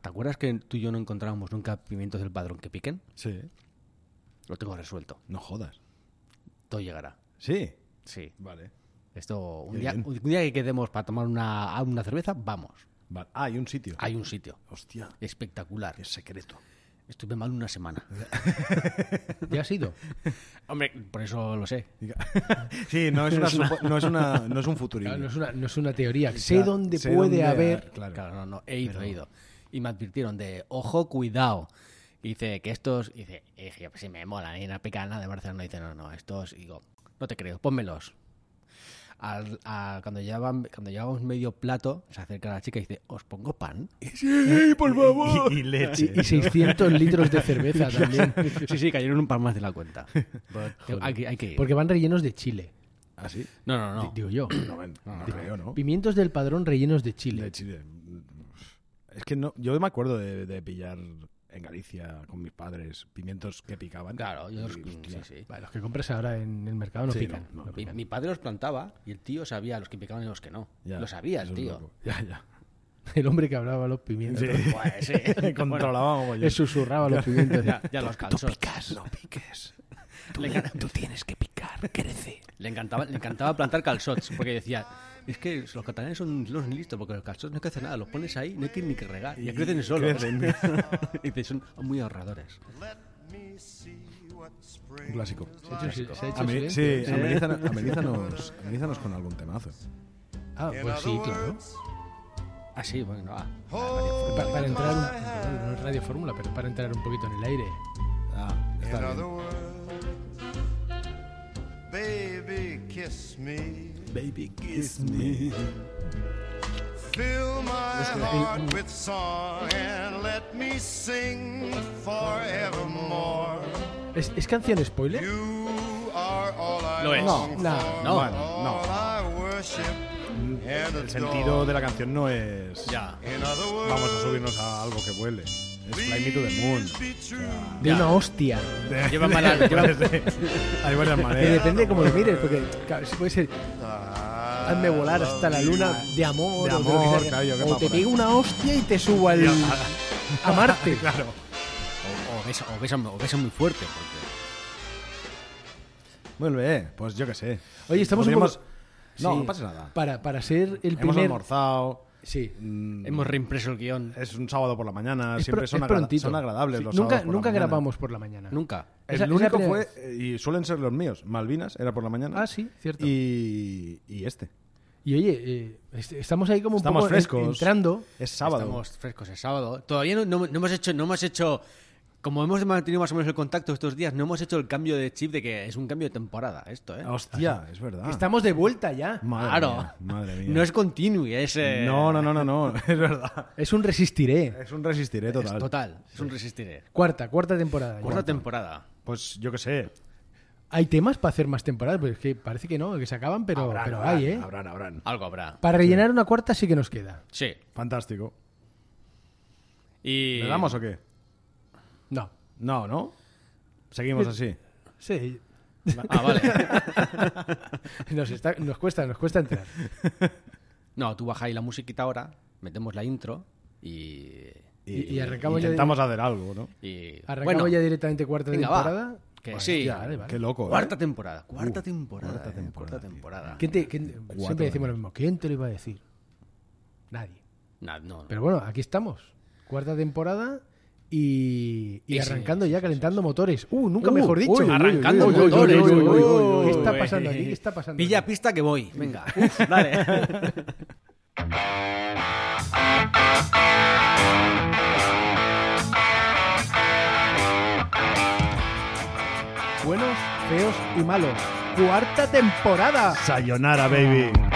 ¿Te acuerdas que tú y yo no encontrábamos nunca pimientos del padrón que piquen? Sí. Lo tengo resuelto. No jodas. Todo llegará. Sí. Sí. Vale. Esto, un Qué día, bien. un día que quedemos para tomar una, una cerveza, vamos. Vale. Ah, hay un sitio. Hay un sitio Hostia, espectacular. qué secreto. Estuve mal una semana. ¿Ya has ido? Hombre, por eso lo sé. Diga- sí, no es, una, supo- no es, una, no es un futurismo. Ah, Claro, no, es una, no es una teoría. Sé Claro, dónde sé puede dónde- haber. claro. Claro, no, no, he ido, Pero- he ido. Y me advirtieron de, ojo, cuidado. Y dice que estos, y dice, y dije, yo, pues si me molan, y una picana de Barcelona, dice, no, no, estos, y digo, no te creo, pónmelos. Al, a- cuando, llevaban, cuando llevábamos medio plato, se acerca la chica y dice, ¿os pongo pan? Sí, por favor. Y, leche. Y, y 600 litros de cerveza también. sí, sí, cayeron un par más de la cuenta. hay, que- hay que ir. Porque van rellenos de chile, ¿Ah, sí? No, no, no. di- digo yo. No, ven, no creo, ¿no? Pimientos del padrón rellenos de De chile. Chile. Es que no, yo me acuerdo de, de pillar en Galicia con mis padres pimientos que picaban. Claro, yo los- Y, hostia, sí, sí. Vale, los que compras ahora en el mercado no Sí, pican. no, no. Mi, mi padre los plantaba y el tío sabía los que picaban y los que no. ya, lo sabía eso el es tío. loco. Ya, ya. El hombre que hablaba los pimientos. Sí. Buah, pues, sí. Controlábamos. mogollón. Le susurraba los pimientos. Ya, ya los Tú calzó. picas, no piques. Tú, tú tienes que picar, crece. Le encantaba, le encantaba plantar calzots, porque decía, es que los catalanes son los listos, porque los calzots no hay que hacer nada, los pones ahí, no hay que ni que regar, ya Y crecen solos. crecen. y dice, son muy ahorradores. Un clásico. Se ha hecho sil- se ha hecho Ameri- silencio. sí, amenízanos, amenízanos- amenízanos con algún temazo. Ah, pues sí, ¿eh? claro. Ah, sí, bueno, ah. Pa- Para, entrar, un- bueno, no es Radio Fórmula, pero para entrar un poquito en el aire. Ah, In está other bien. words, baby, kiss me. Baby, kiss me. Fill my heart with song and let me sing forevermore. ¿Es, es canción spoiler? You are all I Lo es. long No, for, no, Bueno, all no. Mm, I worship and El adore. sentido de la canción no es. Ya. In other words, Vamos a subirnos a algo que vuele. Es Fly Me to the Moon. please be true. De Ya. una hostia. Lleva mala- lleva- Pues Hay varias Eh, maneras. depende cómo lo mires, porque claro, si puede ser hazme volar hasta la luna de amor, De o lo amor, que sea. claro, yo qué o más te por ahí. pego una hostia y te subo al, Ya. a Marte. Claro. O, o besa, o besa- o besa muy fuerte, porque Vuelve, pues yo qué sé. Oye, estamos un Podríamos- poco- No, Sí. no pasa nada. Para, para ser el Hemos primer. almorzado. Sí. mm, hemos reimpreso el guión. Es un sábado por la mañana. Es siempre pro- son, es agra- prontito. son agradables Sí, los Nunca, sábados por la nunca mañana. grabamos por la mañana. Nunca. El Esa- esa único primera fue, eh, y suelen ser los míos, Malvinas, era por la mañana. Ah, sí, cierto. Y, Y, y este. oye, eh, est- estamos ahí como un Estamos poco en- frescos. entrando. Es sábado. Estamos frescos, es sábado. Todavía no, no- no hemos hecho, no hemos hecho, como hemos mantenido más o menos el contacto estos días, no hemos hecho el cambio de chip de que es un cambio de temporada esto, ¿eh? Hostia, es verdad. Estamos de vuelta ya. Madre claro. mía, madre mía. No es continuo, es... eh, no, no, no, no, no, es verdad. Es un resistiré. Es un resistiré es total. total, es un resistiré. Cuarta, cuarta temporada. ya. Cuarta temporada. Pues yo qué sé. Hay temas para hacer más temporadas, pero es que parece que no, que se acaban, pero, habrán, pero habrán, hay, ¿eh? Habrán, habrán. Algo habrá. Para rellenar una cuarta sí que nos queda. Sí. Fantástico. Y... ¿Le damos o qué? No. No, ¿no? Seguimos así. Sí. Ah, vale. Nos, está- nos cuesta, nos cuesta entrar. No, tú baja ahí la musiquita ahora, metemos la intro y... Y- y arrancamos ya de- Intentamos hacer algo, ¿no? y- Arrancamos bueno, ya directamente cuarta venga, va. temporada. Que Bueno, sí. ya, vale, vale. Qué loco, ¿eh? Cuarta temporada, cuarta Uh, temporada. cuarta eh, temporada, cuarta tío. temporada. ¿Quién te- quién- siempre decimos años. lo mismo. ¿Quién te lo iba a decir? Nadie. Nah, no, no. Pero bueno, aquí estamos. Cuarta temporada y, Y y sí, arrancando sí, ya, sí, calentando motores. Uh, nunca mejor dicho. uy, arrancando Uy, uy, uy, motores. uy, uy, uy, Uy, uy, uy, ¿Qué está uy. pasando aquí? ¿Qué está pasando Pilla aquí? pista que voy. Venga, Uf, dale. Buenos, feos y malos. Cuarta temporada. Ah, Sayonara, baby.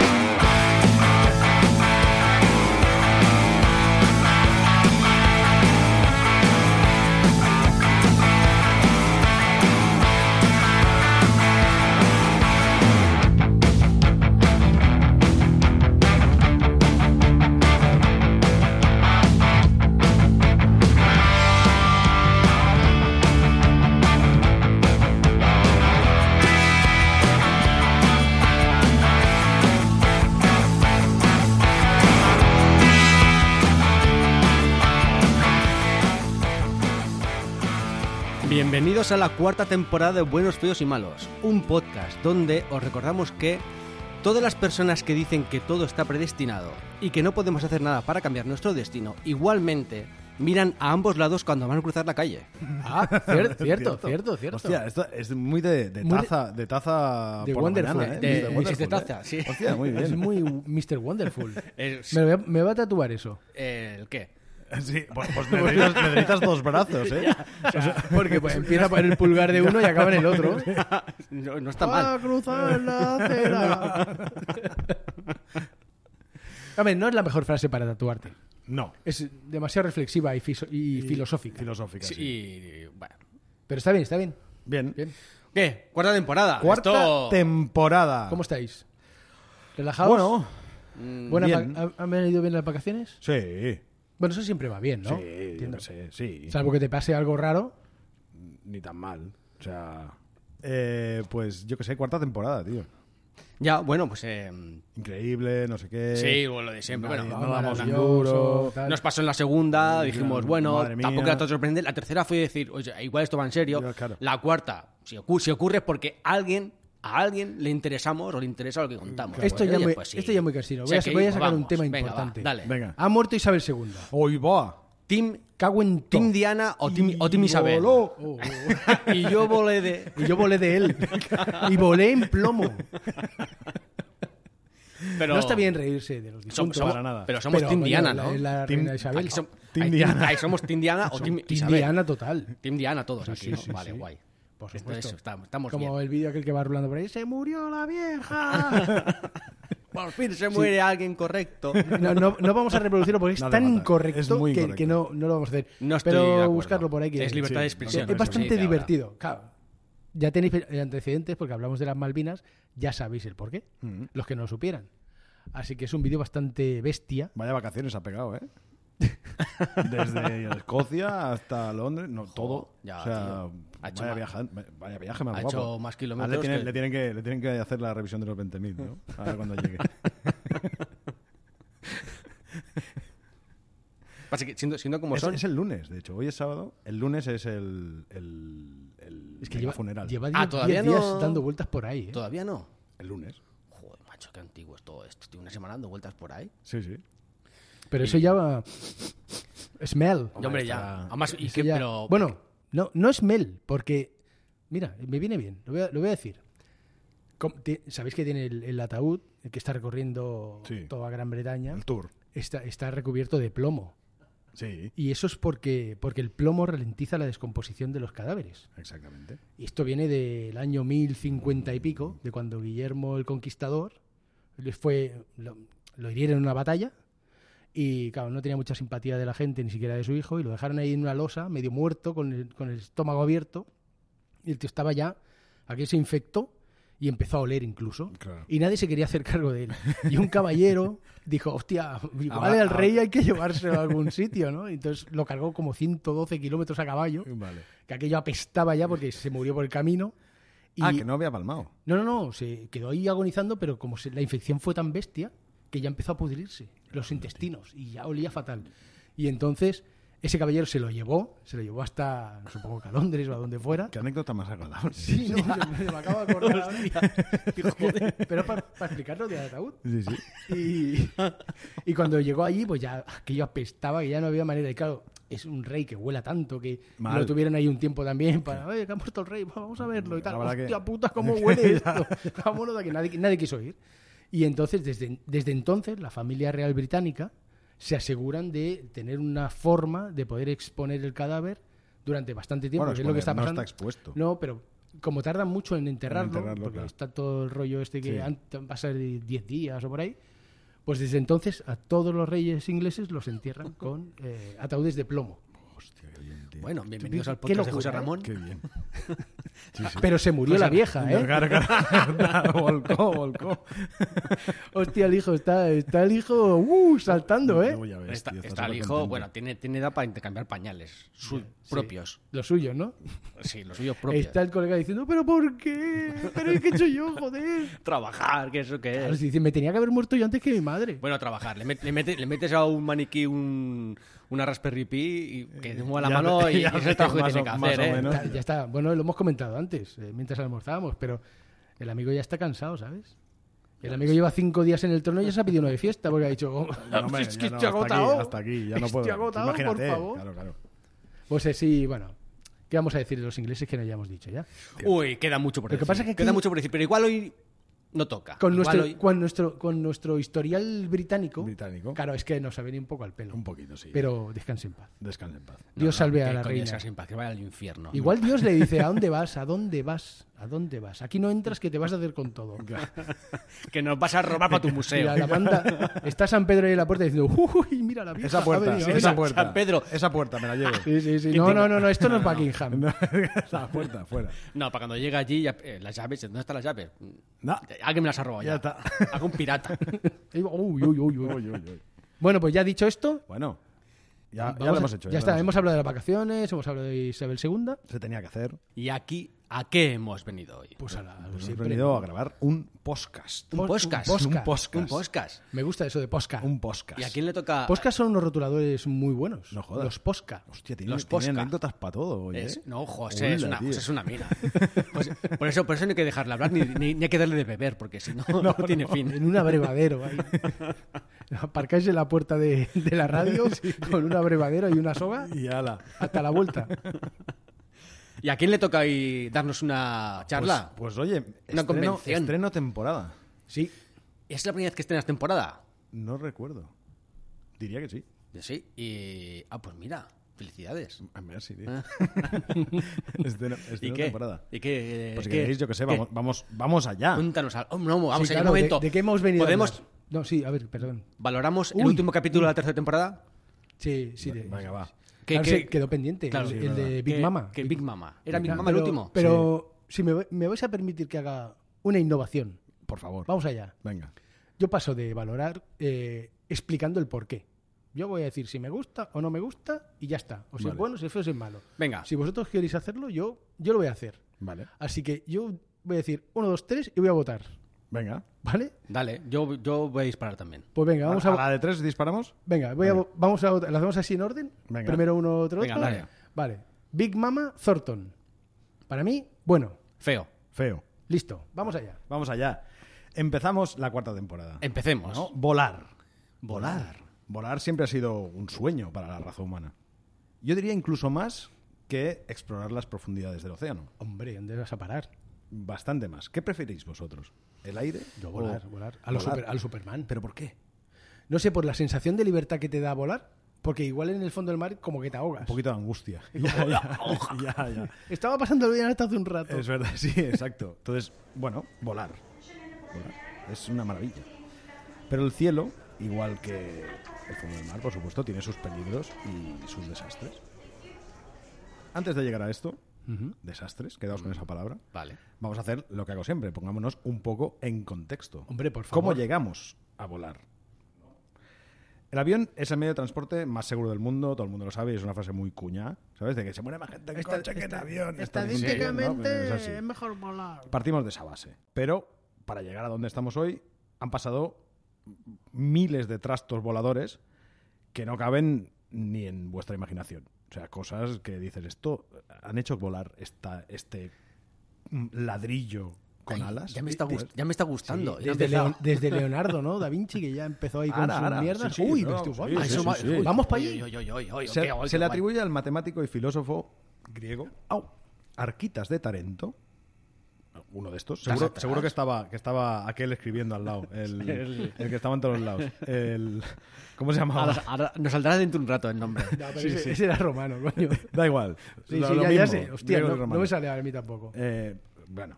Bienvenidos a la cuarta temporada de Buenos, Feos y Malos, un podcast donde os recordamos que todas las personas que dicen que todo está predestinado y que no podemos hacer nada para cambiar nuestro destino, igualmente miran a ambos lados cuando van a cruzar la calle. Ah, cier- cierto, cierto, cierto. Hostia, esto es muy de, de Muy de- taza, de taza de por la Wonderful, mañana, ¿eh? de- Muy de Wonderful, de taza, ¿eh? sí. Hostia, muy es bien. muy Mr. Wonderful. Es- Me, voy a, me voy a tatuar eso. ¿El qué? Sí, pues, pues necesitas, necesitas dos brazos, ¿eh? Porque pues, empieza por el pulgar de uno y acaba en el otro. No, no está Va a mal. cruzar la acera. A ver, no es la mejor frase para tatuarte. No. Es demasiado reflexiva y, fiso- y filosófica. Filosófica, sí. Sí, bueno. Pero está bien, está bien. Bien. Bien. ¿Qué? Cuarta temporada. Cuarta Esto- Ah. temporada. ¿Cómo estáis? ¿Relajados? Bueno, Mm, Buena bien. pa- ¿ha- ¿Han venido bien las vacaciones? sí. Bueno, eso siempre va bien, ¿no? Sí, yo Entiendo. qué sé, sí. Salvo que te pase algo raro. Ni tan mal. O sea. eh, pues yo qué sé, cuarta temporada, tío. Ya, bueno, pues... eh, Increíble, no sé qué. Sí, bueno, lo de siempre. Nadie- bueno, no damos un Ah, maravilloso, duro. tal. Nos pasó en la segunda, dijimos, ya, bueno, madre mía. tampoco era tan sorprendente. La tercera fue decir, oye, igual esto va en serio. Ya, claro. La cuarta, si, ocu- si ocurre es porque alguien, a alguien le interesamos o le interesa lo que contamos. Esto, Pues, ya oye, muy, pues sí. esto ya muy casino. Voy, Si a, hay que voy a ir, pues sacar un vamos. tema Venga, va, importante. dale. Venga. Ha muerto Isabel II. Hoy va. Team, Cago en todo. Team Diana o Team, o Team Y Isabel. voló. Oh, oh. y yo volé de... Y yo volé de él. y volé en plomo. Pero No está bien reírse de los som- difuntos. somos- para nada. Pero somos Pero, Team coño, Diana, la- ¿no? la Team- reina Isabel. Aquí som- Team ahí- Diana. ahí somos Team Diana o Team, Team Isabel. Diana total. Team Diana todos Sí, aquí, sí, ¿no? sí, vale, sí. guay. Por Esto supuesto. es- estamos, estamos Como bien. el vídeo aquel que va rulando por ahí. ¡Se murió la vieja! Por fin se muere alguien correcto. No, no, no vamos a reproducirlo porque es No hace tan falta. incorrecto, Es muy que- Que, incorrecto. no, no lo vamos a hacer. No estoy de Pero acuerdo. buscarlo por ahí. que- Es libertad de Sí, expresión. no es sé si bastante Sí, ahora. divertido. Claro, ya tenéis antecedentes porque hablamos de las Malvinas, ya sabéis el porqué, Mm. los que no lo supieran. Así que es un vídeo bastante bestia. Vaya vacaciones ha pegado, ¿eh? Desde Escocia hasta Londres, no, todo. ya, o sea, tío. Ha hecho vaya, ma- viaja- vaya viaje, más ha guapo. hecho más kilómetros Ahora le tienen, que- le, tienen que, le tienen que hacer la revisión de los 20.000, ¿no? Ahora cuando llegue. Pasa que siendo, siendo como es, son. es el lunes, de hecho. Hoy es sábado. El lunes es el, el, el Es que mega lleva, funeral. lleva Ah, 10 todavía días no- dando vueltas por ahí. ¿eh? Todavía no. El lunes. Joder, macho, qué antiguo es todo esto. Tío, una semana dando vueltas por ahí. Sí, sí. Pero eso ya va... Smell. Y, hombre, ya. Además, y Eso que, ya- pero. Bueno, no, no Smell, porque... Mira, me viene bien, lo voy a, lo voy a decir. Com- ti- Sabéis que tiene el, el ataúd, el que está recorriendo Sí. toda Gran Bretaña, El tour. está, está recubierto de plomo. Sí, Y eso es porque, porque el plomo ralentiza la descomposición de los cadáveres. exactamente. Y esto viene del año 1050 y pico, de cuando Guillermo el Conquistador le fue, lo, lo hirieron en una batalla. Y claro, no tenía mucha simpatía de la gente, ni siquiera de su hijo, y lo dejaron ahí en una losa, medio muerto, con el, con el estómago abierto. Y el tío estaba ya, aquel se infectó y empezó a oler incluso. Claro. Y nadie se quería hacer cargo de él. Y un caballero dijo, hostia, igual Ahora- al rey hay que llevárselo a algún sitio, ¿no? Y entonces lo cargó como 112 kilómetros a caballo, Vale. que aquello apestaba ya porque se murió por el camino. Y, Ah, que no había palmado. No, no, no, se quedó ahí agonizando, pero como se- la infección fue tan bestia que ya empezó a pudrirse los intestinos y ya olía fatal. Y entonces ese caballero se lo llevó, se lo llevó hasta, supongo que a Londres o a donde fuera. Qué anécdota más agradable. Sí, no, se me, se me acabo de acordar ahora. Joder, Pero para explicarlo del ataúd. Sí, sí. Y, y cuando llegó allí, pues ya aquello apestaba, que ya no había manera. Y claro, es un rey que huela tanto, que Mal. lo tuvieron ahí un tiempo también para, oye, que ha muerto el rey, vamos a verlo y tal. La verdad que- Hostia puta, cómo huele esto. Vámonos de aquí. Nadie, nadie quiso ir. Y entonces, desde, desde entonces, la familia real británica se aseguran de tener una forma de poder exponer el cadáver durante bastante tiempo, Bueno, que es lo que está exponer, no pasando. está expuesto. No, pero como tardan mucho en enterrarlo, enterrarlo, porque claro. está todo el rollo este que Sí. an- va a ser de 10 días o por ahí, pues desde entonces a todos los reyes ingleses los entierran con eh, ataúdes de plomo. Hostia, qué bien, tío. Bueno, bienvenidos qué al podcast de locura, José ¿eh? Ramón. Qué bien. Pero se murió la vieja, ¿eh? Pues Claro, claro. volcó, volcó. Hostia, el hijo, está, está el hijo uh, saltando, ¿eh? Luego ya ves, está tío, está está el súper hijo, contento. bueno, tiene, tiene edad para intercambiar pañales. Sus propios. Los suyos, ¿no? Sí, los suyos propios. Está el colega diciendo, ¿pero por qué? ¿Pero qué he hecho yo, joder? Trabajar, que eso que Claro, es. si dice, me tenía que haber muerto yo antes que mi madre. Bueno, trabajar. Le, met- le mete- le metes a un maniquí un, una Raspberry Pi y que mueva la Ya- mano y, ya y eso es todo lo que más tiene que o- más hacer, o ¿eh? menos. Ya- ya está. Bueno, lo hemos comentado antes, eh, mientras almorzábamos, pero el amigo ya está cansado, ¿sabes? El amigo lleva cinco días en el trono y ya se ha pedido una de fiesta porque ha dicho, oh, No, hombre, es que ya no, estoy hasta agotado. aquí, hasta aquí, ya no Estoy puedo. agotado, por Imagínate, favor. Claro, claro. Pues eh, sí, bueno, ¿qué vamos a decir de los ingleses que no hayamos dicho ya? Uy, queda mucho por Lo que decir. pasa es que aquí- queda mucho por decir, pero igual hoy no toca. Con Igual nuestro, hoy- con, nuestro, con nuestro historial británico, Británico. claro, es que nos ha venido un poco al pelo. Un poquito, sí. Pero descanse en paz. Descansa en paz. No, Dios no, salve que a la coño, reina. sea sin paz, que vaya al infierno. Igual Dios le dice, ¿a dónde vas? ¿A dónde vas? ¿A dónde vas? Aquí no entras que te vas a hacer con todo. Que nos vas a robar para tu Y museo. a la banda, está San Pedro ahí en la puerta diciendo, uy, mira la vieja. Esa ha puerta, venido, esa mira". puerta. San Pedro. Esa puerta, me la llevo. Sí, sí, sí. No, no, no, no, esto no es Buckingham. esa puerta, fuera. No, para cuando llega allí, ya- eh, las llaves, ¿dónde están las llaves? No. Alguien me las ha robado ya. Ya está. Algún pirata. Y digo, "Uy, uy, uy, uy". Uy, uy, uy. Bueno, pues ya dicho esto, Bueno, ya, ya vamos lo a- hemos hecho. ya lo está, hemos hemos hablado de las vacaciones, hemos hablado de Isabel II. hecho. Se tenía que hacer. Y aquí, ¿a qué hemos venido hoy? Pues a la, Hemos siempre. venido a grabar un podcast. un un podcast. podcast. Un podcast. Un Me gusta eso de posca. Un podcast. ¿Y a quién le toca? Posca son unos rotuladores muy buenos. No jodas. Los posca. Hostia, tiene, Los tiene podcast. anécdotas para todo, oye. Es- no, José, es ¿Eh? Hola, una, tío. José es una mina. José- por, eso, por eso no hay que dejarla hablar ni, ni- ni hay que darle de beber, porque si no, no, tiene fin. En un abrevadero ahí. Aparcáis en la puerta de, de la radio con un abrevadero y una soga Y ala. hasta la vuelta. ¿Y a quién le toca hoy darnos una charla? Pues, pues, oye, estreno, convención. estreno temporada. Sí. ¿Es la primera vez que estrenas temporada? No recuerdo. Diría que sí. Sí. Y... Ah, pues mira, felicidades. A ver si, tío. estreno Ah. ¿Y estreno qué? temporada. ¿Y qué? Pues si qué? queréis, yo que sé, ¿Qué? vamos, vamos, vamos allá. Cuéntanos algo. Oh, no, vamos Sí, allá, claro, un de- momento. ¿De, qué hemos venido? a ¿Podemos hablar? No, sí, a ver, perdón. valoramos el Uy. último capítulo de la tercera temporada? Sí, sí. de- Venga, va. Que- Claro, que- sí, quedó pendiente. claro, el sí, el de verdad. Big Que- Mama. Que Big Mama. ¿Era Big Claro. Mama el Pero- último? Pero si me, va- me vais a permitir que haga una innovación. Por favor. Vamos allá. Venga. Yo paso de valorar eh, explicando el por qué. Yo voy a decir si me gusta o no me gusta y ya está. O si Vale. es bueno, si es feo, si es malo. Venga. Si vosotros queréis hacerlo, yo, yo lo voy a hacer. Vale. Así que yo voy a decir 1, 2, 3 y voy a votar. Venga. ¿Vale? Dale, yo, yo voy a disparar también. Pues venga, vamos a, la de tres disparamos. venga, voy a vo- vamos a votar. ¿Las hacemos así en orden? Venga. Primero uno, otro, Venga, otro. dale. Vale. Big Mama Thornton. Para mí, bueno. Feo. Feo. Listo. Vamos allá. Vamos allá. Empezamos la cuarta temporada. Empecemos. Pues ¿No? Volar. Volar. Volar siempre ha sido un sueño para la raza humana. Yo diría incluso más que explorar las profundidades del océano. Hombre, ¿dónde vas a parar? Bastante más. ¿Qué preferís vosotros? ¿El aire? Yo o- volar, volar. A lo Oh, volar? super- al Superman. ¿Pero por qué? No sé, por la sensación de libertad que te da volar, porque igual en el fondo del mar como que te ahogas. Un poquito de angustia. ya, ya, ya, ya. Estaba pasando bien hasta hace un rato. Es verdad, sí, exacto. Entonces, bueno, volar. Volar. Es una maravilla. Pero el cielo, igual que el fondo del mar, por supuesto, tiene sus peligros y sus desastres. Antes de llegar a esto, desastres, quedaos con esa palabra, Vale. vamos a hacer lo que hago siempre, pongámonos un poco en contexto. Hombre, por ¿Cómo favor. llegamos a volar? El avión es el medio de transporte más seguro del mundo, todo el mundo lo sabe y es una frase muy cuña, ¿sabes? De que se muere más gente en coche que en avión. esto es un avión, ¿no? Pues es así. mejor volar. Partimos de esa base. Pero para llegar a donde estamos hoy han pasado miles de trastos voladores que no caben ni en vuestra imaginación. O sea, cosas que dices, esto han hecho volar esta, este mm, ladrillo con Ay, alas. Pues, Ya me está, ¿Sabes? gust- ya me está gustando. Ya he Desde, empezado. Leon- desde Leonardo, ¿no? Da Vinci, que ya empezó ahí con Ara, sus ara, mierdas. sí, sí, Uy, no, me estoy sí, jugando. Ah, sí, eso sí, va- sí. uy, Vamos para uy, allí. uy, uy, uy, uy, Se, qué guay, se qué le guay. atribuye al matemático y filósofo griego au, Arquitas de Tarento. Uno de estos. Seguro, atrás. seguro que estaba que estaba aquel escribiendo al lado. El, El- el que estaba en todos los lados. El- ¿Cómo se llamaba? Ahora- ahora nos saldrá dentro de un rato el nombre. No, pero ese, ese era romano, coño. Da igual. Sí, Pues Lo- sí, lo ya, ya mismo, sé. Hostia, griego y no, no romano. me sale a mí tampoco. Eh, bueno.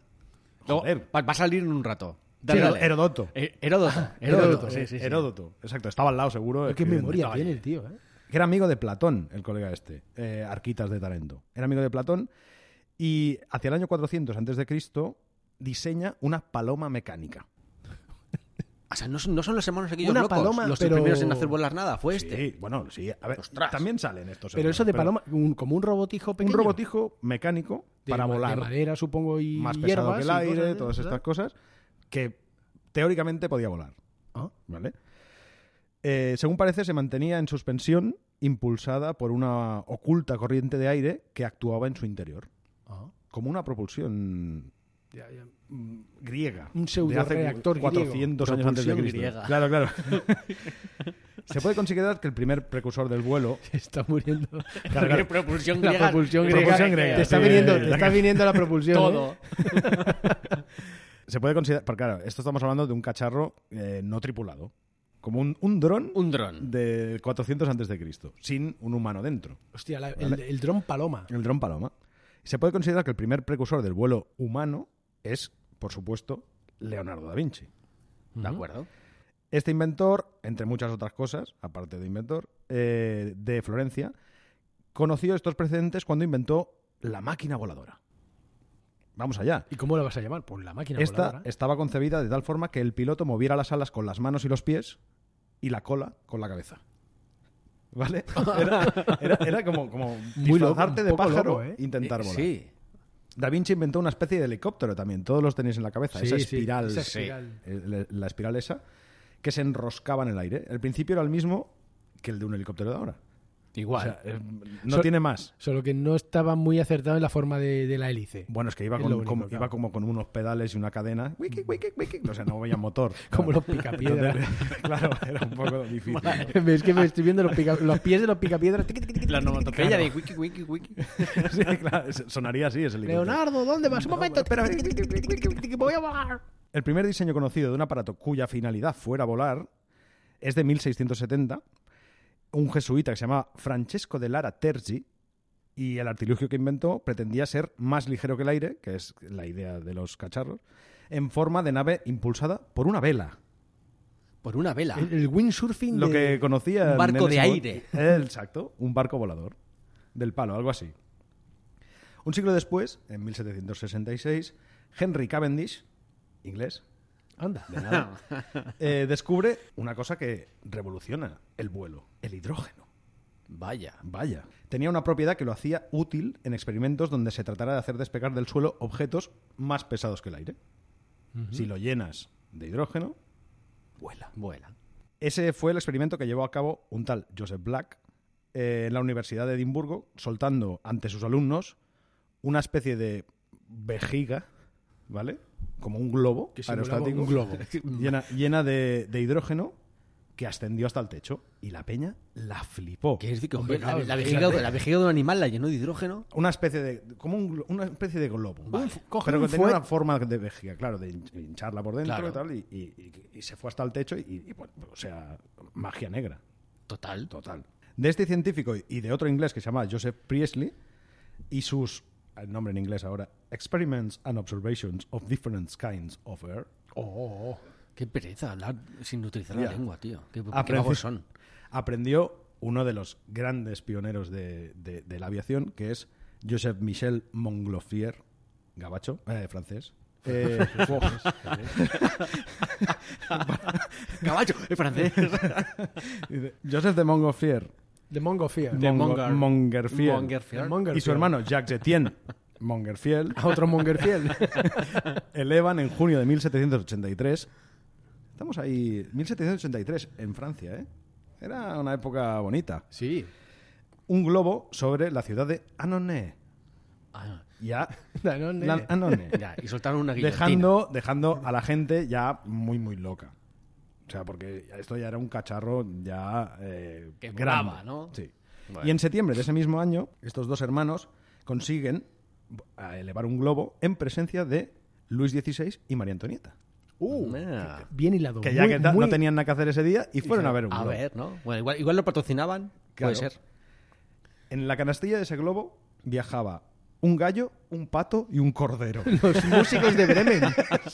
Luego, Joder. va, va a salir en un rato. Sí, Herodoto. Eh, Heródoto. Ah. Heródoto, sí, sí, sí. Heródoto. Exacto, estaba al lado seguro. Qué escribiendo. memoria No, tiene el tío, ¿eh? que era amigo de Platón, el colega este, eh, Arquitas de Tarento. Era amigo de Platón y hacia el año 400 antes de Cristo diseña una paloma mecánica. O sea, no, son- no son los hermanos aquellos Una locos. paloma, los pero- primeros en hacer volar nada. Fue este. Sí, bueno, sí, a ver, Ostras. también salen estos. Pero hermanos, eso de paloma, un- como un robotijo un pequeño. robotijo mecánico De para ma- de volar, madera, supongo, y más pesado hierbas. que el y cosas aire, de todas esas, estas ¿verdad? cosas, que teóricamente podía volar. Ah. ¿Vale? Eh, según parece, se mantenía en suspensión impulsada por una oculta corriente de aire que actuaba en su interior. Como una propulsión mm, Ya, ya. griega. Un de pseudo-reactor hace 400 años antes de Propulsión Cristo. griega. Claro, claro. Se puede considerar que el primer precursor del vuelo. Se está muriendo. Claro, claro. propulsión La griega. propulsión griega. Propulsión griega, Te está sí. viniendo, La te está viniendo la propulsión. ¿eh? Todo. Se puede considerar. Porque claro, esto estamos hablando de un cacharro eh, no tripulado. Como un, un dron Un dron. de 400 antes de Cristo, sin un humano dentro. Hostia, la- el, Vale. el dron Paloma. El dron Paloma. Se puede considerar que el primer precursor del vuelo humano es, por supuesto, Leonardo da Vinci. De acuerdo. Este inventor, entre muchas otras cosas, aparte de inventor, eh, de Florencia, conoció estos precedentes cuando inventó la máquina voladora. Vamos allá. ¿Y cómo la vas a llamar? Pues la máquina Esta voladora. estaba concebida de tal forma que el piloto moviera las alas con las manos y los pies y la cola con la cabeza. ¿Vale? Era, era- era como, como Muy loco, disfrazarte un de poco pájaro loco, ¿eh? e intentar Eh, volar. Sí. Da Vinci inventó una especie de helicóptero también. Todos los tenéis en la cabeza. Sí, esa sí, espiral. esa espiral. sí, el- el- la espiral esa que se enroscaba en el aire. El principio era el mismo que el de un helicóptero de ahora. O Igual. sea, eh, no Ah, So- tiene más. Solo que no estaba muy acertado en la forma de, de la hélice. Bueno, es que iba, Es con- lo único, como, claro. iba como con unos pedales y una cadena. Wiki, wiki, wiki. O sea, no veía motor. Como Claro. los picapiedras. Entonces, claro, era un poco difícil. es que me estoy viendo los, pica- los pies de los picapiedras. Tic, tic, tic, tic, La tic, tic, onomatopeya tic. de wiki, wiki, wiki. Sí, claro, sonaría así ese helicóptero. Leonardo, ¿dónde vas? Un momento. Espera. tic, tic, tic, tic, tic, tic, Voy a volar. El primer diseño conocido de un aparato cuya finalidad fuera volar es de 1670, un jesuita que se llamaba Francesco de Lara Terzi, y el artilugio que inventó pretendía ser más ligero que el aire, que es la idea de los cacharros, en forma de nave impulsada por una vela. Por una vela. El, el windsurfing. Lo de- que conocía... Un barco Nelson de aire. Mon- Exacto, un barco volador. Del palo, algo así. Un siglo después, en 1766, Henry Cavendish, inglés, Anda. eh, descubre una cosa que revoluciona el vuelo, el hidrógeno. Vaya. Vaya. Tenía una propiedad que lo hacía útil en experimentos donde se tratara de hacer despegar del suelo objetos más pesados que el aire. Si lo llenas de hidrógeno, vuela. Vuela. Ese fue el experimento que llevó a cabo un tal Joseph Black eh, en la Universidad de Edimburgo, soltando ante sus alumnos una especie de vejiga, ¿vale? Como un globo Que simulaba aerostático. un globo. llena llena de, de hidrógeno que ascendió hasta el techo. Y la peña la flipó. Quiere decir que Hombre, hombre, la, claro, la vejiga, fíjate. la vejiga de un animal la llenó de hidrógeno. Una especie de. como un glo- una especie de globo. Vale. Coge Pero un que tenía fuet- una forma de vejiga, claro, de hin- hincharla por dentro Claro. y tal. Y, y- y- y se fue hasta el techo y, y, bueno, o sea, magia negra. Total. Total. De este científico y de otro inglés que se llama Joseph Priestley y sus, el nombre en inglés ahora, Experiments and Observations of Different Kinds of Air, Oh, oh, oh. Qué pereza hablar sin utilizar Ya. la lengua, tío. Qué, qué Aprende- vagos son. aprendió uno de los grandes pioneros de, de- de la aviación, que es Joseph Michel Montgolfier, gabacho, eh, francés. Eh, Caballo, es francés. dice, Joseph de Montgolfier, De Mongo Fear. De Mongo- Monger- Mongerfield. Mongerfield. y su hermano Jacques Etienne Mongerfield A otro Monger Fiel. elevan en junio de 1783. Estamos ahí, 1783, en Francia, ¿eh? Era una época bonita. sí. Un globo sobre la ciudad de Annonay. Ah, Ya. Danone. la- Annonay. ya, y soltaron una guillotina. Dejando, dejando a la gente ya muy, muy loca. O sea, porque esto ya era un cacharro ya. eh, Que grande. volaba, ¿no? Sí. Bueno. Y en septiembre de ese mismo año, estos dos hermanos consiguen a elevar un globo en presencia de Luis XVI y María Antonieta. Uh, Ah. bien hilado. Que ya Muy- que ta- muy- no tenían nada que hacer ese día y fueron a ver un A globo. ver, ¿no? Bueno, igual, igual lo patrocinaban. Claro. Puede ser. En la canastilla de ese globo viajaba un gallo, un pato y un cordero. Los músicos de Bremen.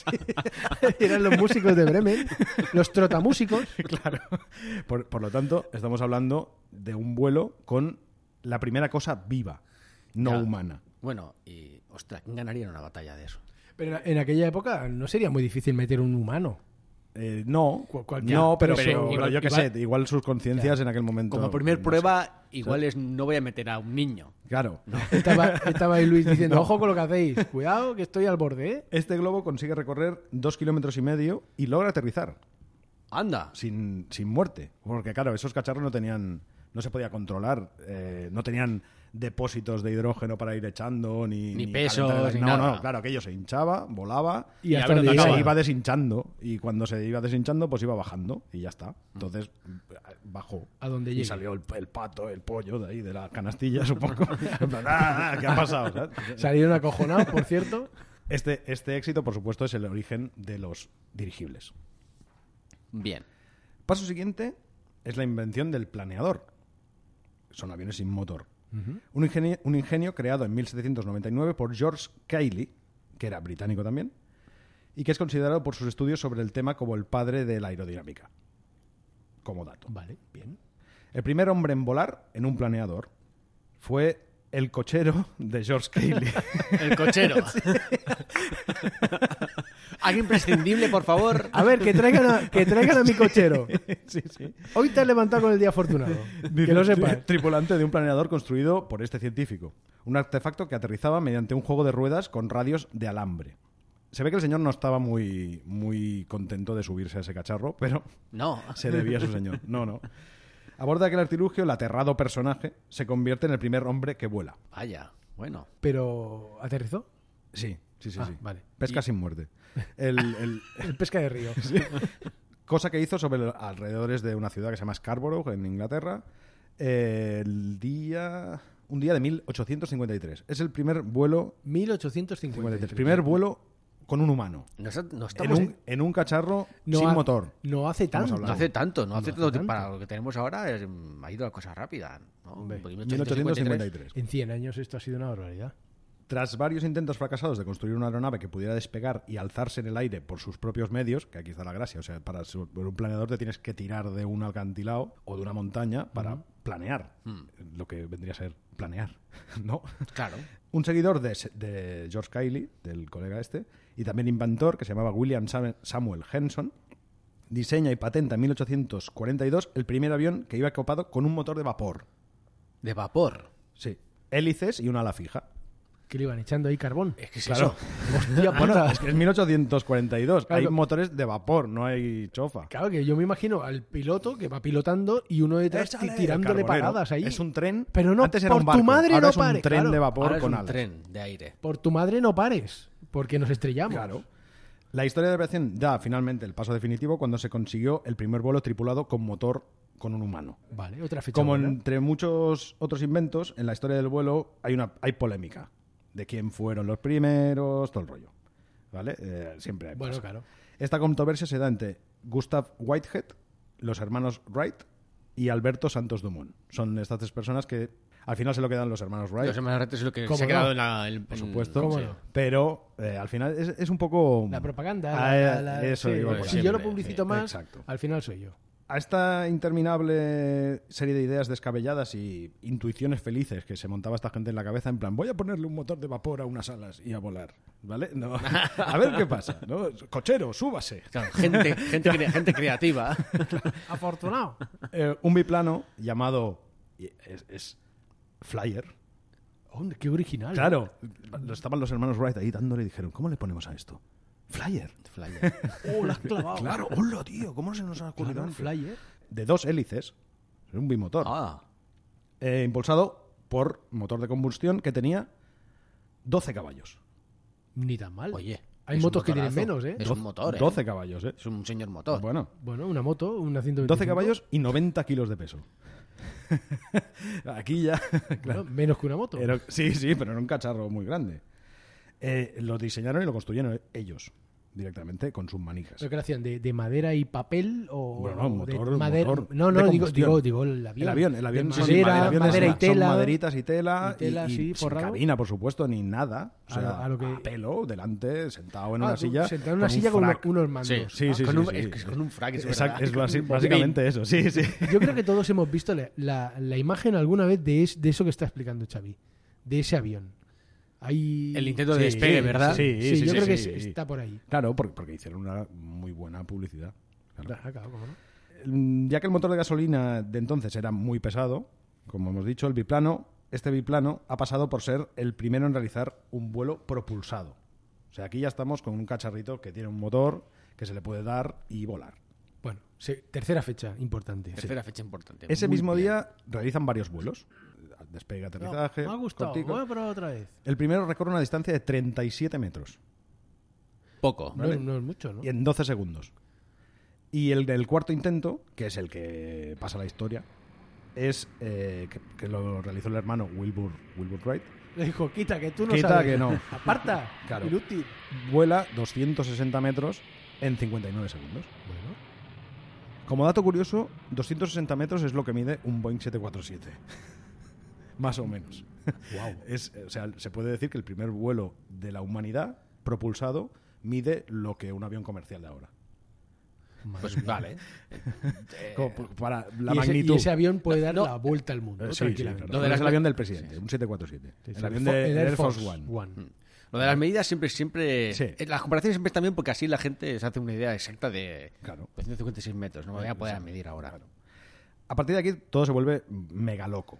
Eran los músicos de Bremen. Los trotamúsicos. Claro. Por, por lo tanto, estamos hablando de un vuelo con la primera cosa viva, no Ya. humana. Bueno, y ostras, ¿quién ganaría en una batalla de eso? Pero en aquella época no sería muy difícil meter un humano. Eh, no, Cu- cualquiera. no, pero, Pero pero- igual- pero yo qué igual- sé, igual sus conciencias en aquel momento. Como primer no prueba, igual es no voy a meter a un niño. sé. Claro. Estaba, estaba ahí Luis diciendo, ojo con lo que hacéis. Cuidado, que estoy al borde. ¿eh?". Este globo consigue recorrer dos kilómetros y medio y logra aterrizar Anda. sin, sin muerte. Porque, claro, esos cacharros no tenían, no se podía controlar. eh, no tenían depósitos de hidrógeno para ir echando, ni, Ni pesos, calentar- ni no, nada. no, claro, aquello se hinchaba, volaba Y y, hasta se donde llegaba. iba deshinchando. Y cuando se iba deshinchando, pues iba bajando y ya está. Entonces bajó. A donde y llegue. salió el, el pato, el pollo de ahí, de la canastilla, supongo. En plan, "Ah, ¿Qué ha pasado? ¿sabes? Salieron acojonados, por cierto. Este, este éxito, por supuesto, es el origen de los dirigibles. Bien. Paso siguiente es la invención del planeador. Son aviones sin motor. un, ingenie- un ingenio creado en 1799 por George Cayley, que era británico también, y que es considerado por sus estudios sobre el tema como el padre de la aerodinámica. Como dato. Vale. Bien. El primer hombre en volar en un planeador fue el cochero de George Cayley. El cochero. Alguien imprescindible, por favor. A ver, que traigan a, que traigan a mi cochero. sí, sí. Hoy te has levantado con el día afortunado. Que lo Dice, sepas. Tripulante de un planeador construido por este científico. Un artefacto que aterrizaba mediante un juego de ruedas con radios de alambre. Se ve que el señor no estaba muy, muy contento de subirse a ese cacharro, pero No. se debía a su señor. No, no. A bordo de aquel artilugio, el aterrado personaje se convierte en el primer hombre que vuela. Vaya, bueno. Pero aterrizó. Sí, sí, sí. Ah, sí. vale. Pesca sin muerte. El- el- El pesca de río. cosa que hizo sobre los alrededores de una ciudad que se llama Scarborough, en Inglaterra, eh, el día, un día de 1853. Es el primer vuelo, 1853. 53, primer vuelo con un humano. Nos- no En estamos. un, en un cacharro No sin ha- motor. No hace Estamos tanto. No hace tanto, no hace, hace tanto. tanto. Para lo que tenemos ahora es- ha ido la cosa rápida. ¿no? 1853. 1853. En 100 años esto ha sido una barbaridad. Tras varios intentos fracasados de construir una aeronave que pudiera despegar y alzarse en el aire por sus propios medios, que aquí está la gracia, o sea, para ser un planeador te tienes que tirar de un alcantilado o de una montaña para planear, lo que vendría a ser planear, ¿no? Claro. Un seguidor de, se- de George Kiley, del colega este, y también inventor, que se llamaba William Sam- Samuel Henson, diseña y patenta en 1842 el primer avión que iba equipado con un motor de vapor. De vapor. Sí, hélices y una ala fija. Que le iban echando ahí carbón. Es que es Claro. eso. Hostia Bueno, puta. Ah, es que es 1842. Claro. Hay motores de vapor, no hay chofa. Claro que yo me imagino al piloto que va pilotando y uno detrás ti- Échale, tirándole carbonero. paradas ahí. Es un tren. Pero no, Antes era por un barco, tu madre ahora no es un pare, tren claro. de vapor Ahora es con un alas. tren de aire. Por tu madre no pares, porque nos estrellamos. Claro. La historia de la aviación da finalmente el paso definitivo cuando se consiguió el primer vuelo tripulado con motor con un humano. Vale, otra fecha. Como buena. entre muchos otros inventos, en la historia del vuelo hay una hay polémica de quién fueron los primeros, todo el rollo. ¿Vale? Eh, siempre hay Bueno, pasa. claro. Esta controversia se da entre Gustav Whitehead, los hermanos Wright y Alberto Santos Dumont. Son estas tres personas que al final se lo quedan los hermanos Wright, Los hermanos Retes es lo que ¿Cómo se ha no? quedado en la. en- por supuesto. ¿Cómo no? Pero eh, al final es, es un poco... La propaganda. Ah, la- la- la- eso sí, iba por si ahí. siempre, yo lo publicito sí, más, exacto. al final soy yo. A esta interminable serie de ideas descabelladas y intuiciones felices que se montaba esta gente en la cabeza, en plan, voy a ponerle un motor de vapor a unas alas y a volar, ¿vale? No. A ver qué pasa, ¿no? Cochero, súbase. Claro, gente, gente, crea- gente creativa. Afortunado. Eh, un biplano llamado... y Es, es Flyer. Oh, qué original. Claro. Estaban los hermanos Wright ahí dándole y dijeron, ¿cómo le ponemos a esto? Flyer. Flyer. Oh, la has clavado. Claro, hola, tío, ¿cómo se nos ha ocurrido Claro, un antes? flyer. De dos hélices, un bimotor. Ah, eh, impulsado por motor de combustión que tenía 12 caballos. Ni tan mal. oye. Hay es un motos que tienen motorazo. menos, ¿eh? Es un motor. ¿eh? 12 caballos, ¿eh? Es un señor motor. Bueno, Bueno, una moto, una 125. 12 caballos y 90 kilos de peso. Aquí ya. claro. Bueno, menos que una moto. Era- sí, sí, pero era un cacharro muy grande. Eh, lo diseñaron y lo construyeron ellos directamente con sus manijas. ¿Pero qué lo hacían? ¿De, de madera y papel o Bueno, no, o de motor, madera? motor no, de no, digo, combustión. digo, digo el avión. El avión, el avión de son- madera, el avión es- madera y son tela. maderitas y tela y tela así, sin forrado. cabina, por supuesto, ni nada. O A lo- sea, a, a lo que- pelo, delante, sentado en Ah, una tú silla. sentado en una silla un con unos, frac. unos mandos. Sí. Ah, Sí, sí, Con sí, un- sí. es que es con un frac, es Exact- verdad. es basi- básicamente eso, sí, sí. Yo creo que todos hemos visto la, la- la imagen alguna vez de, es- de eso que está explicando Xavi, de ese avión. Hay... El intento de Sí, despegue, ¿verdad? sí. Sí, yo creo que sí. es- está por ahí. Claro, por- porque, hicieron una muy buena publicidad. Claro. Ah, claro, cómo no. Mm, Ya que el motor de gasolina de entonces era muy pesado, como hemos dicho, el biplano, este biplano ha pasado por ser el primero en realizar un vuelo propulsado. O sea, aquí ya estamos con un cacharrito que tiene un motor que se le puede dar y volar. Bueno, Se- tercera fecha importante. sí. Tercera fecha importante. Ese Muy mismo bien. día realizan varios vuelos. Despegue, No, aterrizaje. me ha gustado. eh, ¿eh? cortico. Voy a probar otra vez. El primero recorre una distancia de 37 metros Poco. No, Vale. no es mucho, ¿no? y en 12 segundos. Y el del cuarto intento, que es el que pasa la historia, es eh, que, que lo realizó el hermano Wilbur, Wilbur Wright. Le dijo, quita, que tú no Quita, sabes. que no. Aparta, Claro. inútil. Vuela 260 metros en 59 segundos. Bueno, Como dato curioso, 260 metros es lo que mide un Boeing 747. Más o menos. wow. Es, o sea, se puede decir que el primer vuelo de la humanidad propulsado mide lo que un avión comercial de ahora. Pues vale. Como p- para la Eh. y, ese, magnitud. y ese avión puede dar no. la vuelta al Eh, mundo, sí, sí, tranquilamente. claro. Lo de Pero las es el ma- avión del presidente, un 747. Sí, sí, el avión de el Air Force One. Mm. Lo de las medidas siempre, siempre. Sí. eh, Las comparaciones siempre están bien porque así la gente se hace una idea exacta de. Claro. 256 metros, no me voy a poder medir ahora. A partir de aquí todo se vuelve mega loco.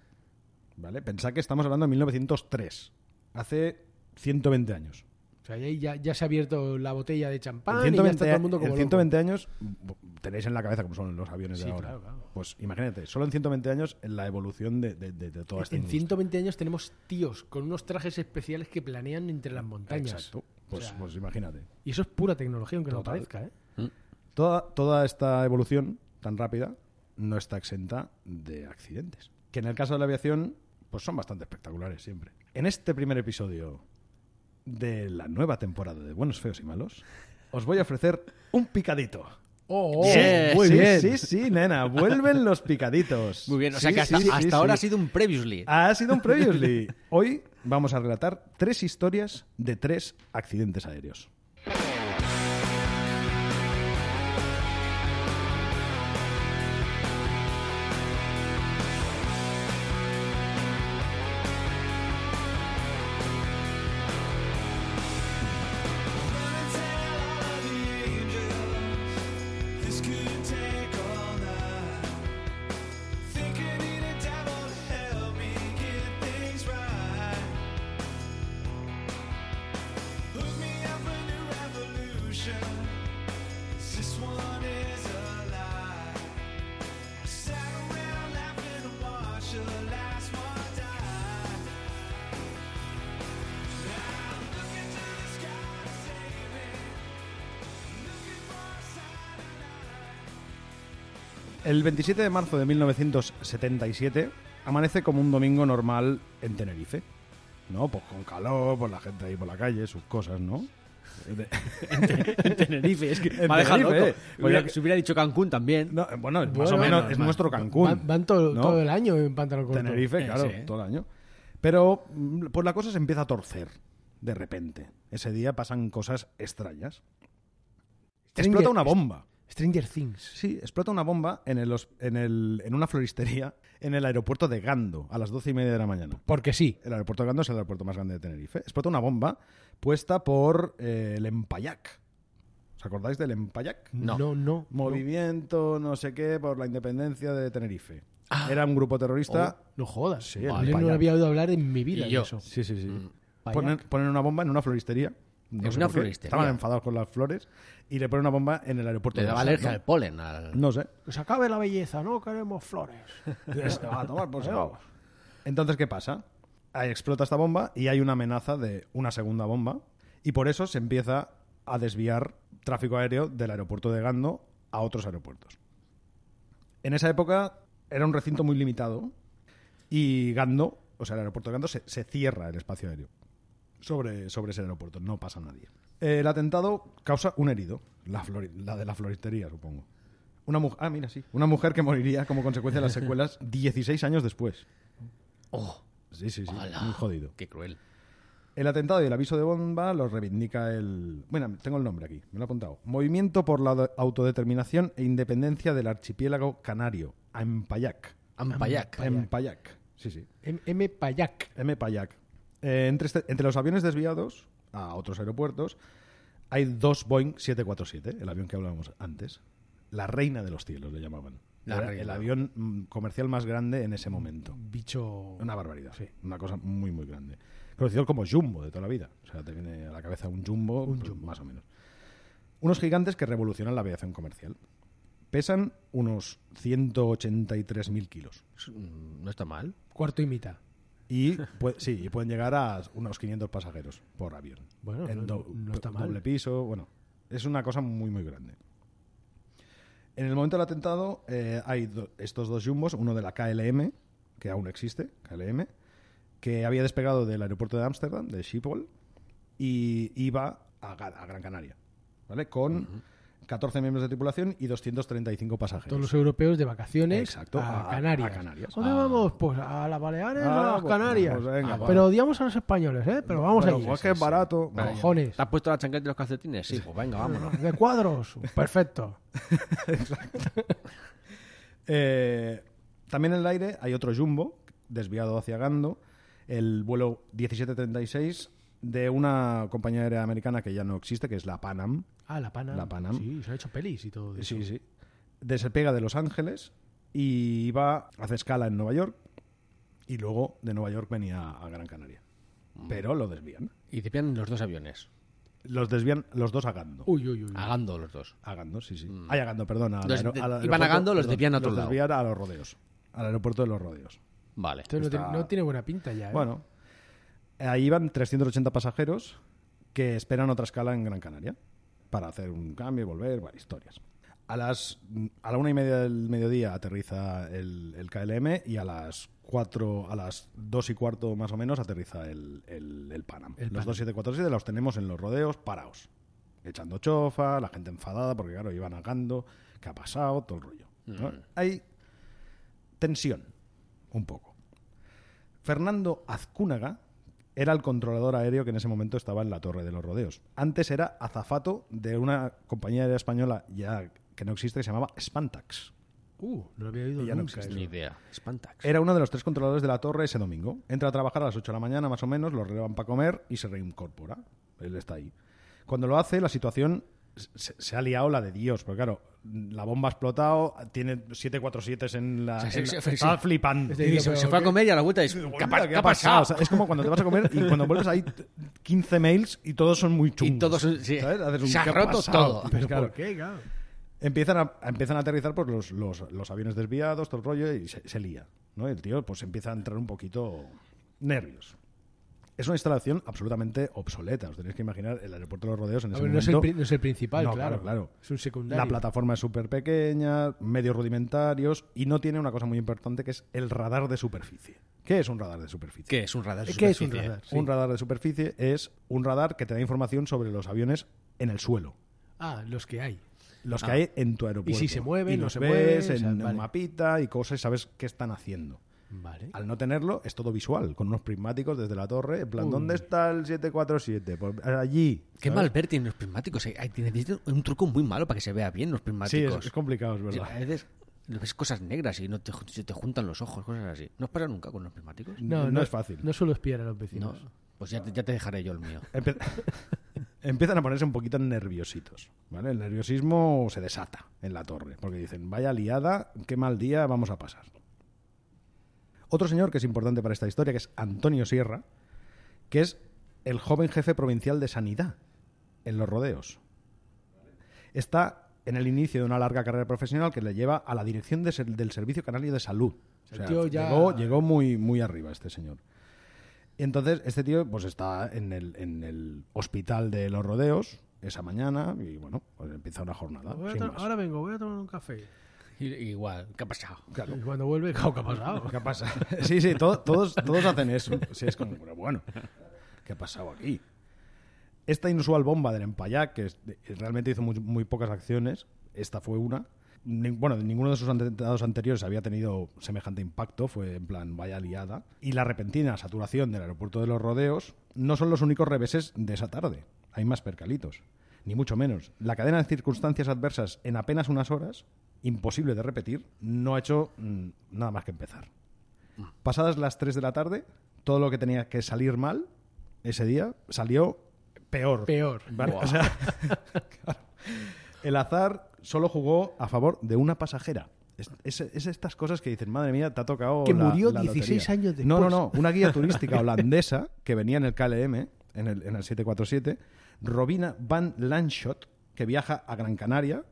¿Vale? Pensad que estamos hablando de 1903. Hace 120 años. O sea, y ahí ya, ya se ha abierto la botella de En champán y ya 120, está todo el mundo como en loco. 120 años b- tenéis en la cabeza cómo son los aviones Sí, de ahora. claro, claro. Pues imagínate, solo en 120 años en la evolución de, de, de- de toda esta En industria. 120 años tenemos tíos con unos trajes especiales que planean entre las montañas. Exacto. Pues, O sea, pues imagínate. Y eso es pura tecnología, aunque Total. no parezca, ¿eh? Toda, toda esta evolución tan rápida no está exenta de accidentes. Que en el caso de la aviación, pues son bastante espectaculares siempre. En este primer episodio de la nueva temporada de Buenos, Feos y Malos, os voy a ofrecer un picadito. ¡Oh! Sí, Eh, sí, bien. sí, sí, nena, vuelven los picaditos. Muy bien, o sea Sí, que hasta, sí, sí, hasta sí. ahora ha sido un previously. Ha sido un previously. Hoy vamos a relatar tres historias de tres accidentes aéreos. This one is a lie. Sat around laughing and watch the last one die. I'm looking to the sky to save me. Looking for a sign of light. El 27 de marzo de 1977 amanece como un domingo normal en Tenerife. ¿No? Pues con calor, pues la gente ahí por la calle, sus cosas, ¿no? De- Tenerife, es que En me ha dejado Tenerife, loco. eh. Hubiera- Oye, si hubiera dicho Cancún también. no, bueno, más Bueno, o menos menos, es más. nuestro Cancún. Van, van todo, ¿no? todo el año en pantalón corto. Tenerife, Eh, claro, sí. todo el año. Pero mm, pues la cosa se empieza a torcer de repente. Ese día pasan cosas extrañas. Explota una bomba. Stranger Things. Sí, explota una bomba en, el hos- en, el- en una floristería en el aeropuerto de Gando a las doce y media de la mañana. Porque sí. El aeropuerto de Gando es el aeropuerto más grande de Tenerife. Explota una bomba puesta por eh, el Empayac. ¿Os acordáis del Empayac? No. no, no. Movimiento, no sé qué, por la independencia de Tenerife. Ah. Era un grupo terrorista. Oh. No jodas. Sí, Yo el no payac. había oído hablar en mi vida Y de yo. eso. Sí, sí, sí. Payac. Ponen, ponen una bomba en una floristería. No En sé Mm. una por qué. floristería. Estaban enfadados con las flores y le ponen una bomba en el aeropuerto Le daba Gando. alergia al polen. al- No sé. Que se acabe la belleza, no queremos flores. Este va a tomar por saco. Entonces, ¿qué pasa? Ahí explota esta bomba y hay una amenaza de una segunda bomba. Y por eso se empieza a desviar tráfico aéreo del aeropuerto de Gando a otros aeropuertos. En esa época era un recinto muy limitado y Gando, o sea, el aeropuerto de Gando, se, se cierra el espacio aéreo sobre, sobre ese aeropuerto. No pasa nadie. Eh, El atentado causa un herido, la, flori- la de la floristería, supongo. Una mujer, ah, mira, sí. Una mujer que moriría como consecuencia de las secuelas 16 años después. Oh, Sí, sí, sí. Hola. Muy jodido. qué cruel. El atentado y el aviso de bomba los reivindica el. Bueno, tengo el nombre aquí, me lo he apuntado. Movimiento por la Autodeterminación e Independencia del Archipiélago Canario, Ampayac. Ampayac. Ampayac. Sí, sí. M, M. Payac. M. Payac. Eh, entre, este- entre los aviones desviados a otros aeropuertos hay dos Boeing 747, el avión que hablábamos antes. La reina de los cielos le llamaban. La Era reina. el avión mm, comercial más grande en ese momento. Bicho. Una barbaridad. Sí. Una cosa muy, muy grande. Conocido como Jumbo de toda la vida. O sea, te viene a la cabeza un Jumbo, pues, más o menos. Unos gigantes que revolucionan la aviación comercial. Pesan unos 183.000 kilos. Mm, No está mal. Cuarto y mitad. Y pue- sí, y pueden llegar a unos 500 pasajeros por avión. Bueno, En no- do- no está mal. Doble piso, bueno. Es una cosa muy, muy grande. En el momento del atentado eh, hay do- estos dos jumbos, uno de la KLM, que aún existe, KLM, que había despegado del aeropuerto de Ámsterdam, de Schiphol, y iba a, Ga- a Gran Canaria, ¿vale? Con 14 miembros de tripulación y 235 pasajeros. Todos los europeos de vacaciones Exacto, a, a- Canarias. a Canarias. ¿Dónde Ah. vamos? Pues a las Baleares, Ah, a las pues- Canarias. pues venga, Ah, vale. pero odiamos a los españoles, ¿eh? Pero vamos Bueno, allí. pues es que es barato. Vale. Cojones. ¿Te has puesto la chancleta y los calcetines? Sí, pues venga, vámonos. De cuadros. Perfecto. Eh, también en el aire hay otro jumbo desviado hacia Gando, el vuelo 1736 de una compañía aérea americana que ya no existe, que es la Panam. Ah, la Panam. La Panam. Sí, se ha hecho pelis y todo. de Sí, eso. sí. Despega de Los Ángeles y va, hace escala en Nueva York y luego de Nueva York venía a Gran Canaria. Mm. Pero lo desvían. Y te pillan los dos aviones. Los desvían los dos a Gando. Uy, uy, uy. Ah, Agando los dos. A Gando, sí, sí. Ay, a Gando, perdón. al Mm. Los aero- de- al iban a aeropuerto- Gando, los perdón, desvían a otro los lado. desvían a los rodeos. Al aeropuerto de los rodeos. Vale. pues, Entonces no tiene- Está- no, tiene buena pinta ya. ¿eh? Bueno, ahí van 380 pasajeros que esperan otra escala en Gran Canaria para hacer un cambio y volver, bueno, historias. A las a la una y media del mediodía aterriza el, el KLM y a las cuatro, a las dos y cuarto más o menos aterriza el, el, el Panam. El los Panam. 2747 los tenemos en los rodeos parados, echando chofa, la gente enfadada porque claro, iban agando, qué ha pasado, todo el rollo. ¿no? Mm. Hay tensión, un poco. Fernando Azcúnaga era el controlador aéreo que en ese momento estaba en la Torre de los Rodeos. Antes era azafato de una compañía aérea española ya que no existe que se llamaba Spantax. Uh, no lo había oído Ya no nunca. existe. Ni eso. idea. Spantax. Era uno de los tres controladores de la torre ese domingo. Entra a trabajar a las 8 de la mañana más o menos, lo relevan para comer y se reincorpora. Él está ahí. Cuando lo hace, la situación se, se ha liado la de Dios, porque claro, la bomba ha explotado, tiene 747 en la... Sí, sí, en la- sí, sí. Estaba flipando. Es Y decir, Eh, se, pero se fue a ¿qué? comer y a la vuelta dice, Digo, ¿qué, ha "Mira, pa- ¿qué Pues qué ha O pasado? sea, es como cuando te vas a comer y cuando vuelves hay 15 mails y todos son muy chungos. Y todos son- sí. ¿sabes? Haces Se ha "¿Qué roto pasado?". todo. Y Pero claro, ¿por qué? claro? Empiezan a, a- empiezan a aterrizar por los, los, los aviones desviados, todo el rollo, y se, se lía. ¿no? Y el tío pues empieza a entrar un poquito nervios. Es una instalación absolutamente obsoleta. Os tenéis que imaginar el aeropuerto de los rodeos en A ese ver, no, es momento. el, pri- no es el principal, No, claro, claro. claro. Es un secundario. La plataforma es súper pequeña, medios rudimentarios y no tiene una cosa muy importante que es el radar de superficie. ¿Qué es un radar de superficie? ¿Qué es un radar? de ¿Qué es un superficie? radar? Sí. Un radar de superficie es un radar que te da información sobre los aviones en el suelo. Ah, los que hay. Los que Ah. hay en tu aeropuerto. Y si se mueven, Y no los se ves mueven, en o sea, un vale. mapita y cosas, sabes qué están haciendo. Vale. Al no tenerlo, es todo visual, con unos prismáticos desde la torre, en plan, Uy. ¿dónde está el 747? Pues allí. Qué ¿sabes? mal ver tienen los prismáticos. Hay- hay- Necesitan un truco muy malo para que se vea bien los Sí, prismáticos. es, es complicado, es Sí, verdad. a veces ves cosas negras y no te, ju- se te juntan los ojos, cosas así. ¿No os pasa nunca con los prismáticos? No, no es fácil. No suelo espiar a los No. vecinos. Pues ya, te- ya te dejaré yo el mío. Empe- Empiezan a ponerse un poquito nerviositos. ¿vale? El nerviosismo se desata en la torre, porque dicen, vaya liada, qué mal día vamos a pasar. Otro señor que es importante para esta historia, que es Antonio Sierra, que es el joven jefe provincial de Sanidad en los rodeos. Está en el inicio de una larga carrera profesional que le lleva a la dirección de ser- del Servicio Canario de Salud. O El sea, tío ya- llegó, llegó muy, muy arriba este señor. Entonces, este tío pues está en el, en el hospital de los rodeos esa mañana y bueno, pues empieza una jornada. Voy a sin to- más. ahora vengo, voy a tomar un café. I- Igual, ¿qué ha pasado? Y cuando vuelve, claro, ¿qué ha pasado? ¿Qué pasa? Sí, sí, to- todos, todos hacen eso. Sí, es como, pero bueno, ¿qué ha pasado aquí? Esta inusual bomba del Empayac, que es- realmente hizo muy, muy pocas acciones, esta fue una. Ni- bueno, ninguno de sus atentados anteriores había tenido semejante impacto, fue en plan vaya liada. Y la repentina saturación del aeropuerto de los rodeos no son los únicos reveses de esa tarde. Hay más percalitos, ni mucho menos. La cadena de circunstancias adversas en apenas unas horas, imposible de repetir, no ha hecho mm, nada más que empezar. Pasadas las 3 de la tarde, todo lo que tenía que salir mal ese día salió peor. Peor. ¿vale? O sea, claro. El azar solo jugó a favor de una pasajera. Es, es- es estas cosas que dicen, madre mía, te ha tocado. Que la- murió la 16 lotería". años No, no, no. después. Una guía turística holandesa que venía en el KLM, en el, en el 747, Robina Van Landschot, que viaja a Gran Canaria,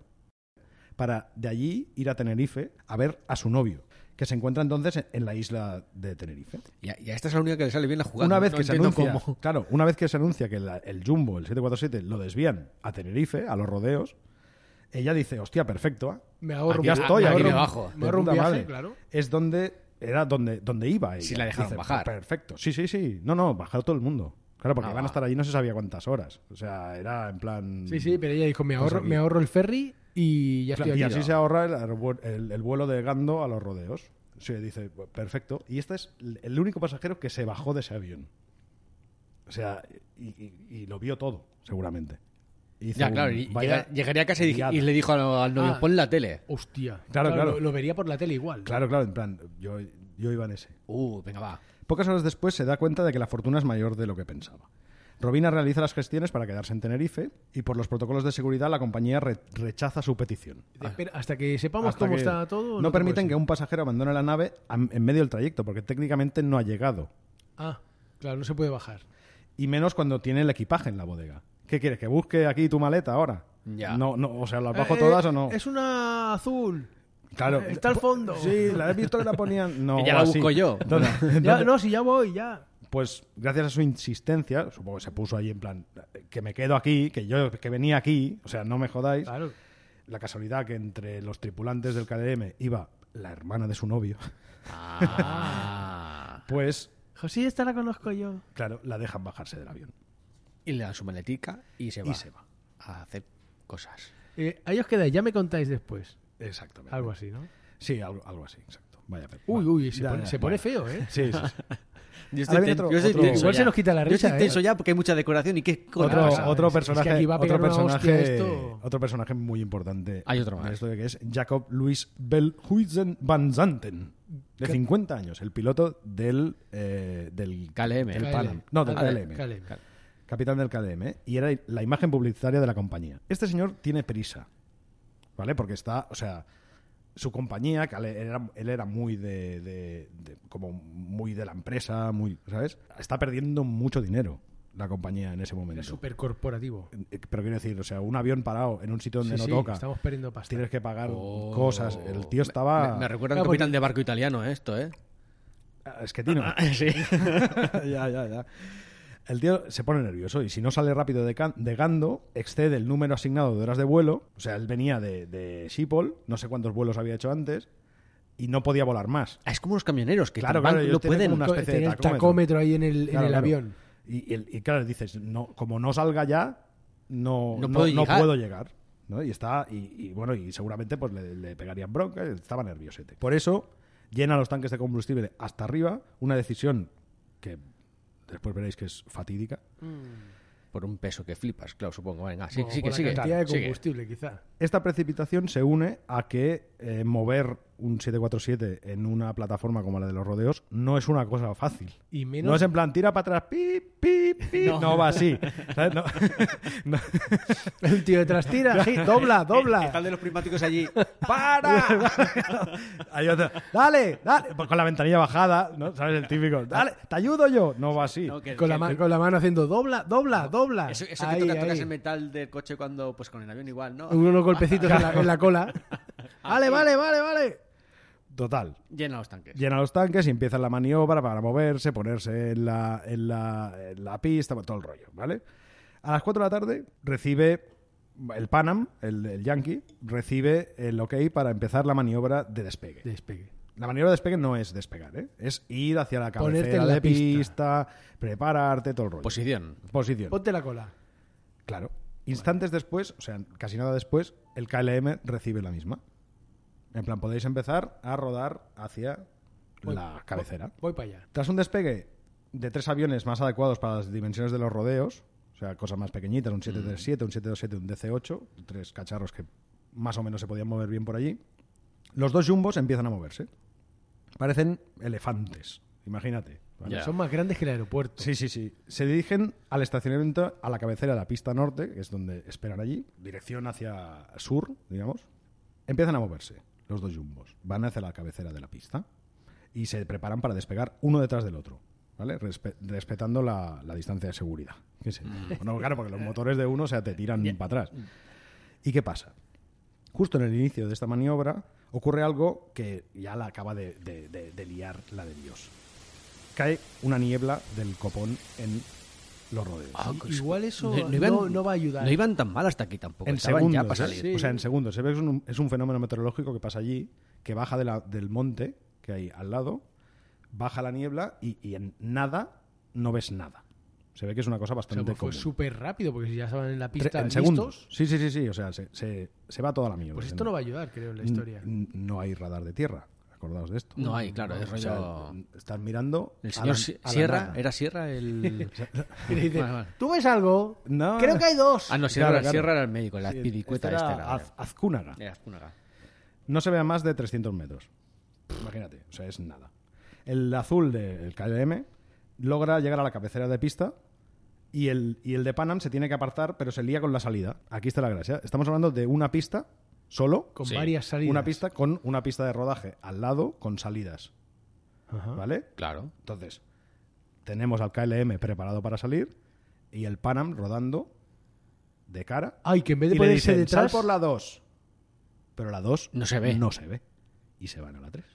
para de allí ir a Tenerife a ver a su novio, que se encuentra entonces en- en la isla de Tenerife. Y a, y a esta es la única que le sale bien la jugada. Una vez No que se entiendo anuncia, cómo. claro, una vez que se anuncia que la- el Jumbo, el 747, lo desvían a Tenerife, a los rodeos, ella dice, hostia, perfecto, ¿ah? Me aquí ahorro un- ya estoy, me aquí ahorro me un- bajo. me ahorro un De puta viaje, madre. claro. Es donde era donde donde iba ella. Sí, la dejaron Dice, bajar. Perfecto. Sí, sí, sí. No, no, bajar todo el mundo. Claro, porque Ah, iban a va. estar allí no se sabía cuántas horas. O sea, era en plan Sí, sí, pero ella dijo, me Pues ahorro, aquí. me ahorro el ferry y ya Claro, estoy y aquí. así se ahorra el, arbu- el- el vuelo de Gando a los rodeos. Se dice, "Pues, perfecto. Y este es l- el único pasajero que se bajó de ese avión. O sea, y, y- y lo vio todo, seguramente. Y dice, Ya, claro. y "Vaya llega- llegaría a casa y, dije- liada". y le dijo al, al novio, Ah. pon la tele. Hostia. Claro, claro. Lo, lo vería por la tele igual. Claro, claro, en plan, yo, yo iba en ese. Uh, venga, va. Pocas horas después se da cuenta de que la fortuna es mayor de lo que pensaba. Robina realiza las gestiones para quedarse en Tenerife y por los protocolos de seguridad la compañía re- rechaza su petición. Dice, "Espera, hasta que sepamos Hasta cómo que está todo. Pues No, te permiten que puedes ir". un pasajero abandone la nave am- en medio del trayecto, porque técnicamente no ha llegado. Ah, claro, no se puede bajar. Y menos cuando tiene el equipaje en la bodega. ¿Qué quieres? ¿Que busque aquí tu maleta ahora? Ya. No, no, o sea, ¿las bajo Eh, todas eh, o no? Es una azul. Claro. está al fondo. Sí, la he visto que la ponían. No, Que ya la o así. busco yo. Entonces- Ya, no, si ya voy, ya. pues gracias a su insistencia, supongo que se puso ahí en plan, que me quedo aquí, que yo que venía aquí, o sea, no me jodáis. Claro. La casualidad que entre los tripulantes del KDM iba la hermana de su novio, Ah. pues José, esta la conozco yo. claro, la dejan bajarse del avión. y le dan su maletica y se Y va. se va. A hacer cosas. Eh, ahí os quedáis, ya me contáis después. Exactamente. Algo así, ¿no? Sí, algo, algo así, exacto. Vaya. fe- Uy, vale. uy, se, Ya, pone, ya, se pone vale. feo, ¿eh? Sí, sí, sí. Yo estoy Ahora viene ten- otro- yo estoy otro- tenso Igual se ya. nos quita la Yo estoy risa, ¿eh? tenso ya porque hay mucha decoración y qué coño Otro, pasa? otro Es- es que personaje, aquí va a otro, pegar una personaje hostia esto. otro personaje muy importante. Hay otro más. en Esto que es Jacob Luis Belhuizen van Zanten, de 50 años, el piloto del, eh, del KLM. del KLM. Panam. No, del Ah, KLM. KLM. Capitán del KLM. Y era la imagen publicitaria de la compañía. Este señor tiene prisa, ¿vale? Porque está, o sea, su compañía, que él era, él era muy de, de- de- como muy de la empresa, muy, ¿sabes? Está perdiendo mucho dinero la compañía en ese momento. Era súper corporativo. Eh, Pero quiero decir, o sea, un avión parado en un sitio donde Sí, no sí, toca. estamos perdiendo pasta. Tienes que pagar Oh. cosas. El tío estaba. Me, me recuerda a un Claro, capitán de barco italiano eh, esto, ¿eh? Ah, Es que tiene. Sí. ya, ya, ya. El tío se pone nervioso y si no sale rápido de, can- de Gando, excede el número asignado de horas de vuelo. O sea, él venía de, de Schiphol, no sé cuántos vuelos había hecho antes, y no podía volar más. Ah, Es como los camioneros que Claro, van- claro, ellos lo tienen pueden. como una Co- especie de tenía el tacómetro. tacómetro ahí en Claro, el, en el claro. avión. Y, y- y claro, dices, no, como no salga ya, no, No no- no puedo puedo, llegar. llegar. ¿no? Y está, y, y bueno, y seguramente pues le, le pegarían bronca, estaba nerviosete. Por eso, llena los tanques de combustible hasta arriba, una decisión que después veréis que es fatídica. Por un peso que flipas, claro, supongo. Venga, sí, O sí, por que la sigue. cantidad de sigue. combustible, quizá. Esta precipitación se une a que eh, mover un 747 en una plataforma como la de los rodeos no es una cosa fácil. Y No menos es en plan tira para atrás, pip, pip, pip. No, va así. ¿sabes? No. No. el tío detrás tira, sí, dobla, Están dobla. de los prismáticos allí. ¡Para! Hay otro, ¡Dale! ¡Dale! Pues con la ventanilla bajada, ¿no? ¿Sabes? El típico. ¡Dale! ¡Te ayudo yo! No va así. No, que- Con la, que- ma- con la mano haciendo dobla, dobla, dobla. Eso, eso Ahí, que toca, ahí. tocas el metal del coche cuando, pues con el avión igual, ¿no? Unos golpecitos en, la, en la cola. Vale, vale, vale, vale. Total. Llena los tanques. Llena los tanques y empieza la maniobra para moverse, ponerse en la, en la, en la pista, todo el rollo, ¿vale? A las 4 de la tarde recibe el Panam, el, el Yankee, recibe el ok para empezar la maniobra de despegue. Despegue. La maniobra de despegue no es despegar, ¿eh? Es ir hacia la Ponerte en cabecera la de pista. pista, prepararte, todo el rollo. Posición. Posición. Ponte la cola. Claro. Instantes después, o sea, casi nada después, el KLM recibe la misma. En plan, podéis empezar a rodar hacia Voy- la cabecera. Voy para allá. Tras un despegue de tres aviones más adecuados para las dimensiones de los rodeos, o sea, cosas más pequeñitas, un 737, un 727, un DC-8, tres cacharros que más o menos se podían mover bien por allí, los dos jumbos empiezan a moverse. Parecen elefantes, imagínate. ¿vale? Ya. Son más grandes que el aeropuerto. Sí, sí, sí. Se dirigen al estacionamiento a la cabecera de la pista norte, que es donde esperan allí, dirección hacia sur, digamos. Empiezan a moverse los dos jumbos. Van hacia la cabecera de la pista y se preparan para despegar uno detrás del otro, ¿vale? Respe- respetando la, la distancia de seguridad. Que se- Bueno, claro, porque los motores de uno, o sea, te tiran para atrás. ¿Y qué pasa? justo en el inicio de esta maniobra, ocurre algo que ya la acaba de, de- de- de liar la de Dios. Cae una niebla del copón en los rodeos. Ah, I- es- igual eso no- no pues no, iban- no va a ayudar. No iban tan mal hasta aquí tampoco. pues en Estaban segundos, ya para ¿eh? salir. o sea, en segundos. Se ve que es un, es un fenómeno meteorológico que pasa allí, que baja de la- del monte que hay al lado, baja la niebla y, y en nada no ves nada. Se ve que es una cosa O sea, bastante pues fue común. súper rápido porque si ya estaban en la Tre- pista en listos, segundos. Sí, sí, sí, sí. O sea, se, se- se va toda la mierda. pues Se esto no va a ayudar, creo, en la historia. N- No hay radar de tierra. Acordaos de esto. No hay, claro, es O sea, rollo- estás mirando. El a señor la- Sie- a la Sierra, nada. ¿era Sierra el...? Y le dice, Vale, vale. ¿tú ves algo? No. Creo que hay dos. Ah, no, Sierra, Claro, claro. Sierra era el médico, la Sí, piricueta este esta era era. eh, Az- Azcúnaga. Era Azcúnaga. No se ve a más de 300 metros. Imagínate, o sea, es nada. El azul del KLM logra llegar a la cabecera de pista y el, y el de Panam se tiene que apartar, pero se lía con la salida. Aquí está la gracia. Estamos hablando de una pista solo, Con Sí. varias salidas. una pista con una pista de rodaje al lado con salidas, Ajá. ¿vale? Claro. Entonces, tenemos al KLM preparado para salir y el Panam rodando de cara. Ay, que en vez de Y le ponerse dicen, "Sal detrás... por la 2. Pero la 2 No se ve. No se ve. Y se van a la 3.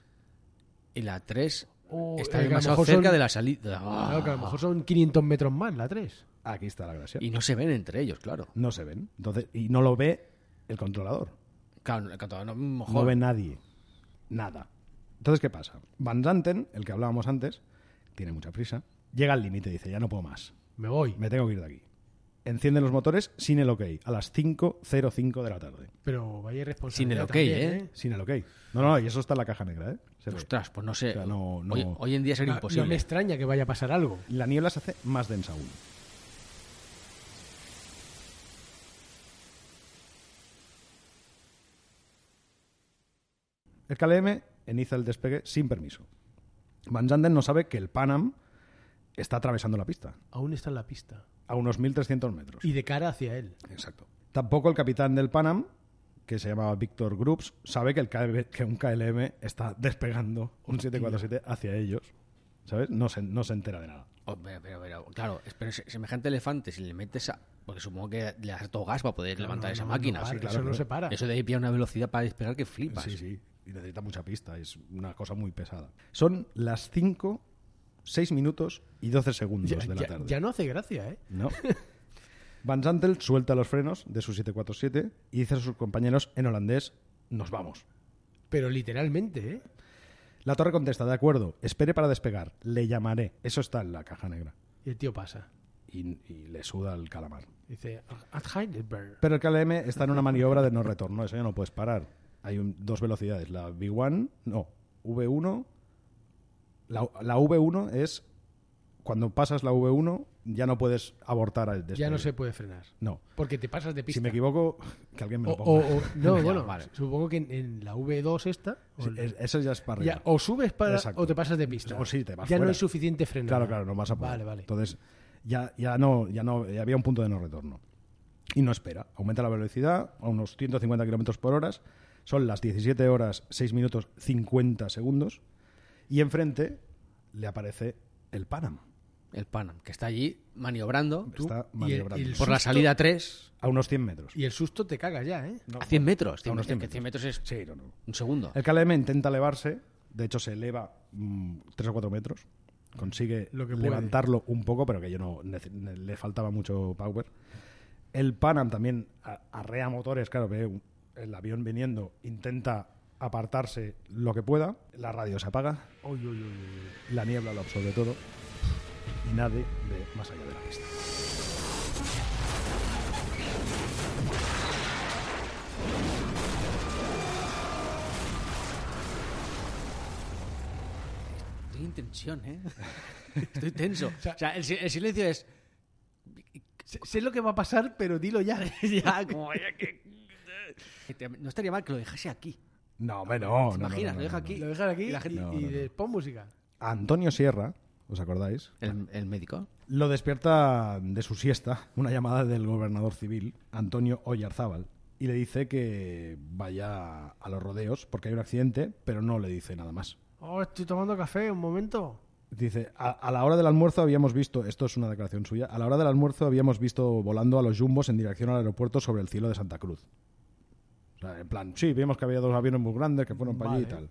Y la 3 Oh, está eh, que a lo demasiado mejor cerca son- de la salida. Ah. Claro, que a lo mejor son 500 metros más la 3. Aquí está la gracia. Y no se ven entre ellos, claro. No se ven. Entonces, y no lo ve el controlador. Claro, no- claro, no, mejor. No ve nadie. Nada. Entonces, ¿qué pasa? Van Zanten, el que hablábamos antes, tiene mucha prisa. Llega al límite y dice, ya no puedo más. Me voy. Me tengo que ir de aquí. Enciende los motores sin el OK a las 5.05 de la tarde. Pero vaya responsabilidad. Sin el ok, ¿eh? Sin el OK. No, no, y eso está en la caja negra, ¿eh? Se ve. Ostras, pues no sé. O sea, no- no- Hoy, hoy en día sería Ah, No, imposible. no me extraña que vaya a pasar algo. La niebla se hace más densa aún. El KLM inicia el despegue sin permiso. Van Zanden no sabe que el Panam está atravesando la pista, Aún está en la pista. a unos 1.300 metros. Y de cara hacia él. Exacto. Tampoco el capitán del Panam, que se llamaba Víctor Groups, sabe que, el KLM que un KLM está despegando un 747 hacia ellos. ¿Sabes? No se- no se entera de nada. Oh, pero, pero- pero, claro, es- pero se- semejante elefante, si le metes a. Porque supongo que le das todo gas para poder levantar No, no, esa no, máquina. no, Sí, para, claro. eso no claro. se para. Eso de ahí pilla una velocidad para despegar que flipas. Sí, sí. Y necesita mucha pista. Es una cosa muy pesada. Son las 5, 6 minutos y 12 segundos ya, de la ya- tarde. ya no hace gracia, ¿eh? No. Van Zantel suelta los frenos de su 747 y dice a sus compañeros en holandés, nos vamos. Pero literalmente, ¿eh? La torre contesta, de acuerdo, espere para despegar, le llamaré. Eso está en la caja negra. Y el tío pasa. Y, y le suda el calamar. Dice, at Heidelberg. Pero el KLM está en una maniobra de no retorno, eso ya no puedes parar. Hay un- dos velocidades, la V1, no, V1, la, la V1 es cuando pasas la V1 ya no puedes abortar al despegue. Ya no se puede frenar. No, Porque te pasas de pista. si me equivoco, que alguien me o, lo ponga. o- o- no, Ya, bueno, vale. supongo que en, en la V2 esta. o Sí, la- es- eso ya es para ya, arriba. o subes para Exacto. o te pasas de pista. O sí, te vas ya no fuera. hay suficiente freno. Claro, claro, no vas a poder. Vale, vale. Entonces, ya, ya no, ya no, ya había un punto de no retorno. Y no espera. Aumenta la velocidad a unos 150 kilómetros por hora. Son las 17 horas, 6 minutos, 50 segundos. Y enfrente le aparece el Panam. El Panam, que está allí maniobrando Tú Está y el- maniobrando. y el por la susto- salida 3 A unos 100 metros. Y el susto te cagas ya, ¿eh? a 100 metros. A Cien- unos es 100 que 100 metros es Sí, no, no. un segundo. El KLM intenta elevarse. De hecho, se eleva 3 o 4 metros. Consigue Lo que puede. levantarlo un poco, pero que yo no nece- ne- le faltaba mucho power. El Panam también a- arrea motores, claro, ve un- el avión viniendo, intenta apartarse lo que pueda, la radio se apaga, Uy, uy, uy, uy, uy. la niebla lo absorbe todo y nadie ve más allá de la pista. Estoy en tensión, ¿eh? Estoy tenso. O sea, el, si- el silencio es. Sé, sé lo que va a pasar, pero dilo ya. ya, como. ya que- Este, No estaría mal que lo dejase aquí. No, hombre, no. ¿Te no, no, imaginas? lo no, no, deja no. aquí. Lo dejan aquí Y la gente- y, No, y no, no. de- pon música. Antonio Sierra, ¿os acordáis? El, el médico. Lo despierta de su siesta una llamada del gobernador civil, Antonio Oyarzábal, y le dice que vaya a los rodeos porque hay un accidente, pero no le dice nada más. Oh, estoy tomando café, un momento. Dice, a, a la hora del almuerzo habíamos visto, esto es una declaración suya, a la hora del almuerzo habíamos visto volando a los jumbos en dirección al aeropuerto sobre el cielo de Santa Cruz. O sea, en plan, sí, vimos que había dos aviones muy grandes que fueron para allí y Vale. tal.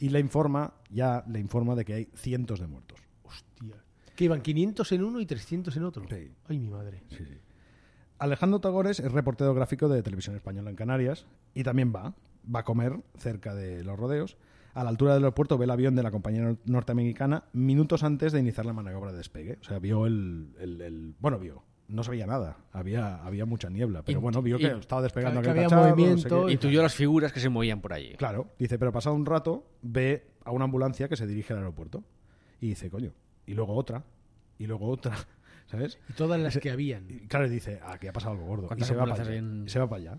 Y le informa, ya le informa de que hay cientos de muertos. Hostia. Que iban 500 en uno y 300 en otro. Sí. Ay, mi madre. Alejandro Tagores es reportero gráfico de Televisión Española en Canarias y también va, va a comer cerca de los rodeos. A la altura del aeropuerto ve el avión de la compañía nor- norteamericana minutos antes de iniciar la maniobra de despegue. O sea, vio el... el- el- bueno, vio. No sabía nada. Había, había mucha niebla. Pero Int- bueno, vio que in- estaba despegando que aquel había cacharro, movimiento qué. y- Intuyó las figuras que se movían por allí. Claro, dice, pero pasado un rato ve a una ambulancia que se dirige al aeropuerto y dice, coño, y luego otra, y luego otra, ¿sabes? Y todas las que habían. Y claro, y dice, aquí ha pasado algo gordo. Y ¿Cuántas se, va para ambulancias allá, hay en- y se va para allá.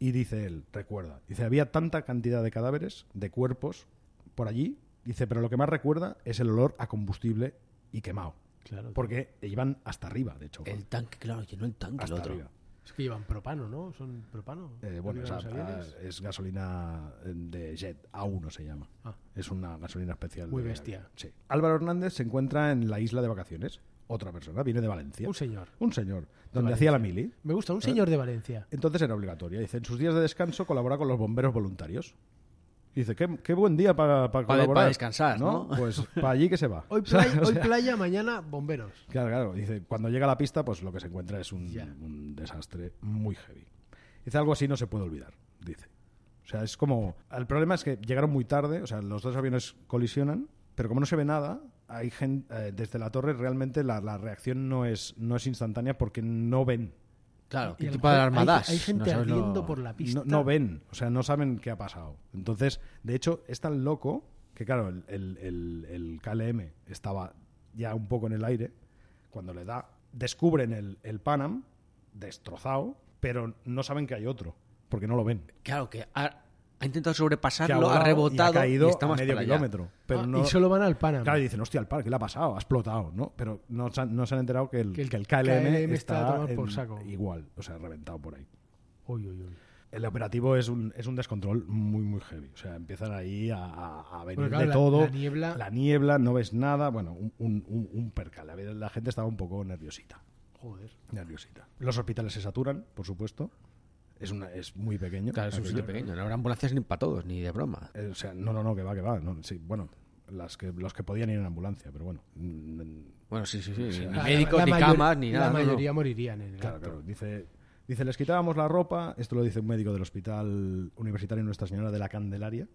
Y dice él, recuerda, dice, había tanta cantidad de cadáveres, de cuerpos por allí, dice, pero lo que más recuerda es el olor a combustible y quemado. Claro. Porque iban hasta arriba, de hecho. El tanque, claro, llenó el tanque el hasta otro. arriba. Es que llevan propano, ¿no? Son propano. Eh, ¿Lo bueno, que es, iban los a- aviones? a- es gasolina eh, de jet, A1 se llama. Ah. Es una gasolina especial. Muy de- bestia. sí. Álvaro Hernández se encuentra en la isla de vacaciones. Otra persona, viene de Valencia. Un señor. Un señor, donde hacía la mili. Me gusta, un señor de Valencia. Entonces era obligatoria. Dice, en sus días de descanso colabora con los bomberos voluntarios. Dice, qué, qué buen día para Pa- colaborar. pa descansar, ¿no? Pues para allí que se va. Hoy O sea, playa, o hoy sea, playa, mañana bomberos. Claro, claro. Dice, cuando llega a la pista, pues lo que se encuentra es un, Ya. un desastre muy heavy. Dice, algo así no se puede olvidar, dice. O sea, es como... El problema es que llegaron muy tarde, o sea, los dos aviones colisionan, pero como no se ve nada, hay gen- eh, desde la torre realmente la, la reacción no es, no es instantánea porque no ven. Claro, Y ¿qué a lo tipo de mejor hay- armadas? Hay, gente ardiendo por la pista. No, no ven, o sea, no saben qué ha pasado. Entonces, de hecho, es tan loco que, claro, el, el- el- el KLM estaba ya un poco en el aire. Cuando le da, descubren el, el Panam destrozado, pero no saben que hay otro, porque no lo ven. Claro, que ha, ha intentado Que sobrepasarlo, ha volado y rebotado y, caído está a más medio para allá. kilómetro. Pero Ah, no, Y solo van al Panamá. Claro, y dicen, hostia, el par, ¿qué le ha pasado? Ha explotado, ¿no? Pero no se han, no se han enterado que el, Que el que el KLM, KLM está está a tomar por en- saco. igual, o sea, reventado por ahí. Uy, uy, uy. El operativo es un, es un descontrol muy, muy heavy. O sea, empiezan ahí a, a- a venir Bueno, claro, de la- todo. la niebla- La niebla, no ves nada. Bueno, un, un, un- un percal. La- La gente estaba un poco nerviosita. Joder. Nerviosita. Los hospitales se saturan, por supuesto. Es, una, es muy pequeño. Claro, es un Aquello. sitio pequeño. No habrá ambulancias ni para todos, ni de broma. Eh, O sea, no, no, no, que va, que va. no, sí, bueno, las que, los que podían ir en ambulancia, pero bueno. mm, Bueno, sí, sí, sí. Ni La- médicos, la ni mayor- camas, ni nada. La no, no. mayoría morirían en el Claro, acto. claro. Dice, dice, les quitábamos la ropa. Esto lo dice un médico del Hospital Universitario Nuestra Señora de la Candelaria.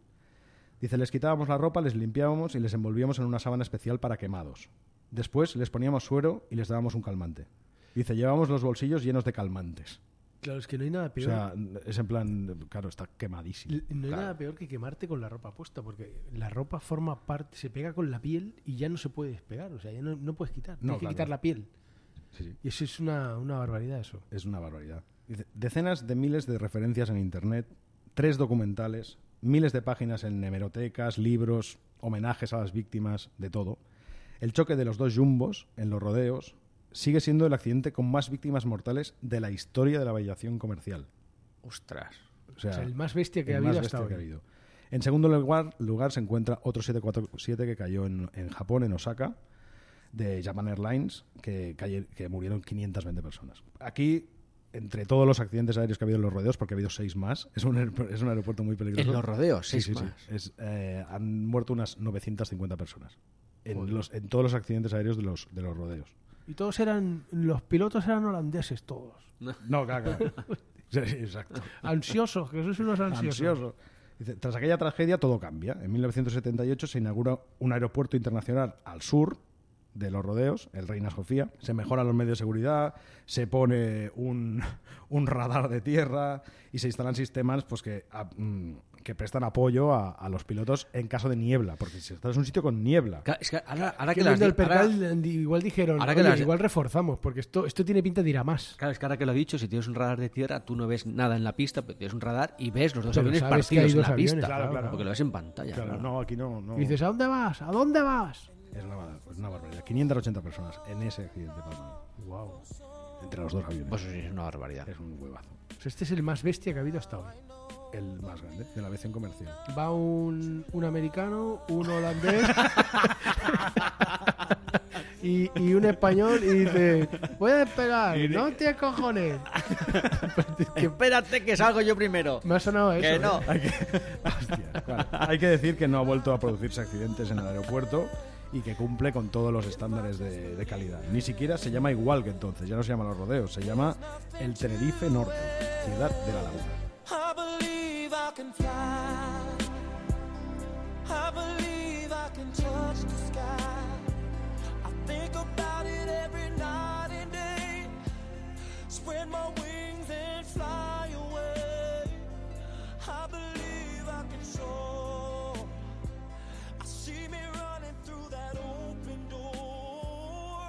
Dice, les quitábamos la ropa, les limpiábamos y les envolvíamos en una sábana especial para quemados. Después les poníamos suero y les dábamos un calmante. Dice, llevamos los bolsillos llenos de calmantes. Claro, es que no hay nada O peor. sea, es en plan, claro, está quemadísimo. L- No hay nada peor que quemarte con la ropa puesta, porque la ropa forma parte, se pega con la piel y ya no se puede despegar, o sea, ya no, no puedes quitar, tienes que claro. quitar la piel. Sí, sí. Y eso es una, una barbaridad eso. Es una barbaridad. Dice, Decenas de miles de referencias en Internet, tres documentales, miles de páginas en hemerotecas, libros, homenajes a las víctimas, de todo. El choque de los dos jumbos en los rodeos sigue siendo el accidente con más víctimas mortales de la historia de la aviación comercial. Ostras. O sea, O sea, el más bestia que el ha habido más hasta bestia que ha hoy. habido. En segundo lugar, lugar se encuentra otro 747 que cayó en, en Japón, en Osaka, de Japan Airlines, que, calle- que murieron 520 personas. Aquí, entre todos los accidentes aéreos que ha habido en los rodeos, porque ha habido seis más, es un, aer- es un aeropuerto muy peligroso. En los rodeos, Sí, seis sí, sí. más. Es, eh, han muerto unas 950 personas en, los, en todos los accidentes aéreos de los, de los rodeos. Y todos eran, los pilotos eran holandeses todos. No, claro, claro. Sí, sí, exacto. Ansiosos, que sois unos ansiosos. ansioso. Dice, tras aquella tragedia todo cambia. En 1978 se inaugura un aeropuerto internacional al sur de los rodeos, el Reina Sofía. Se mejoran los medios de seguridad, se pone un, un radar de tierra y se instalan sistemas pues, que, a- mm, que prestan apoyo a, a los pilotos en caso de niebla. Porque si estás en un sitio con niebla, Claro, es que ahora, ahora Que que las viendo el di- ahora- percal, di- igual dijeron, ahora que "Oye, las- igual reforzamos, porque esto, esto tiene pinta de ir a más. claro, es que ahora que lo he dicho, si tienes un radar de tierra, tú no ves nada en la pista, pero tienes un radar y ves los dos Pero aviones sabes que hay partidos en dos la aviones, pista. claro, claro. Porque lo ves en pantalla. claro, claro. no, aquí no. no. Y dices, ¿a dónde vas? ¿A dónde vas? Es una, bar- es una barbaridad. 580 personas en ese accidente. Palma. Wow. Entre los dos aviones. Pues eso sí, es una barbaridad. es un huevazo. Este es el más bestia que ha habido hasta hoy. El más grande de la aviación comercial. Va un, un americano, un holandés y, y un español y dice, voy a esperar, no tienes cojones. Espérate que salgo yo primero. Me ha sonado eso. Que ¿eh? no. Hay que, Hostia, vale. Hay que decir que no ha vuelto a producirse accidentes en el aeropuerto y que cumple con todos los estándares de, de calidad. Ni siquiera se llama igual que entonces, ya no se llama Los Rodeos, se llama el Tenerife Norte, ciudad de la laguna. I believe I can fly. I believe I can touch the sky. I think about it every night and day. Spread my wings and fly away. I believe I can soar. I see me running through that open door.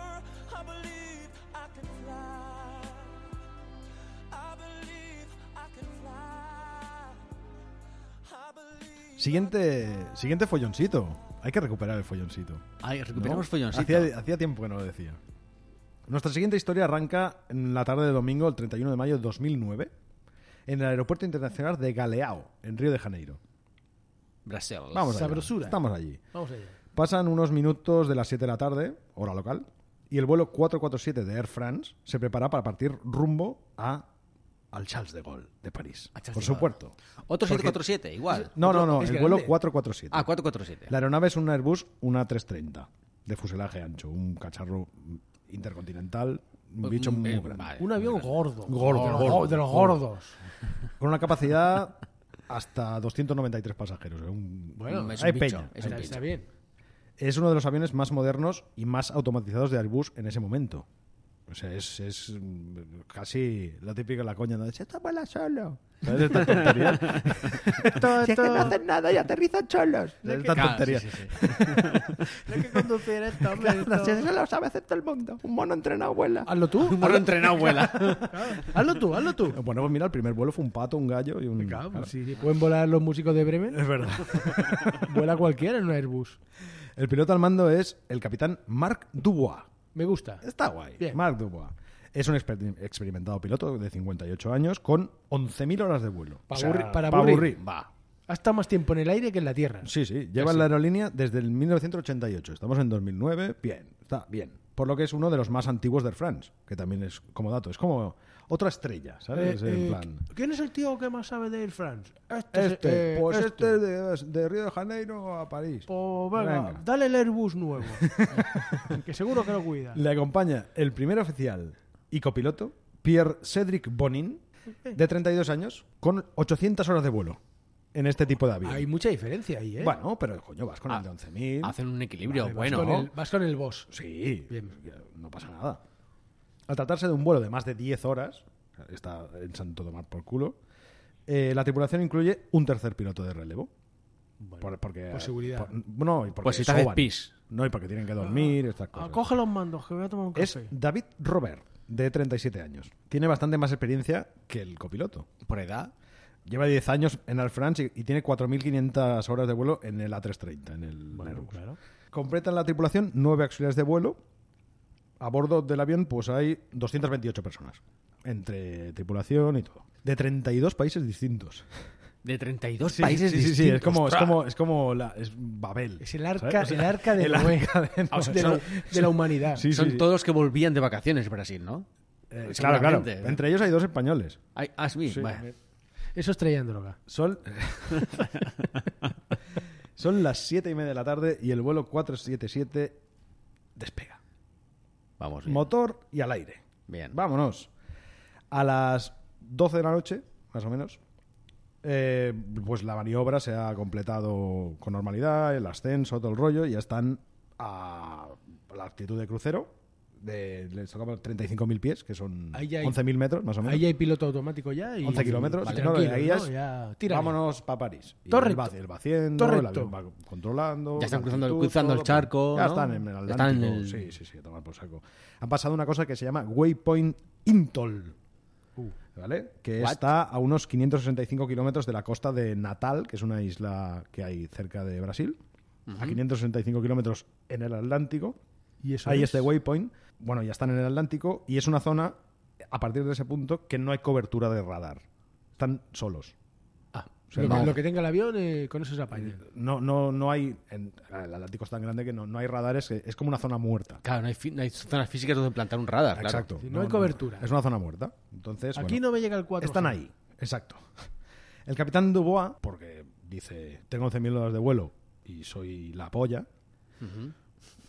I believe I can fly. I believe I can fly. I believe. Siguiente, siguiente folloncito. Hay que recuperar el folloncito. Ay, recuperamos ¿No? folloncito. Hacía, hacía tiempo que no lo decía. Nuestra siguiente historia arranca en la tarde de domingo, el 31 de mayo de 2009, en el Aeropuerto Internacional de Galeão, en Río de Janeiro. Brasil. Vamos allá. ¿eh? Sabrosura. Estamos allí. Vamos allá. Pasan unos minutos de las 7 de la tarde, hora local, y el vuelo 447 de Air France se prepara para partir rumbo a, al Charles de Gaulle de París. A Charles Por de su Gaulle. puerto. Otro 747, igual. No, no, no, es el grande. vuelo 447. Ah, 447. La aeronave es un Airbus, una 330, de fuselaje ancho, un cacharro intercontinental, un bicho Mm, muy eh, grande. vale. Un avión gordo. Gordo, de los, gordo, de los gordo. gordos. Con una capacidad hasta 293 pasajeros. eh, un- Bueno, es un hay bicho, peña. es un Está, bicho. está bien. es uno de los aviones más modernos y más automatizados de Airbus en ese momento. O sea, es, es, mm, casi la típica la coña, ¿no? Esto vuela solo. ¿Sabes? Esta tontería. esto, es que no hacen nada y aterrizan solos. Es esta Claro, tontería. sí, sí, Hay que conducir esto, hombre. Eso lo sabe hacer todo el mundo. Un mono entrenado vuela. Hazlo tú. Un mono entrenado vuela. Hazlo tú, hazlo tú. Bueno, pues mira, el primer vuelo fue un pato, un gallo y un... Claro, claro. pues sí, sí. Pueden volar los músicos de Bremen. Es verdad. Vuela cualquiera en un Airbus. El piloto al mando es el capitán Marc Dubois. Me gusta. Está guay. Bien. Marc Dubois. Es un exper- experimentado piloto de 58 años con 11.000 horas de vuelo. Pa' aburri- para pa' aburrir. Va. Ha estado más tiempo en el aire que en la tierra. Sí, sí. Lleva en la aerolínea desde el 1988. Estamos en 2009. Bien. Está bien. Por lo que es uno de los más antiguos de Air France, que también es como dato. Es como otra estrella, ¿sabes? Eh, en eh, plan... ¿Quién es el tío que más sabe de Air France? Este. Este, eh, pues este. este de, de Río de Janeiro a París. Pues venga, Venga. dale el Airbus nuevo. que seguro que lo cuida. Le acompaña el primer oficial y copiloto, Pierre Cédric Bonin, de 32 años, con 800 horas de vuelo en este tipo de avión. Hay mucha diferencia ahí, ¿eh? Bueno, pero coño, vas con el de 11.000. Hacen un equilibrio Vas bueno. con ¿no? el- vas con el boss. Sí, Bien. no pasa nada. Al tratarse de un vuelo de más de 10 horas, está en Santo Tomás por culo, eh, la tripulación incluye un tercer piloto de relevo. Por, porque, por seguridad. por- no, y porque Pues si te haces soban. pis. No, y porque tienen que dormir, estas Ah, cosas. coge los mandos, que voy a tomar un Es café. David Robert, de 37 años. Tiene bastante más experiencia que el copiloto. Por edad. Lleva 10 años en Air France y, y tiene 4.500 horas de vuelo en el A330, en el Airbus. Completan la tripulación nueve auxiliares de vuelo. A bordo del avión pues hay 228 personas, entre tripulación y todo. De 32 países distintos. De 32 Sí, países sí, sí, sí, distintos. es como, es ¡Ostras! como, es como la, es Babel. Es el arca, ¿sabes? O sea, el arca de el Noé. arca de Noé. O sea, de, la, de la humanidad. Sí, Son sí. todos los que volvían de vacaciones Brasil, ¿no? Eh, claro, claro. Seguramente. Entre ellos hay dos españoles. Ay, ah, sí, bueno. Eso es traían droga. Son... Son las 7 y media de la tarde y el vuelo 477 despega. Vamos bien. Motor y al aire. Bien. Vámonos. A las 12 de la noche, más o menos, eh, pues la maniobra se ha completado con normalidad, el ascenso, todo el rollo, y ya están a la actitud de crucero. De, les toca 35.000 pies, que son Ahí ya hay- 11.000 metros, más o menos. Ahí hay piloto automático ya. Y, 11 kilómetros. Vale, sí, no, tranquilo, ahí ¿no? es, Ya, tira. Vámonos para París. Y Todo él recto. va, él va haciendo, Todo el recto. avión va controlando. Ya están la cruzando el- altitud, cruzando el todo, charco, Ya ¿no? están en el Atlántico. Están en el- Sí, sí, sí, a tomar por saco. Han pasado una cosa que se llama Waypoint Intol. ¿Vale? Que Uh. What? está a unos 565 kilómetros de la costa de Natal, que es una isla que hay cerca de Brasil. A 565 kilómetros en el Atlántico. Y eso Ahí es. este waypoint. Bueno, ya están en el Atlántico y es una zona, a partir de ese punto, que no hay cobertura de radar. Están solos. Ah, O sea, lo, que- no- lo que tenga el avión, eh, con eso se apaña. No, no, no hay. en- ah, el Atlántico es tan grande que no, no hay radares, que es como una zona muerta. Claro, no hay, fi- no hay zonas físicas donde plantar un radar. claro. Exacto. Ah, Sí, no hay cobertura. es una zona muerta. Entonces, Aquí bueno, no me llega el 4. están ahí. Exacto. El capitán Dubois, porque dice, tengo 11.000 horas de vuelo y soy la polla,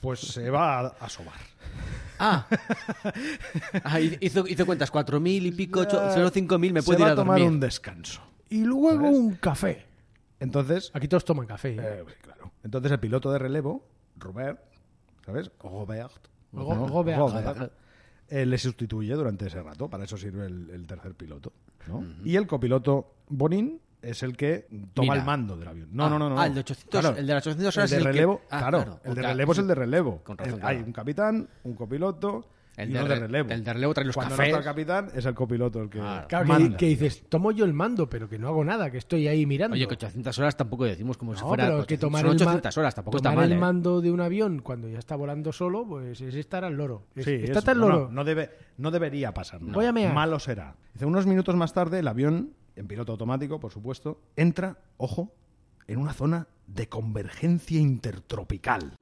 pues se va a asobar. Ah. Ah, hizo, hizo cuentas, 4.000 y pico, ocho- Eh, solo 5.000 me se puede va ir a, a tomar dormir. un descanso. Y luego un café. Entonces, Aquí todos toman café. ¿eh? eh, sí, claro. Entonces el piloto de relevo, Robert, ¿sabes? Robert. Go- Gobert. Gobert. eh, le sustituye durante ese rato. Para eso sirve el, el tercer piloto. ¿no? Y el copiloto Bonin es el que toma Mira. el mando del avión. No, Ah, no, no, no. ah, el de 800, el de las 800 horas es El de el que- relevo, ah, claro, claro, El de claro. relevo es el de relevo. Con razón, El- claro. Hay un capitán, un copiloto. El y de uno de re- relevo. el de relevo trae los Cuando no cafés. está el capitán, es el copiloto el que Claro. Claro, que, manda. di- que dices, tomo yo el mando, pero que no hago nada, que estoy ahí mirando. Oye, que 800 horas tampoco decimos como si No, fuera. pero 800, que tomar, son el, ma- 800 horas, tampoco está tomar mal. el ¿eh? mando de un avión cuando ya está volando solo, pues es estar al loro. Es- Sí, está es- tan no, loro. No, no debe, no debería pasar nada. Voy a mear. Malo será. Dice, unos minutos más tarde, el avión, en piloto automático, por supuesto, entra, ojo, en una zona de convergencia intertropical.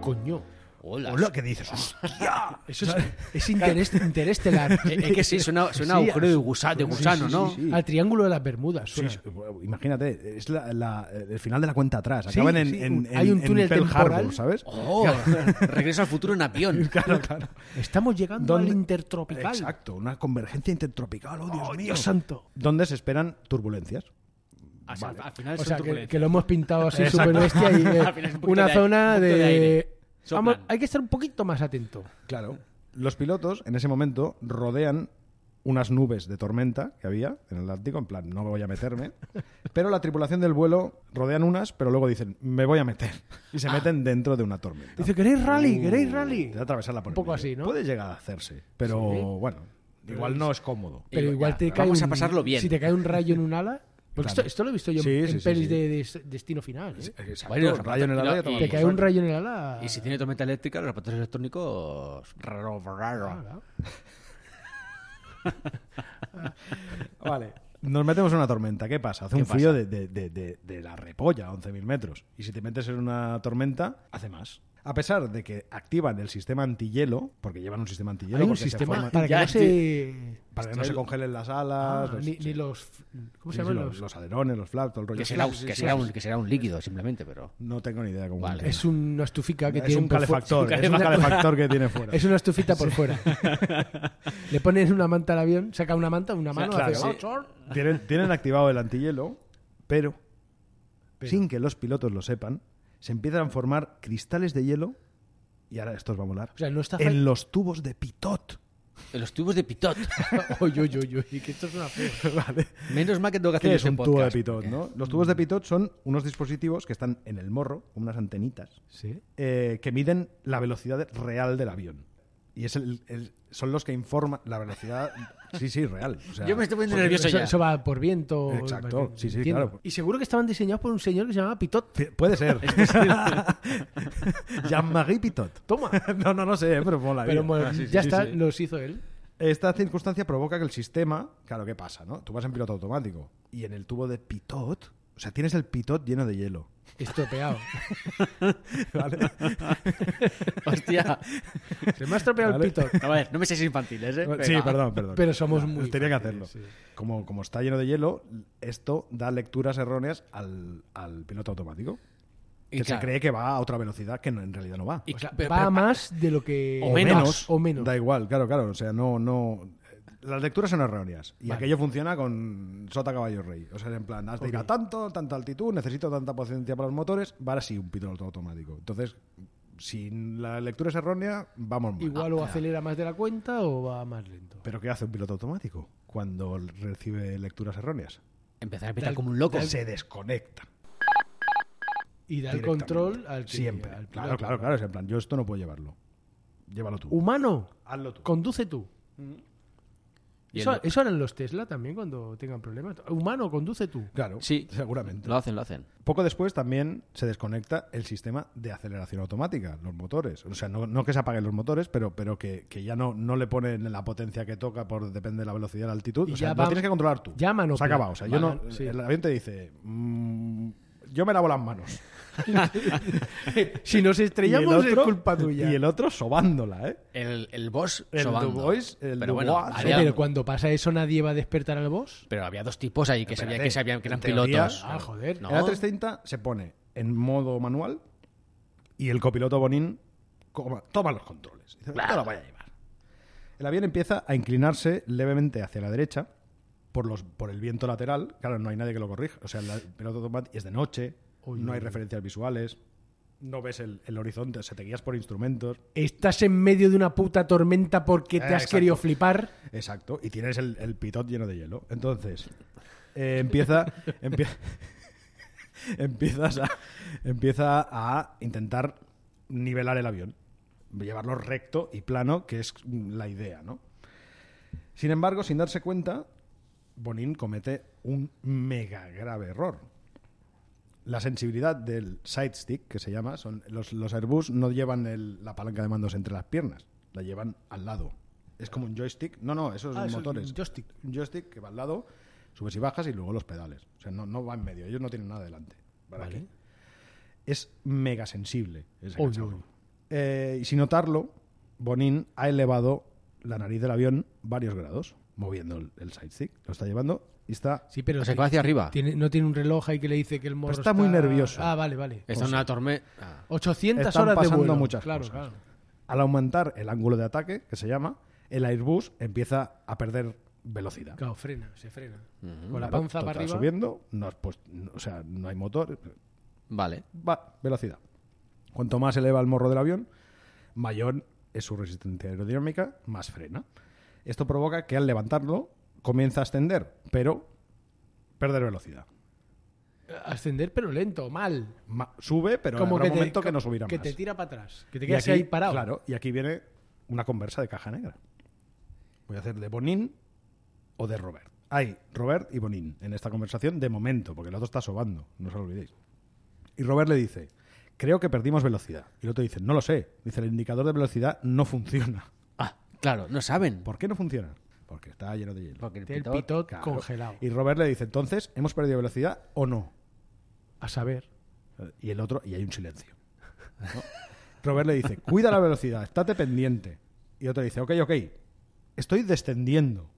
Coño. Hola. Hola, que dices, hostia. Eso es, es interés, interestelar. Eh, Es que sí, suena, suena Sí, agujero de sí, gusa- de sí, gusano, sí, ¿no? sí, sí. Al triángulo de las Bermudas. Sí, suena. sí, bueno, imagínate, es la- la- el final de la cuenta atrás. Acaban en, sí, en- un- en- hay un en túnel Pearl temporal. Harbor, ¿sabes? Oh, regreso al futuro en avión. Claro, claro. Estamos llegando ¿Dónde- al intertropical. Exacto, una convergencia intertropical, oh Dios Oh, mío. Dios santo. Donde se esperan turbulencias. O sea, Al final O son sea, que, turbulencias. que lo hemos pintado así Exacto. súper bestia y eh, Al final es un poquito una de aire, zona un poquito de... de aire. Soplan. Vamos, hay que estar un poquito más atento. Claro. Los pilotos en ese momento rodean unas nubes de tormenta que había en el Atlántico, en plan, no me voy a meterme. Pero la tripulación del vuelo rodean unas, pero luego dicen, me voy a meter. Y Ah. se meten dentro de una tormenta. Dice, ¿queréis rally? ¿Queréis rally? De atravesarla por Un el poco medio. así, ¿no? Puede llegar a hacerse, pero Sí. bueno, igual no es cómodo. Y Pero digo, igual ya, te pero cae vamos a un- pasarlo bien. Si te cae un rayo en un ala... Porque Claro. esto, esto lo he visto yo Sí, en sí, sí, sí. pelis de, de Destino Final. ¿eh? Exacto, Bueno, el rayo en el y- ala ya y- toma Te por cae saco. un rayo en el ala... Y si tiene tormenta eléctrica, los reporteros electrónicos. Raro, Ah, raro. claro. Vale. Nos metemos en una tormenta. ¿Qué pasa? Hace ¿Qué un frío pasa? de, de- de- de- de la repolla, 11.000 metros. Y si te metes en una tormenta, hace más. A pesar de que activan el sistema antihielo, porque llevan un sistema antihielo Hay un porque se sistema forma- para que Ya no se... para que no se congelen las alas, Ah, los- ni, ni los... ¿Cómo sí, se llaman sí, los...? los alerones, los flaps, todo el rollo. Que Sí, será, sí, sí, que, sí, será sí. un, que será un líquido, simplemente, pero. No tengo ni idea cómo Vale. funciona. Es una estufica que Es tiene un por fu- calefactor. Es Es un una- calefactor que tiene fuera. Es una estufita por fuera. Le ponen una manta al avión, saca una manta, una mano, Claro, hace- sí. Tienen, tienen activado el antihielo, pero, sin que los pilotos lo sepan, se empiezan a formar cristales de hielo, y ahora estos va a molar, O sea, no está fa- en los tubos de pitot. En los tubos de pitot. Oy, oy, oy, oy, que esto es una fea. ¿Vale? Menos mal que tengo que hacer ¿Qué yo es este un podcast. tubo de pitot? ¿no? Los tubos de pitot son unos dispositivos que están en el morro, con unas antenitas, eh, que miden la velocidad real del avión. Y es el- el- son los que informan la velocidad. Sí, sí, real. O sea, Yo me estoy poniendo porque- nervioso Eso, ya. eso va por viento. Exacto, va- sí, sí, entiendo. claro. Y seguro que estaban diseñados por un señor que se llamaba Pitot. Puede ser. Jean-Marie Pitot. Toma. No, no, no sé, pero mola. Pero bien. bueno, Ah, sí, sí, ya sí, está, sí. los hizo él. Esta circunstancia provoca que el sistema. Claro, ¿qué pasa? no? Tú vas en piloto automático y en el tubo de pitot. O sea, tienes el pitot lleno de hielo. Estropeado. ¿vale? Hostia. se me ha estropeado Vale. el Pitot. No, a ver, no me seáis infantiles, ¿eh? sí, Venga. perdón, perdón. Pero somos Ya, muy Tenía que hacerlo. fáciles, sí. Como, como está lleno de hielo, esto da lecturas erróneas al, al piloto automático. Y que claro. se cree que va a otra velocidad que no- en realidad no va. Y O sea, pero- va pero- a más de lo que. O menos. O menos. Da igual, claro, claro. O sea, no, no. Las lecturas son erróneas. Y Vale. aquello funciona con Sota Caballo Rey. O sea, en plan, has de ir a Ok. tanto, tanta altitud, necesito tanta potencia para los motores, va así un piloto automático. Entonces, si la lectura es errónea, vamos mal. Ah, Igual o acelera más de la cuenta o va más lento. ¿Pero qué hace un piloto automático cuando recibe lecturas erróneas? Empezar a pitar como un loco. Se desconecta. Y da el directamente. control al que- Siempre. al claro, piloto. claro, claro. Es en plan, yo esto no puedo llevarlo. Llévalo tú. Humano, Mm. Hazlo tú. conduce tú. Y Eso, el- eso harán los Tesla también cuando tengan problemas. Humano, conduce tú. Claro, Sí. seguramente. Lo hacen, lo hacen. Poco después también se desconecta el sistema de aceleración automática, los motores. O sea, no, no que se apaguen los motores, pero, pero que, que ya no, no le ponen la potencia que toca por depende de la velocidad y la altitud. Y o sea, ya lo va- tienes que controlar tú. ya manopla. Se ha acabado. O sea, yo no, Vale, sí. El avión te dice, "Mm, yo me lavo las manos. si nos estrellamos Y el es otro- culpa tuya. Y el otro sobándola, ¿eh? El, el boss El sobando. Du Bois, el pero Du bueno, Bois, había, Pero cuando pasa eso nadie va a despertar al boss. pero había dos tipos ahí que sabían Espérate, que sabían que en eran teoría- pilotos. Ah, joder. No. El A330 se pone en modo manual y el copiloto Bonin coma- toma los controles. Dice, "Esto lo voy a llevar". El avión empieza a inclinarse levemente hacia la derecha por, los, por el viento lateral. Claro, no hay nadie que lo corrija. O sea, el piloto automático es de noche, no hay referencias visuales, no ves el, el horizonte, se te guías por instrumentos. Estás en medio de una puta tormenta porque te Eh, has exacto. Ah, querido flipar. Exacto, y tienes el, el pitot lleno de hielo. Entonces, eh, empieza, empie- empiezas a, empieza a intentar nivelar el avión, llevarlo recto y plano, que es la idea, ¿no? Sin embargo, sin darse cuenta, Bonin comete un mega grave error. La sensibilidad del side stick, que se llama, son los, los Airbus no llevan el- la palanca de mandos entre las piernas, la llevan al lado. Es como un joystick. No, no, esos Ah, eso es motores. un joystick. Un joystick que va al lado, subes y bajas y luego los pedales. O sea, no, no va en medio, ellos no tienen nada delante. ¿Para Vale. qué? Es mega sensible. ese Uy, cacharro. uy. Eh, y sin notarlo, Bonin ha elevado la nariz del avión varios grados, moviendo el, el side stick. Lo está llevando y está. Sí, pero O sea, que ti- va hacia arriba. tiene- no tiene un reloj ahí que le dice que el morro está muy nervioso. Ah, vale, vale. Está en una tormenta. Ah. 800 Están horas de pasando vuelo. muchas claro, cosas. claro. Al aumentar el ángulo de ataque, que se llama, el Airbus empieza a perder velocidad. Claro, frena, se frena. Ujú. Con la Claro, panza total, para arriba. subiendo, no, has puesto- no- o sea, no hay motor, Vale. va, velocidad. Cuanto más eleva el morro del avión, mayor es su resistencia aerodinámica, más frena. Esto provoca que al levantarlo comienza a ascender, pero perder velocidad. eh, Ascender, pero lento, mal. Ma- sube, pero Como habrá que un te, momento que no subirá que más. te tira para atrás. Que te Y quedas aquí- ahí parado. Claro, y aquí viene una conversa de caja negra. Voy a hacer de Bonin o de Robert. Hay Robert y Bonin en esta conversación de momento, porque el otro está sobando, no os olvidéis. Y Robert le dice, creo que perdimos velocidad. Y el otro dice, no lo sé. Dice, el indicador de velocidad no funciona. Ah, claro, no saben. ¿Por qué no funciona? Porque está lleno de hielo. Porque el Tiene el pitot- pitot Claro. congelado. Y Robert le dice, entonces, ¿hemos perdido velocidad o no? A saber. Y el otro, y hay un silencio. ¿no? Robert le dice, cuida la velocidad, estate pendiente. Y otro dice, ok, ok, estoy descendiendo.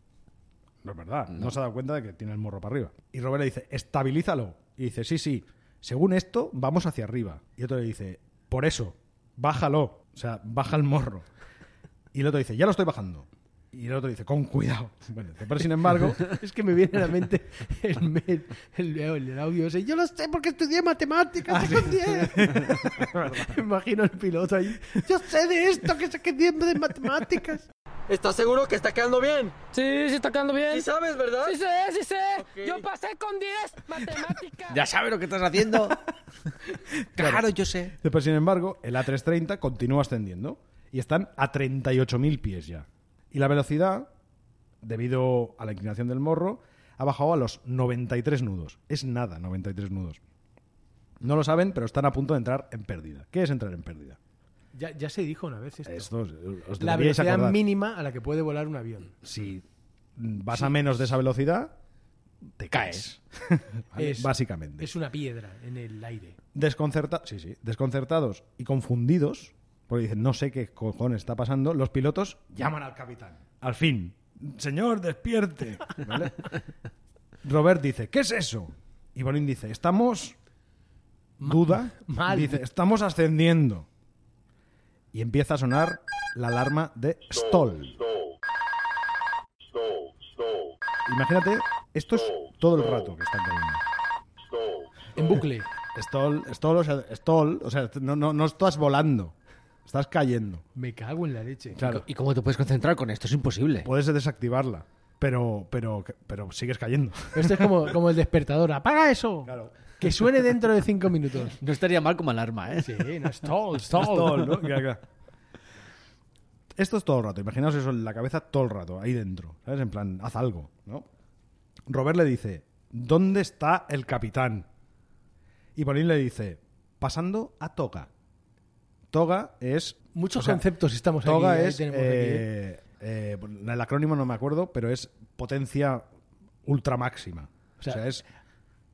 No es verdad, no, se ha dado cuenta de que tiene el morro para arriba. Y Robert le dice, estabilízalo. Y dice, sí, sí, según esto, vamos hacia arriba. Y otro le dice, por eso, bájalo. O sea, baja el morro. Y el otro dice, ya lo estoy bajando. Y el otro dice, con cuidado. Bueno, dice, pero sin embargo, Es que me viene a la mente el, mail, el, el audio ese. Yo lo sé porque estudié Ah, matemáticas, saco un 10. Me imagino al piloto ahí. Yo sé de esto, que saqué 10 de matemáticas. ¿Estás seguro que está quedando bien? Sí, sí está quedando bien. Sí sabes, ¿verdad? Sí sé, sí sé. Yo pasé con 10 matemáticas. Ya saben lo que estás haciendo. claro, yo sé. Pero sin embargo, el A330 continúa ascendiendo y están a 38.000 pies ya. Y la velocidad, debido a la inclinación del morro, ha bajado a los 93 nudos. Es nada, 93 nudos. No lo saben, pero están a punto de entrar en pérdida. ¿Qué es entrar en pérdida? Ya, ya se dijo una vez esto. Esto os- os la deberíais velocidad acordar. mínima a la que puede volar un avión. Si vas a menos de esa velocidad, te caes. ¿Vale? Es- Básicamente. Es una piedra en el aire. Desconcerta- sí, sí, desconcertados y confundidos, porque dicen, no sé qué cojones está pasando, los pilotos llaman al capitán. Al fin. Señor, despierte. ¿Vale? Robert dice, ¿qué es eso? Y Bonin dice, estamos... Duda. mal. Dice, estamos ascendiendo. Y empieza a sonar la alarma de Stoll. Imagínate, esto es todo el rato que están cayendo. En bucle. Stall, stall, o sea, stall, o sea, no, no, no estás volando, estás cayendo. Me cago en la leche. Claro, ¿Y cómo te puedes concentrar con esto? Es imposible. puedes desactivarla, pero, pero, pero sigues cayendo. Esto es como, como el despertador. ¡Apaga eso! Claro. Que suene dentro de 5 minutos. No estaría mal como alarma, ¿eh? Sí, no, stall, stall. Stall, ¿no? Claro, claro. Esto es todo el rato. Imaginaos eso en la cabeza todo el rato, ahí dentro. ¿Sabes? En plan, haz algo, ¿no? Robert le dice, ¿dónde está el capitán? Y Pauline le dice, pasando a Toga. Toga es... o Muchos sea, conceptos estamos aquí. Toga ahí es... tenemos eh, eh, el acrónimo no me acuerdo, pero es potencia ultra máxima. O sea, sea, es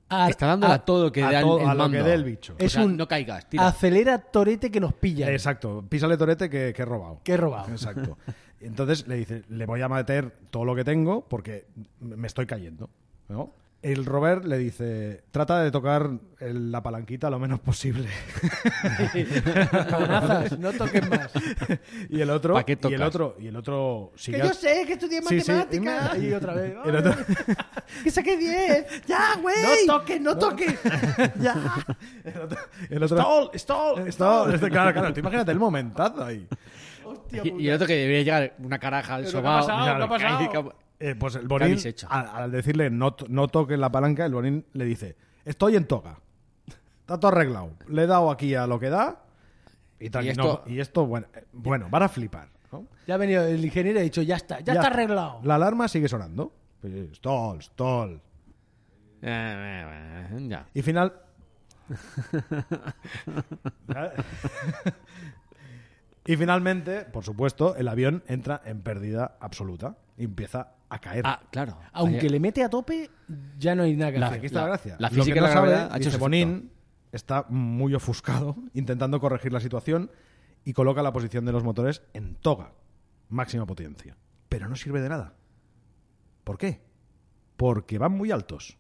aquí. Está dando a todo lo que a da el- todo- el a lo que mando. dé el bicho. O Es sea, un- no caigas, tira. Acelera torete que nos pilla. Exacto, písale torete que, que he robado. Que he robado. Exacto. Entonces le dice, le voy a meter todo lo que tengo porque me estoy cayendo. ¿no? El Robert le dice, trata de tocar el- la palanquita lo menos posible. Cabronazas, no toques más. y el otro, ¿Pa' qué y el tocas? otro, y el otro sigue que a- yo sé que estudié Sí, sí, matemáticas. dime. y otra vez. El otro- que saqué 10. Ya, güey. No toques, no toques. ya. el otro- el otro- Stall, Este- Claro, claro, tú imagínate el momentazo ahí. Hostia, Y, y el otro que debería llegar una caraja al ¿qué ha sobao. pasado? ¿Qué ha Claro, Eh, pues el ¿Qué Bonín, habéis hecho? al, al decirle no, to- no toques la palanca, el Bonín le dice, estoy en toga. Está todo arreglado. Le he dado aquí a lo que da. Y, tal, Y y no- esto- y esto, bueno, eh, bueno, van a flipar. ¿no? Ya ha venido el ingeniero y ha dicho, ya está, ya, está arreglado. La alarma sigue sonando. Eh, Stall, stall. Eh, ya. Y final... y finalmente, por supuesto, el avión entra en pérdida absoluta y empieza a caer. Ah, claro. Aunque Ahí- le mete a tope, ya no hay nada que Ah, La- hacer. Aquí está la, gracia. la Lo física que y la no sabe, gravedad ha hecho dice su efecto. Bonin está muy ofuscado intentando corregir la situación y coloca la posición de los motores en toga, máxima potencia. Pero no sirve de nada. ¿Por qué? Porque van muy altos.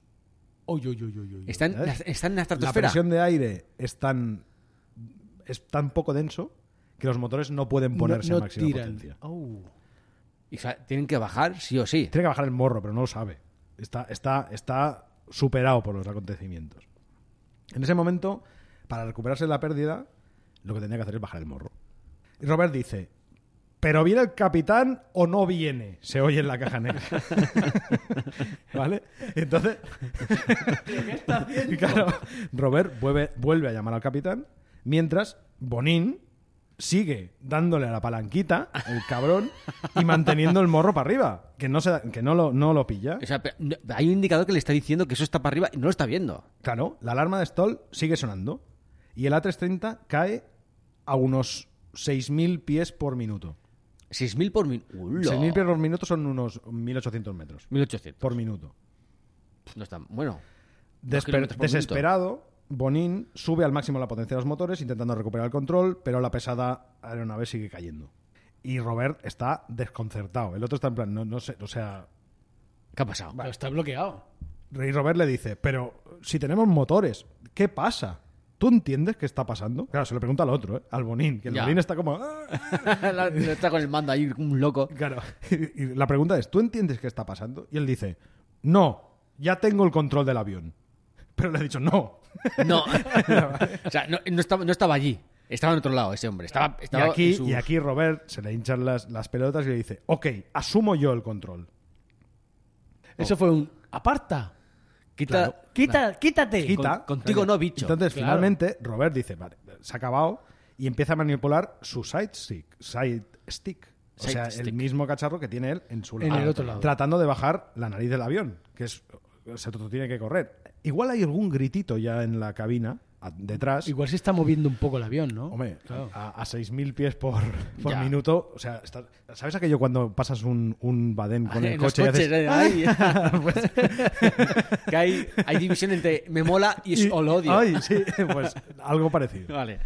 Uy, uy, uy, uy, uy. Está en, ¿sabes? está en la La estratosfera. presión de aire es tan, es tan poco denso que los motores no pueden No- ponerse no en máxima tiran. potencia. Au. Y, o sea, tienen que bajar sí o sí. Tiene que bajar el morro, pero no lo sabe. Está, está, está superado por los acontecimientos. En ese momento, para recuperarse de la pérdida, lo que tendría que hacer es bajar el morro. Y Robert dice, ¿pero viene el capitán o no viene? Se oye en la caja negra. ¿Vale? Entonces... Y claro, Robert vuelve, vuelve a llamar al capitán, mientras Bonín sigue dándole a la palanquita, el cabrón, y manteniendo el morro para arriba, que no, se da- que no, lo, no lo pilla. O sea, pe- no- hay un indicador que le está diciendo que eso está para arriba y no lo está viendo. Claro, la alarma de Stoll sigue sonando y el A330 cae a unos 6.000 pies por minuto. 6.000 por minuto. 6.000 pies por minuto son unos 1.800 metros 1800. por minuto. No está, bueno, Desper- kilómetros por desesperado, Bonin sube al máximo la potencia de los motores intentando recuperar el control, pero la pesada aeronave sigue cayendo. Y Robert está desconcertado. El otro está en plan, no, no sé, o sea, ¿qué ha pasado? Pero está bloqueado. Rey Robert le dice, pero si tenemos motores, ¿qué pasa? ¿Tú entiendes qué está pasando? Claro, se lo pregunta al otro, ¿eh? al Bonín, que el Ya. Bonín está como... "Ah". La- está con el mando ahí, un loco. Claro. Y la pregunta es, ¿tú entiendes qué está pasando? Y él dice, no, ya tengo el control del avión. Pero le ha dicho, no. No. o sea, no, no estaba, no estaba allí. Estaba en otro lado ese hombre. Estaba, Y estaba aquí, en sus- y aquí Robert se le hinchan las, las pelotas y le dice, ok, asumo yo el control. Eso fue un aparta. Quita- Quita, quítate. Quita. Con- contigo no, bicho. Entonces, Claro. finalmente, Robert dice, vale, se ha acabado y empieza a manipular su side stick. Side stick. O Side sea, el stick. mismo cacharro que tiene él en su En el otro lado. Tratando de bajar la nariz del avión, que es... Se tiene que correr. Igual hay algún gritito ya en la cabina, a- detrás. Igual se está moviendo un poco el avión, ¿no? Hombre, Pues Claro. a, a 6.000 pies por, por Ya. minuto, o sea, está- ¿sabes aquello cuando pasas un, un badén con en el los coche y coches, haces... Pues, eh, ahí. que hay, hay división entre me mola y, es- o lo odio. Ay, sí, pues algo parecido. Vale.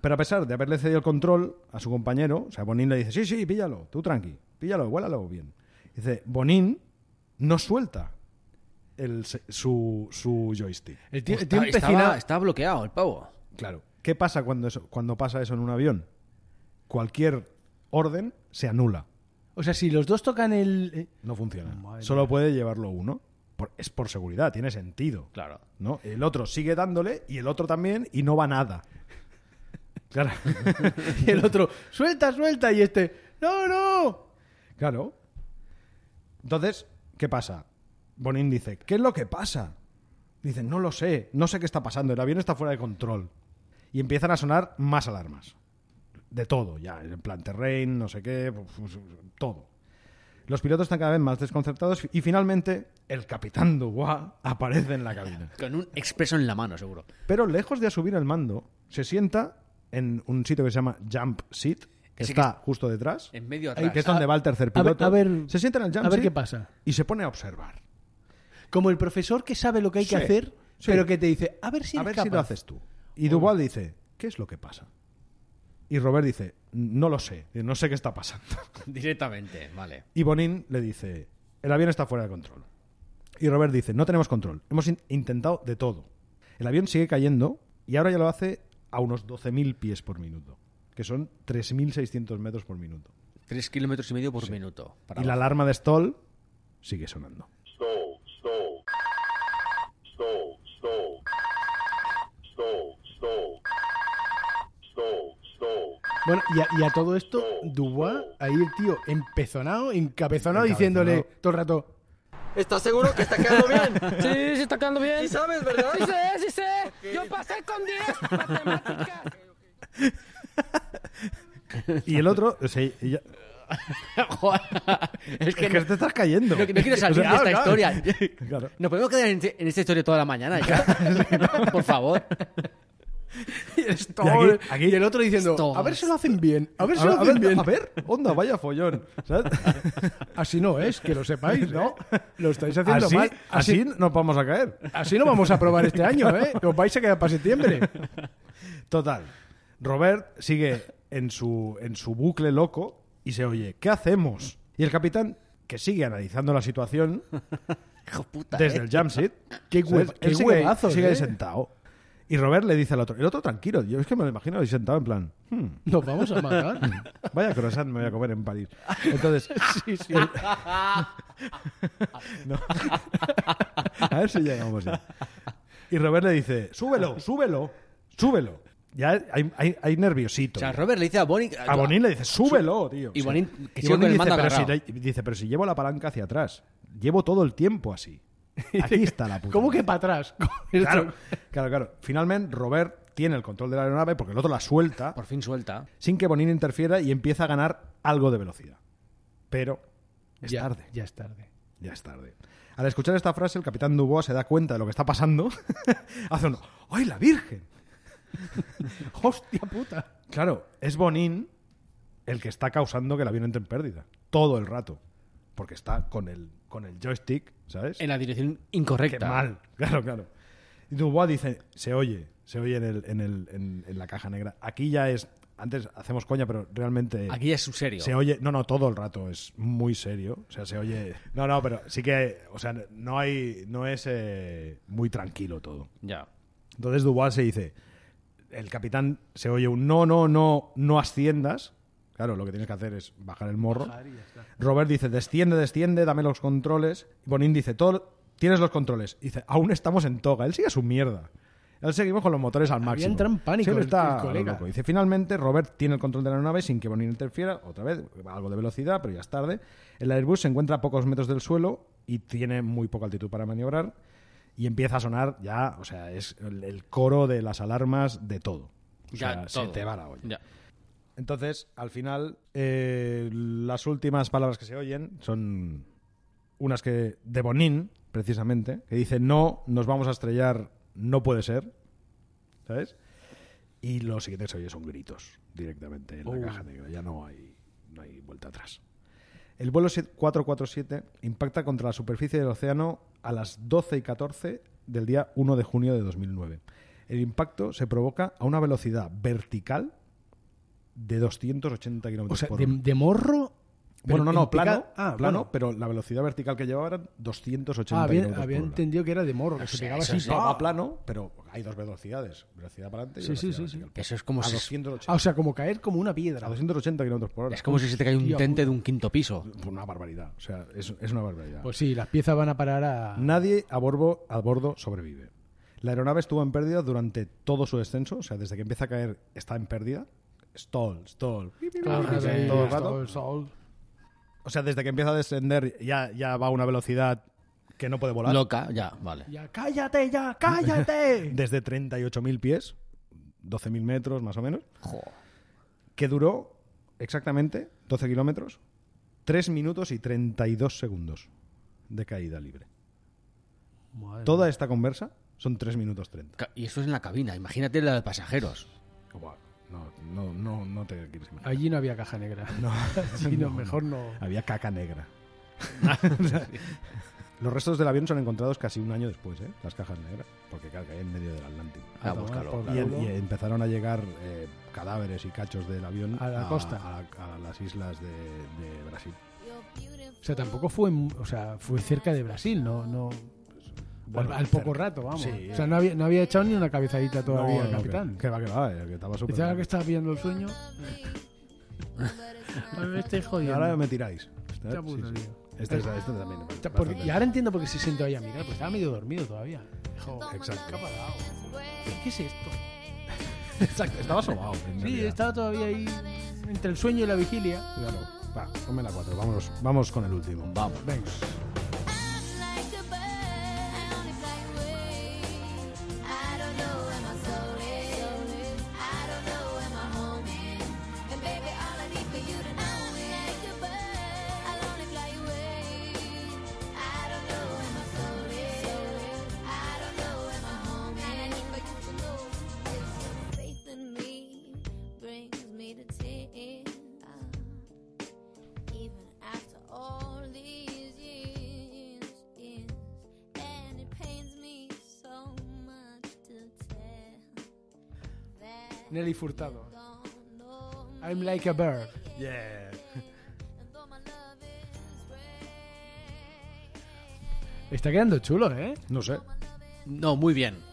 Pero a pesar de haberle cedido el control a su compañero, o sea, Bonin le dice, sí, sí, píllalo, tú tranqui, píllalo, huélalo bien. Dice, Bonin no suelta el, se- su, su joystick. El tío, el tío Estaba, empecina- estaba- estaba bloqueado el pavo. Claro. ¿Qué pasa cuando, eso, cuando pasa eso en un avión? Cualquier orden se anula, O sea, si los dos tocan el. eh, no funciona. Madre Solo puede llevarlo uno. Por- es por seguridad, tiene sentido. Claro. ¿no? El otro sigue dándole y el otro también y no va nada. Claro. Y el otro, suelta, suelta. Y este, no, no. Claro. Entonces, ¿qué pasa? Bonin dice, ¿qué es lo que pasa? Dice, no lo sé, no sé qué está pasando, el avión está fuera de control. Y empiezan a sonar más alarmas. de todo, ya, en plan terrain, no sé qué, pues, todo. Los pilotos están cada vez más desconcertados y finalmente el capitán Dubois aparece en la cabina. Con un expreso en la mano, seguro. Pero lejos de asumir el mando, se sienta en un sitio que se llama Jump Seat, que Ese que está es- justo detrás, En medio atrás. que es donde va el tercer a ver- piloto. a ver- se sienta en el Jump a ver Seat qué pasa. Y se pone a observar. Como el profesor que sabe lo que hay que Sí, hacer, sí. pero que te dice, a ver si a ver eres si capaz". lo haces tú. Y Duval dice, ¿qué es lo que pasa? Y Robert dice, no lo sé, no sé qué está pasando. Directamente, vale. Y Bonin le dice, el avión está fuera de control. Y Robert dice, no tenemos control, hemos in- intentado de todo. El avión sigue cayendo y ahora ya lo hace a unos 12.000 pies por minuto, que son 3.600 metros por minuto. Tres kilómetros y medio por minuto. para y la abajo. alarma de Stoll sigue sonando. Bueno, y a, y a todo esto, Dubois, ahí el tío empezonado, encabezonado, diciéndole todo el rato, ¿Estás seguro que está quedando bien? Sí, sí, está quedando bien. Sí sabes, ¿verdad? Sí sé, sí sé. Yo pasé con 10 matemáticas. Y el otro, o sea, y ya- Joder, es que, es que no, te estás cayendo. no- no quiero salir O sea, de esta claro, claro. historia. Claro. Nos podemos quedar en, este, en esta historia toda la mañana. ya. Por favor. Y aquí- aquí- y el otro diciendo, Esto- a ver si lo hacen bien, a ver si A, lo a hacen ver, bien. a ver, onda, vaya follón. ¿sabes? Así no es, que lo sepáis, ¿no? Lo estáis haciendo Así, mal. así nos vamos a caer. así no vamos a probar este año, ¿eh? Os vais a quedar para septiembre. Total. Robert sigue en su, en su bucle loco y se oye, ¿qué hacemos? Y el capitán, que sigue analizando la situación Hijo puta. desde eh. el jumpseat, Qué ¿sabes? huev- Él qué sigue, ahí- huevazos, sigue ahí eh. sentado. Y Robert le dice al otro, el otro tranquilo, yo es que me lo imagino ahí sentado en plan, "Hmm, Nos vamos a matar. vaya croissant me voy a comer en París. Entonces, el- No. A ver si llegamos ya. Y Robert le dice, súbelo, súbelo, súbelo. Ya hay, hay, hay nerviosito. O sea, Robert le dice a Bonnie. A Bonin le dice, súbelo, tío. Y O sea, Bonin, que y sigue con Bonin el dice, mando pero si, agarrado". le- dice, pero si llevo la palanca hacia atrás, llevo todo el tiempo así. Aquí está la puta. ¿Cómo que madre". para atrás? Claro, claro, claro. Finalmente, Robert tiene el control de la aeronave porque el otro la suelta Por fin suelta. sin que Bonin interfiera y empieza a ganar algo de velocidad. Pero es ya, tarde. Ya es tarde. Ya es tarde. Al escuchar esta frase, el capitán Dubois se da cuenta de lo que está pasando. Hace un ¡Ay, la Virgen! Hostia puta. Claro, es Bonin el que está causando que el avión entre en pérdida. Todo el rato. Porque está con el, con el joystick, ¿sabes? En la dirección Qué incorrecta. mal. Claro, claro. Y Dubois dice, se oye, se oye en, el, en, el- en- en la caja negra. Aquí ya es, antes hacemos coña, pero realmente... Aquí ya es un serio. Se oye, no, no, todo el rato es muy serio. O sea, se oye. No, no, pero sí que, o sea, no hay, no es eh, muy tranquilo todo. Ya. Entonces Dubois se dice, el capitán se oye un no, no, no, no asciendas. Claro, lo que tienes que hacer es bajar el morro. Robert dice, desciende, desciende, dame los controles. Bonin dice, todo, tienes los controles. Dice, aún estamos en toga. Él sigue a su mierda. Él seguimos con los motores al máximo. entrado en pánico Sí, él el- está el colega. loco. Dice, finalmente Robert tiene el control de la aeronave sin que Bonin interfiera. Otra vez, algo de velocidad, pero ya es tarde. El Airbus se encuentra a pocos metros del suelo y tiene muy poca altitud para maniobrar. Y empieza a sonar ya, o sea, es el, el coro de las alarmas de todo. O Ya, sea, todo. se te va la olla. Ya. Entonces, al final, eh, las últimas palabras que se oyen son unas que de Bonin, precisamente, que dice, no, nos vamos a estrellar, no puede ser, ¿sabes? Y lo siguiente que se oye son gritos directamente en la caja negra, ya no hay, no hay vuelta atrás. El vuelo 7- 447 impacta contra la superficie del océano a las 12 y 14 del día 1 de junio de 2009. El impacto se provoca a una velocidad vertical de 280 kilómetros O sea, por de, hora. de morro. pero Bueno, no, no, en pica- plano, Ah, plano bueno. pero la velocidad vertical que llevaba eran 280 Ah, había, kilómetros había por hora. entendido que era de morro, que se sea, pegaba eso así. es- No, ¡pah! va plano, pero hay dos velocidades, velocidad para adelante y Sí, sí, velocidad sí, sí. vertical. Eso es como a si- 280, Ah, o sea, como caer como una piedra. a 280 kilómetros por hora. Es como si se te cae un Hostia, tente de un quinto piso. una barbaridad, o sea, es, es una barbaridad. Pues sí, las piezas van a parar a. Nadie a bordo, a bordo sobrevive. La aeronave estuvo en pérdida durante todo su descenso, o sea, desde que empieza a caer está en pérdida. Stall, stall. Claro, todo el ahí, rato. todo el sol. O sea, desde que empieza a descender ya, ya va a una velocidad que no puede volar. Loca, ya, vale. Ya, cállate, ya, cállate. Desde 38.000 pies, 12.000 metros más o menos. Jo. que duró exactamente 12 kilómetros, 3 minutos y 32 segundos de caída libre. Madre Toda mía. esta conversa son 3 minutos 30. Ca- Y eso es en la cabina, imagínate la de pasajeros. Buah, No, no, no, no te quieres imaginar. Allí no había caja negra. No, Sí, no, no, mejor no. Había caca negra. Ah, Los restos del avión son encontrados casi un año después, ¿eh? Las cajas negras. Porque claro, caen en medio del Atlántico. Ah, A tomar búscalo, por claro. Y, culo. y empezaron a llegar eh, cadáveres y cachos del avión A la costa. a, a las islas de, de Brasil. O sea, tampoco fue, en- o sea, fue cerca de Brasil, no, no. Bueno, al, al poco cerca. rato, vamos. Sí. o sea, no había, no había echado ni una cabezadita todavía, No, no, capitán. Que, que va, que va. eh, que estaba súper Dice ahora que bien. estás viendo el sueño. me estáis Y jodiendo. ahora me tiráis. Está Sí, puto, sí. tío. Este, está- este también. Está- porque- y ahora entiendo por qué se sentó ahí a mirar, pues estaba medio dormido todavía. Dijo, Exacto. ¿qué es esto? Exacto, estaba sobado. en Sí, realidad. estaba todavía ahí entre el sueño y la vigilia. Claro. Va, ponme la 4. Vámonos, vamos con el último. Vamos. Venga. Brings me to tears. Even after all these years, years, and it pains me so much to tell that Nelly Furtado. don't know me. I'm like a bird. Yeah. And though my love is great, Está quedando chulo, ¿eh? No sé. No, muy bien.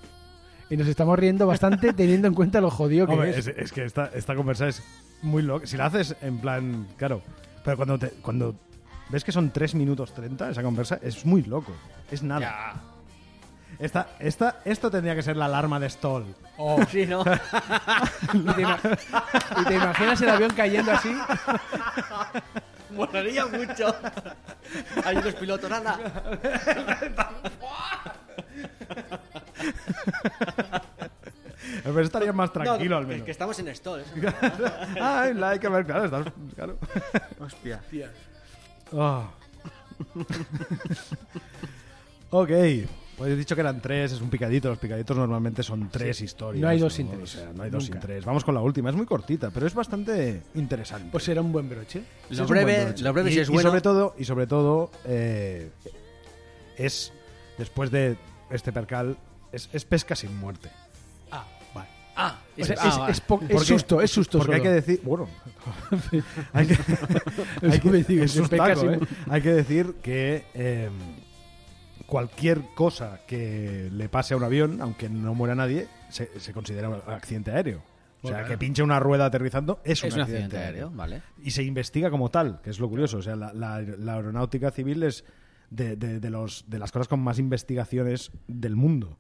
Y nos estamos riendo bastante teniendo en cuenta lo jodido que Hombre, es. es, es que esta, esta conversa es muy loca. Si la haces en plan, claro. Pero cuando, te- cuando ves que son 3 minutos 30, esa conversa es muy loco. Es nada. Ya. Esta, esta, esto tendría que ser la alarma de Stoll. Sí, ¿no? Y, te ima- y te imaginas el avión cayendo así. Molaría mucho. Hay unos pilotos, anda. Pero estarías más tranquilo al menos. estamos en esto. Ay, like, a ver, claro, estás. Claro. Hostia. Ah. ok. Pues he dicho que eran tres, es un picadito. Los picaditos normalmente son tres historias. No hay dos sin tres. O sea, no hay dos sin Nunca. tres. Vamos con la última. Es muy cortita, pero es bastante interesante. Pues era un buen broche. Es un Lo breve, buen broche. lo breve y, si es y bueno. sobre todo, y sobre todo eh, es, después de este percal, es, es pesca sin muerte. Ah, vale. Ah, O sea, ese- es, ah, es po- es ¿Por qué? susto, es susto. Porque hay que solo. decir, bueno, hay que, hay que- Me digo, es se un peca taco, sin- ¿eh? Hay que decir que eh, cualquier cosa que le pase a un avión, aunque no muera nadie, se, se considera un accidente aéreo. O sea, Bueno. que pinche una rueda aterrizando es, es un accidente aéreo, vale. y se investiga como tal, que es lo curioso. O sea, la, la- la aeronáutica civil es de, de- de los, de las cosas con más investigaciones del mundo.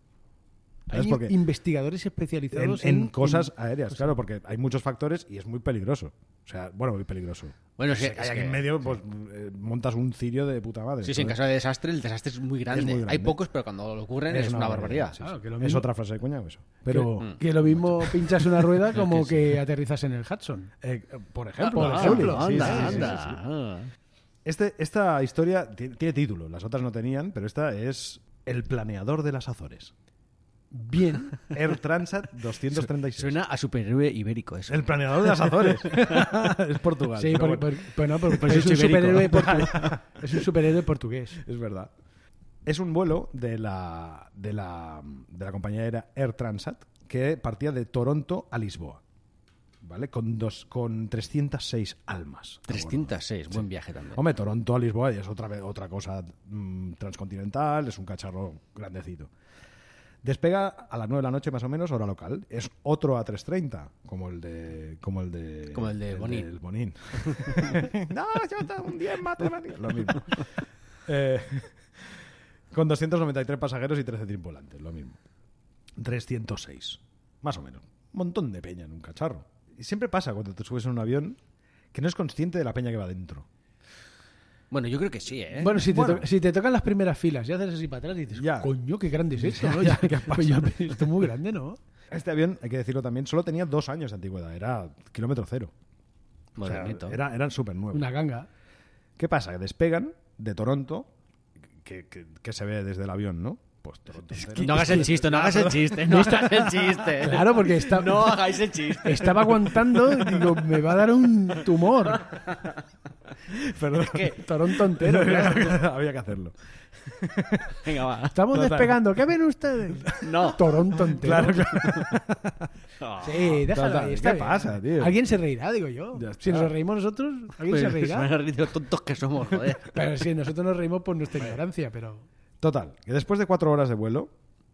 Hay ¿Sabes? Porque investigadores en, especializados en cosas aéreas, claro, porque hay muchos factores y es muy peligroso. O sea, bueno, muy peligroso. Bueno, es que- hay es aquí que- en medio, pues eh, montas un cirio de puta madre. Sí, sí, en ¿sabes? caso de desastre, el desastre es muy grande. grande. Hay pocos, pero cuando ocurren es, una barbaridad. sí, sí. Claro, Ah, que lo es mismo- Mm. otra frase de cuñado eso. Pero, Pero que lo mismo pinchas una rueda como que aterrizas en el Hudson. eh, por ejemplo, Ah, por ejemplo, sí, anda, sí, sí, sí, anda. sí. Ah. Este, esta historia ti- tiene título, las otras no tenían, pero esta es El planeador de las Azores. Bien. Air Transat 236. Suena a superhéroe ibérico eso. El planeador de las Azores. es Portugal. Sí, pero bueno, por- por- pero no, por- Pero es, es un ibérico. superhéroe portu- es un superhéroe portugués. Es verdad. Es un vuelo de la, de la, de la compañía aérea Air Transat que partía de Toronto a Lisboa. ¿Vale? Con, dos, con 306 almas. a bordo. 306, buen viaje también. Hombre, Toronto a Lisboa ya es otra, vez- otra cosa mm, transcontinental, es un cacharro grandecito. Despega a las 9 de la noche más o menos, hora local. Es otro A330, como el de... Como el de, Como el de Bonin. del Bonin. no, yo te- un 10 matemáticas. Lo mismo. Eh, con 293 pasajeros y 13 tripulantes, lo mismo. 306, más o menos. Un montón de peña en un cacharro. Y siempre pasa cuando te subes en un avión que no es consciente de la peña que va dentro. Bueno, yo creo que sí, ¿eh? Bueno, si te, Bueno. to- si te tocan las primeras filas y haces así para atrás, dices, Ya. coño, qué grande es esto, ¿no? Ya, Ya- ¿qué pasa? pues ya- esto es muy grande, ¿no? Este avión, hay que decirlo también, solo tenía dos años de antigüedad, era kilómetro cero. O sea, Modernito. era- eran súper nuevos. Una ganga. ¿Qué pasa? Que despegan de Toronto, que, que- que se ve desde el avión, ¿no? Pues Toronto. entero. No hagas el chiste, no hagas el chiste, no hagas el chiste. Eh, Claro, porque está- No hagáis el chiste. Estaba aguantando y digo, me va a dar un tumor. Perdón. Toronto entero. claro. Había que hacerlo. Venga, va. Estamos Total. despegando. ¿Qué ven ustedes? No. Toronto entero. Claro, claro. Sí, déjalo Total, ahí, está ¿qué bien. pasa, tío? Alguien se reirá, digo yo. Ya Si está. Pues, nos reímos nosotros, alguien se Pues, Me reirá. han reído tontos que somos, joder. Pero si nosotros nos reímos por nuestra ignorancia, pero... Total, que después de cuatro horas de vuelo,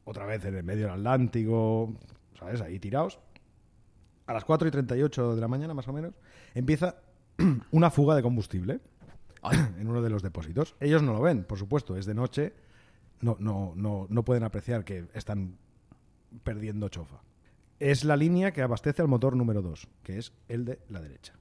otra vez en el medio del Atlántico, ¿sabes? Ahí tirados, a las 4 y 38 de la mañana más o menos, empieza una fuga de combustible en uno de los depósitos. Ellos no lo ven, por supuesto, es de noche, no, no, no, no pueden apreciar que están perdiendo chofa. Es la línea que abastece al motor número 2, que es el de la derecha.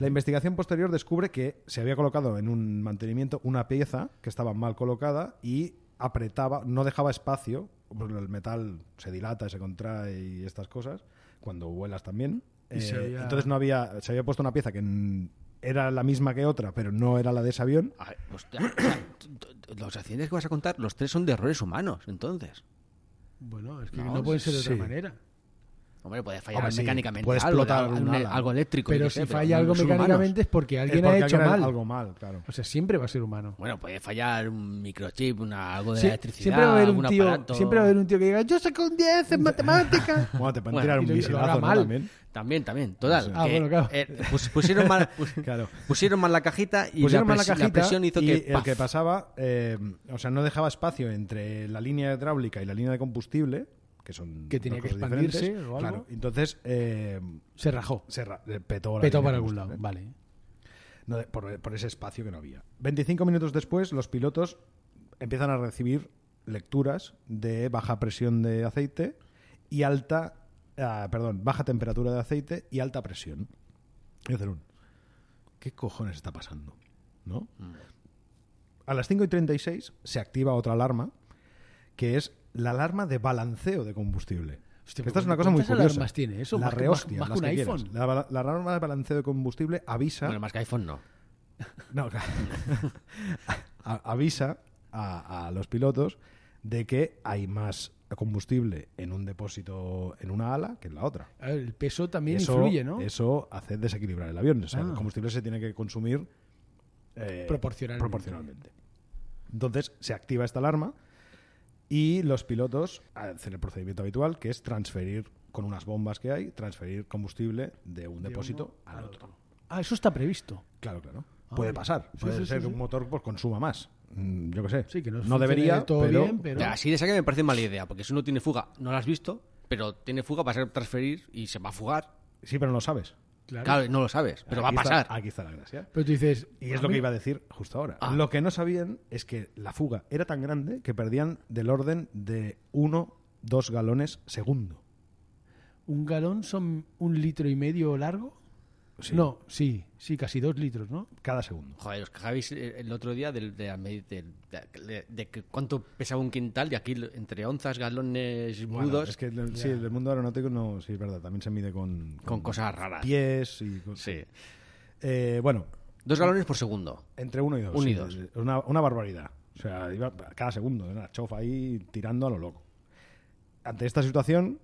La investigación posterior descubre que se había colocado en un mantenimiento una pieza que estaba mal colocada y apretaba, no dejaba espacio, porque el metal se dilata, se contrae y estas cosas, cuando vuelas también. Y se Eh, había- Entonces no había, se había puesto una pieza que mm, era la misma que otra, pero no era la de ese avión. A ver, hostia, o sea, t- t- los accidentes que vas a contar, los tres son de errores humanos, entonces. Bueno, es que no, No, pueden ser de otra sí. manera. Hombre, puede fallar Hombre, sí, mecánicamente puede algo, explotar algo, un un- ala. algo eléctrico. yo Pero qué si sé, falla no algo son humanos. mecánicamente es porque alguien Es porque ha hecho alguien mal. Algo mal, claro. O sea, siempre va a ser humano. Bueno, puede fallar un microchip, una, algo de Sie- electricidad, siempre, va a haber un algún tío, aparato. siempre va a haber un tío que diga, yo saco un 10 en matemáticas. Bueno, te pueden Bueno, tirar y un lo- y lo haga misilazo ¿no? mal. también. También, también, total. Ah, que, bueno, claro. eh, pus- pusieron, mal, pus- Claro. pusieron mal la cajita y pusieron la, mal Pues la presi- la cajita presión hizo y que... el ¡paf! que pasaba, eh, o sea, no dejaba espacio entre la línea hidráulica y la línea de combustible, que son Que tenía dos que cosas expandirse diferentes. o algo. Claro, entonces eh, Se rajó. se ra- eh, petó, la Petó línea para de algún lado. combustible. Vale. No, de- por, por ese espacio que no había. 25 minutos después, los pilotos empiezan a recibir lecturas de baja presión de aceite y alta, ah, perdón, baja temperatura de aceite y alta presión. Y hacer un, ¿qué cojones está pasando? ¿No? Mm. A las 5 y 36 se activa otra alarma, que es la alarma de balanceo de combustible. Hostia, Esta es una ¿cu- cosa muy cuántas curiosa. alarmas tiene eso? La Más que- rehostia, más- más las que un que quieras. iPhone. La, bala- la alarma de balanceo de combustible avisa Bueno, más que iPhone no. no, claro. A- avisa a, a los pilotos de que hay más combustible en un depósito en una ala que en la otra. A ver, el peso también eso, influye, ¿no? eso hace desequilibrar el avión. O sea, Ah. el combustible se tiene que consumir eh, Proporcionalmente. proporcionalmente. Entonces se activa esta alarma y los pilotos hacen el procedimiento habitual, que es transferir con unas bombas que hay, transferir combustible de un depósito al otro. Ah, eso está previsto. Claro, claro. Ah, puede vale. pasar. Sí, puede sí, ser sí, que sí. un motor pues, consuma más. Mm, Yo qué sé. Sí, que no no funcione debería, del todo pero, bien, pero- Ya, así de saque me parece mala idea, porque si uno tiene fuga, no la has visto, pero tiene fuga, va a ser transferir y se va a fugar. Sí, pero no lo sabes. Claro. Claro, no lo sabes, pero va a Aquí está- pasar. aquí está la gracia. Pero tú dices... Y es a lo que mí- iba a decir justo ahora. Ah. Lo que no sabían es que la fuga era tan grande que perdían del orden de 1, 2 galones segundo. ¿Un galón son un litro y medio largo? Sí. No, sí, sí, casi dos litros, ¿no? Cada segundo. Joder, os quejabais eh, el otro día del- de, la medi- del- de- de- de que cuánto pesaba un quintal y aquí lo- entre onzas, galones, Bueno, mudos, es que el- sí, el mundo aeronáutico no, sí, es verdad, también se mide con, con cosas raras. pies y con- Sí. Eh, bueno, Dos galones por segundo. Entre uno y dos. Uno y sí, dos. es Una, una barbaridad. O sea, iba cada segundo, una chofa ahí tirando a lo loco. Ante esta situación,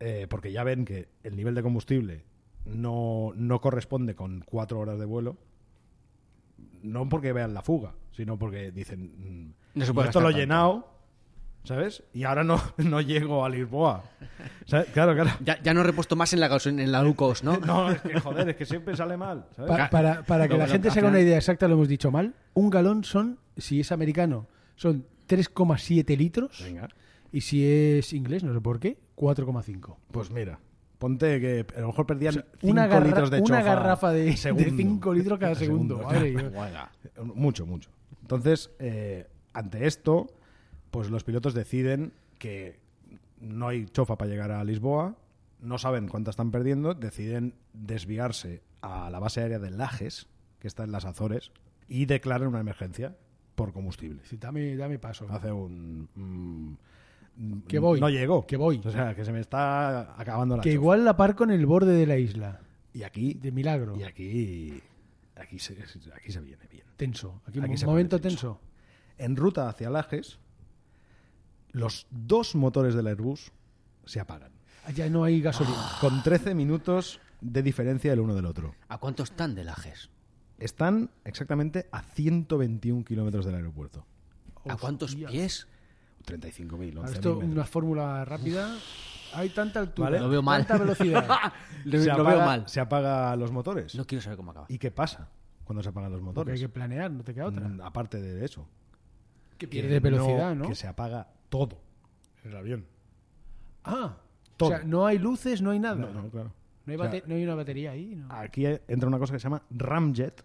eh, porque ya ven que el nivel de combustible no, no corresponde con cuatro horas de vuelo, no porque vean la fuga, sino porque dicen, mm, No se yo puede esto gastar lo he tanto". llenado, ¿sabes? Y ahora no, no llego a Lisboa. ¿Sabes? Claro, claro. Ya, ya no he repuesto más en la, gaso- en la Lucos, ¿no? No, es que joder, es que siempre sale mal. ¿sabes? Pa- para para que No, la bueno, gente al se haga una final- idea exacta, lo hemos dicho mal. Un galón son, si es americano, son 3,7 litros. Venga. Y si es inglés, no sé por qué, 4,5. Pues mira, ponte que a lo mejor perdían Una, cinco garra- litros de una chofa garrafa de segundo. 5 litros cada segundo. madre mía. Guaga. Mucho, mucho. Entonces, eh, ante esto, pues los pilotos deciden que no hay chofa para llegar a Lisboa, no saben cuánta están perdiendo, deciden desviarse a la base aérea de Lajes, que está en las Azores, y declaran una emergencia por combustible. Sí, dame, dame paso. Hace un... mm, mm, Que voy, No llegó. que voy. O sea, que se me está acabando la Que chofa. igual la parco en el borde de la isla. Y aquí. De milagro. Y aquí. Aquí se, aquí se viene bien. Tenso. Aquí, Aquí un se pone momento tenso. tenso. En ruta hacia Lajes, los dos motores del Airbus se apagan. Ya no hay gasolina. Con 13 minutos de diferencia el uno del otro. ¿A cuánto están de E Lajes? Están exactamente a 121 kilómetros del aeropuerto. ¿A cuántos Hostia. pies? 35.000, Ahora 11.000 Esto, metros. una fórmula rápida. Hay tanta altura, Vale. Lo veo mal. tanta velocidad. Lo, Se lo apaga- veo mal. Se apaga los motores. No quiero saber cómo acaba. ¿Y qué pasa cuando se apagan los Porque hay motores? que planear, no te queda otra. Mm, Aparte de eso. que que pierde velocidad, ¿no? Que se apaga todo. El avión. Ah, Todo. o sea, no hay luces, no hay nada. No, no, claro. No hay, O sea, Ah, bate- no hay una batería ahí. ¿no? Aquí entra una cosa que se llama ramjet,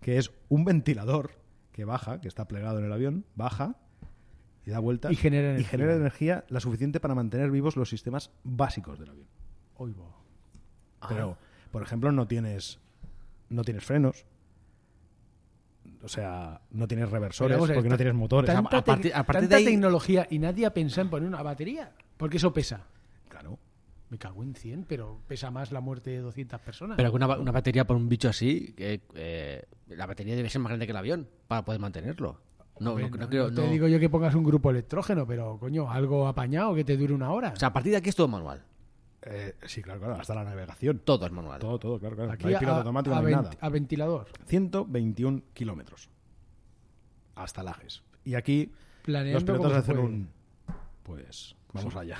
que es un ventilador que baja, que está plegado en el avión, baja y da vueltas. Y genera energía. genera energía la suficiente para mantener vivos los sistemas básicos del avión. Hoy va. Ah. Pero, por ejemplo, no tienes, no tienes frenos. O sea, no tienes reversores Pero vamos a ver, porque no ta- tienes motores. Tanta, a partir- tec- a partir de tanta ahí- tecnología y nadie ha pensado en poner una batería. Porque eso pesa. Claro. Me cago en 100, pero pesa más la muerte de 200 personas. Pero que una, ba- una batería por un bicho así, que, eh, la batería debe ser más grande que el avión para poder mantenerlo. No, no, Hombre, no no- creo. no te no. digo yo que pongas un grupo electrógeno, pero coño, algo apañado que te dure una hora. O sea, a partir de aquí es todo manual. Eh, sí, claro, claro. Hasta la navegación. Todo es manual. Todo, todo, claro, claro. Aquí no hay a- piloto automático, a no hay vent- nada. a ventilador. 121 kilómetros. Hasta Lajes. Y aquí Planeando los pilotos como se hacen puede. un... Pues vamos allá.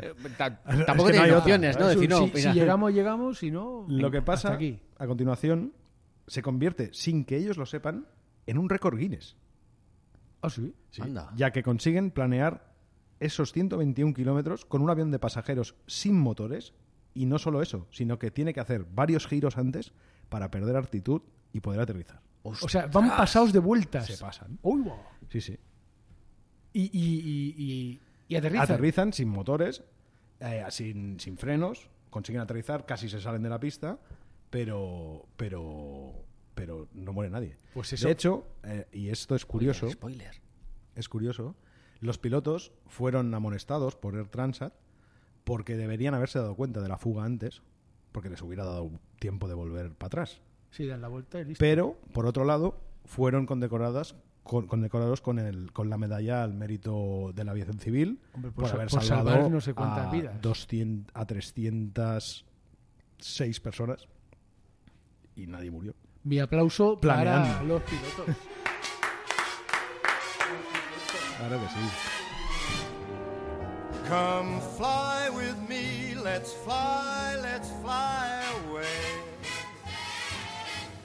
Eh, ta- Es tampoco que tiene no hay otra. opciones, ¿no? Es un Decir, no, si, mira. si llegamos, llegamos, si no. Lo que pasa hasta aquí. a continuación se convierte, sin que ellos lo sepan, en un récord Guinness. Ah, sí. Anda. Ya que consiguen planear esos 121 kilómetros con un avión de pasajeros sin motores. Y no solo eso, sino que tiene que hacer varios giros antes para perder altitud y poder aterrizar. O sea, van pasados de vueltas. Se pasan. Uy, guau. Sí, sí. Y, y, y, y, y aterrizan. aterrizan sin motores, eh, sin, sin frenos, consiguen aterrizar, casi se salen de la pista, pero pero pero no muere nadie. Pues eso- De hecho, eh, y esto es curioso, Spoiler. es curioso, los pilotos fueron amonestados por Air Transat porque deberían haberse dado cuenta de la fuga antes, porque les hubiera dado tiempo de volver para atrás. Sí, dan la vuelta y listo. Pero, por otro lado, fueron condecoradas con, condecorados con, el, con la medalla al mérito de la aviación civil Hombre, por por, sa- haber por salvado salvar no sé cuántas a, vidas. 200, a 306 personas y nadie murió. Mi aplauso para Planeando. los pilotos. Claro que sí. Come fly with me, let's fly, let's fly away.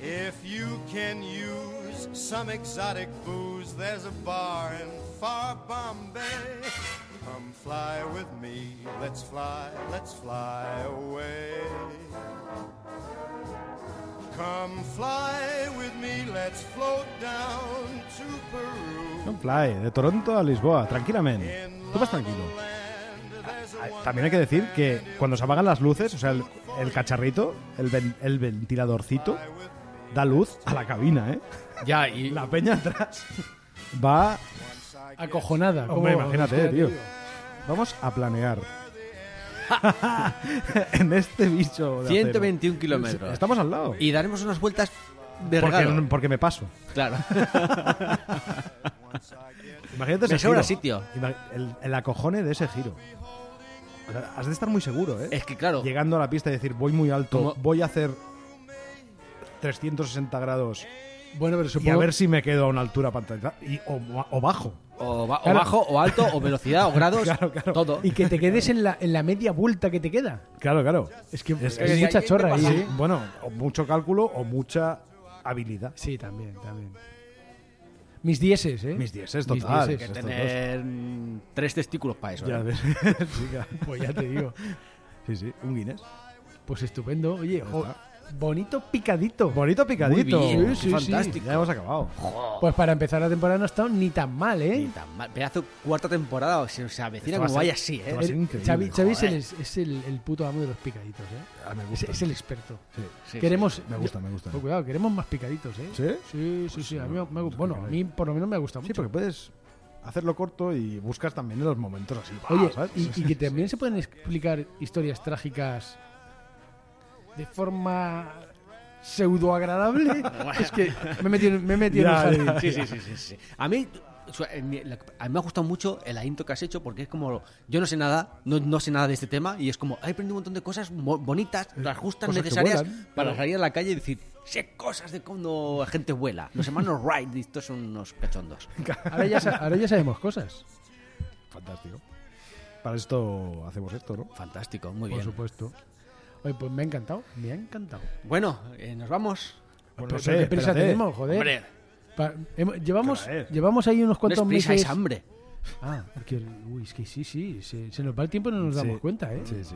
If you can use some exotic booze, there's a bar in far Bombay. Come fly with me, let's fly, let's fly away. Come fly with me, let's float down to Peru. No fly, de Toronto a Lisboa, tranquilamente. In Tú vas tranquilo. La La Land, there's a Ah, one También hay que decir que man cuando se apagan las luces, o sea, el, el cacharrito, el, ven- el ventiladorcito, fly with me. da luz a la cabina, ¿eh? Ya, y. La peña atrás va Acojonada. Hombre, ¿cómo? imagínate, tío. Vamos a planear. en este bicho. de acero. 121 kilómetros. Estamos al lado. Y daremos unas vueltas de porque, regalo. porque me paso. Claro. Imagínate ese Me sobra giro. sitio. Ima- El, el acojone de ese giro. O sea, has de estar muy seguro, ¿eh? Es que, claro. Llegando a la pista y decir, voy muy alto, Como- voy a hacer 360 grados Bueno, pero y a supongo. ver si me quedo a una altura pantalla. Y, o, o bajo. O, ba- o Claro. bajo, o alto, o velocidad, o grados. Claro, claro. Todo. Y que te quedes en la, en la media vuelta que te queda. Claro, claro. Es que es, que- mucha chorra ahí. Sí, ¿eh? bueno, o mucho cálculo o mucha habilidad. Sí, también, también. Mis dieces, ¿eh? Mis dieces, Mis total. Hay dieces. que Estos tener mm, tres testículos para eso. Ya ¿eh? ves. Sí, claro. Pues ya te digo. sí, sí, un Guinness. Pues estupendo. Oye, jo- bonito picadito. Bonito picadito. Muy bien, Sí, sí, fantástico. Ya hemos acabado. Pues para empezar la temporada no ha estado ni tan mal, ¿eh? Ni tan mal. Pedazo cuarta temporada, o sea, se avecina Esto va como a ser- vaya así, esto ¿eh? va a ser increíble. Xavi, Xavi es, el, Joder. es el, el puto amo de los picaditos, ¿eh? Ah, me Es, gusta. es el experto. Sí. Sí, queremos. Me gusta, me gusta. Pues cuidado, queremos más picaditos, ¿eh? ¿Sí? Sí, sí, sí, A mí me, me- pues bueno, que a queráis. mí por lo menos me gusta Sí, mucho. porque puedes hacerlo corto y buscas también en los momentos así. Oye, Ah, ¿sabes? y, y que también se pueden explicar historias trágicas de forma pseudoagradable. es que me he metido, me he metido Ya, en un jardín. Sí, sí, sí, sí, sí. A mí, su- eh, mi- la- a mí me ha gustado mucho la intro que has hecho porque es como, yo no sé nada, no, no sé nada de este tema y es como, he aprendido un montón de cosas mo- bonitas, las justas, Eh, cosas que necesarias vuelan, para salir a la calle y decir, sé cosas de cuando la gente vuela. Los hermanos Wright, estos son unos cachondos. Ahora ya, sa- ahora ya sabemos cosas. Fantástico. Para esto hacemos esto, Pues ¿no? Fantástico, muy Por bien. supuesto. Oye, pues me ha encantado, me ha encantado. Bueno, eh, nos vamos. Pues Pero qué prisa espérate. tenemos, joder. Hombre, Pa- hemos- llevamos, Joder. llevamos ahí unos no es cuantos prisa, meses. es hambre. Ah, es que, uy, es que sí, sí, se, se nos va el tiempo y no nos damos Sí. cuenta, ¿eh? Sí, sí.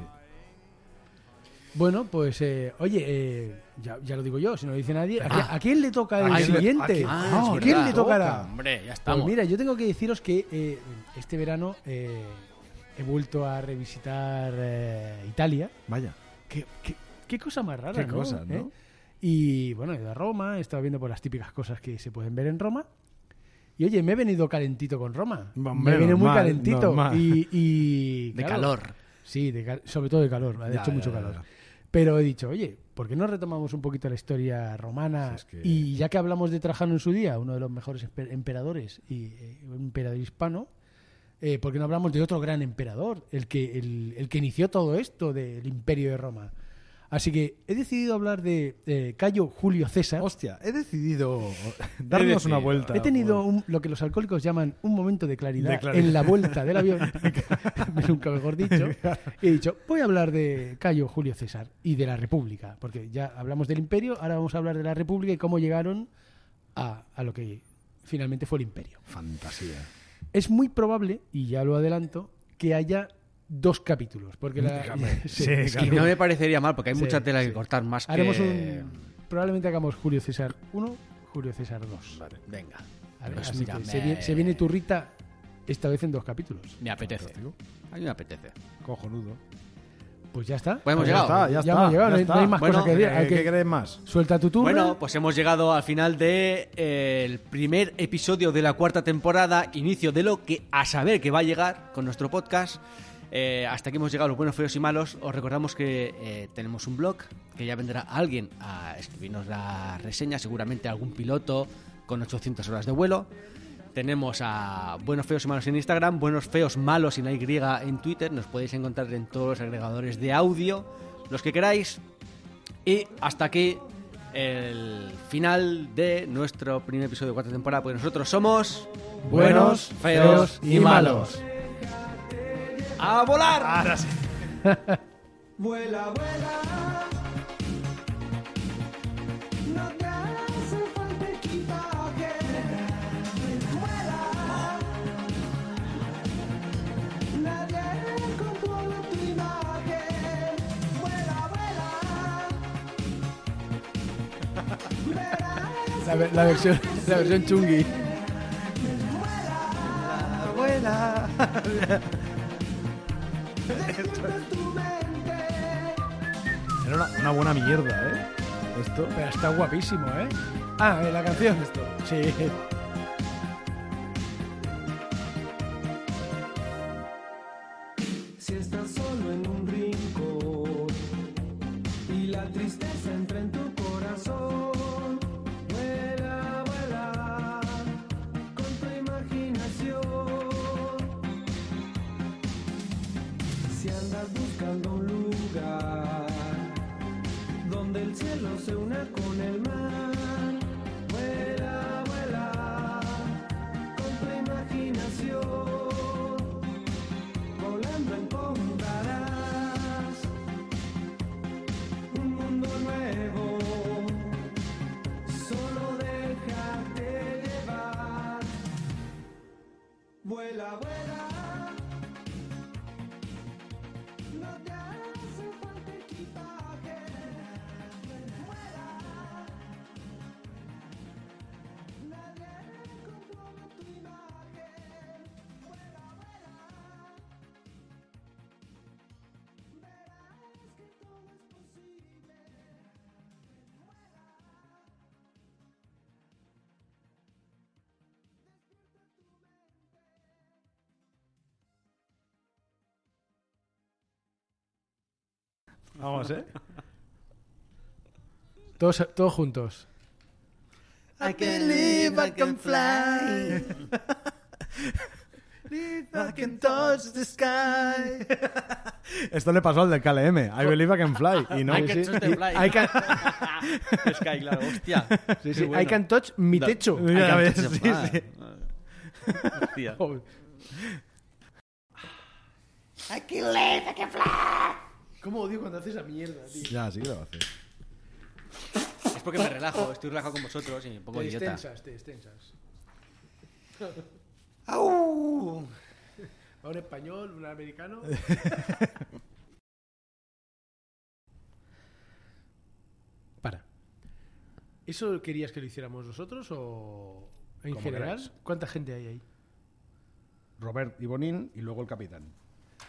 Bueno, pues, eh, oye, eh, ya, ya lo digo yo, si no lo dice nadie, ¿a, qui- Ah. a quién le toca el ¿A quién le- siguiente? a quién- Ah, No, es ¿a quién verdad. le tocará? Hombre, ya estamos. Pues mira, yo tengo que deciros que eh, este verano eh, he vuelto a revisitar eh, Italia. Vaya. ¿Qué, qué- qué cosa más rara, Qué ¿no? cosa, ¿no? ¿Eh? Y bueno, he ido a Roma, he estado viendo por las típicas cosas que se pueden ver en Roma. Y oye, me he venido calentito con Roma. Hombre, me viene muy normal, calentito. normal. Y, y, de claro, calor. Sí, de cal- sobre todo de calor. Ha Ya, hecho ya, mucho ya, calor. ya. Pero he dicho, oye, ¿por qué no retomamos un poquito la historia romana? Si es que- Y ya que hablamos de Trajano en su día, uno de los mejores empe- emperadores y eh, emperador hispano, eh, ¿por qué no hablamos de otro gran emperador, el que, el, el que inició todo esto del imperio de Roma? Así que he decidido hablar de eh, Cayo Julio César. Hostia, he decidido darnos decidido. una vuelta. He tenido por- un- lo que los alcohólicos llaman un momento de claridad, De claridad. en la vuelta del avión, nunca mejor dicho. Y he dicho, voy a hablar de Cayo Julio César y de la República, porque ya hablamos del imperio, ahora vamos a hablar de la República y cómo llegaron a, a lo que finalmente fue el imperio. Fantasía. Es muy probable, y ya lo adelanto, que haya dos capítulos, porque la... Sí, sí, es que No claro. me parecería mal porque hay Sí, mucha tela sí. que cortar más que... haremos un... Probablemente hagamos Julio César 1, Julio César 2. Venga. A ver, Pues así mira, que se, me- viene, se viene Turrita esta vez en dos capítulos. Me apetece. Fantástico. A mí me apetece. Cojonudo. Pues ya está. Pues hemos ya llegado. está, ya, Ya está. hemos llegado, ya no hay- está. no hay más Bueno, cosas que decir. ¿qué- Hay que- ¿Qué crees más? Suelta tu turno. Bueno, pues hemos llegado al final de eh, el primer episodio de la cuarta temporada, inicio de lo que a saber que va a llegar con nuestro podcast. Eh, hasta aquí hemos llegado los buenos, feos y malos. Os recordamos que eh, tenemos un blog que ya vendrá alguien a escribirnos la reseña, seguramente algún piloto con 800 horas de vuelo. Tenemos a Buenos Feos y Malos en Instagram, Buenos Feos Malos sin la Y en Twitter. Nos podéis encontrar en todos los agregadores de audio, los que queráis. Y hasta aquí el final de nuestro primer episodio de cuarta temporada, porque nosotros somos pues Buenos, feos y malos. ¡A volar! Ah. Vuela, vuela. No te hace falta equipaje. Vuela. Nadie controla tu imagen. Vuela, vuela. Verás La, ver- la versión, la versión chungi. tu mente. Era una, una buena mierda, ¿eh? Esto. Pero está guapísimo, ¿eh? Ah, eh, la canción esto. Sí. si estás solo en un rincón y la tristeza entra en tu corazón. Vuela, vuela con tu imaginación. Si andas buscando un lugar donde el cielo se una con el mar, vuela, vuela con tu imaginación volando encontrarás un mundo nuevo. Solo déjate llevar. Vuela, vuela. No te hace falta equipaje. Vuela. Nadie controla tu imagen. Vuela, vuela. Verás que todo es posible. Vamos, ¿eh? Todos, todos juntos. I can live, I can fly. I can touch the sky. Esto le pasó al del KLM. I believe I can fly. Y no, I sí, can sí. touch the fly. I can- Sky, claro, hostia. Sí, Qué sí, I bueno. can touch mi Da- techo. I Ya can ves, touch the sí, fly. sí. Hostia. Joder. I can live, I can fly. ¿Cómo odio cuando haces esa mierda, tío? Ya, sí que lo hace. Es porque me relajo, estoy relajado con vosotros y me pongo Te idiota. extensas, te extensas. Au. Un español, un americano. Para. ¿Eso querías que lo hiciéramos nosotros o en Como general? queráis. ¿Cuánta gente hay ahí? Robert y Bonin y luego el capitán.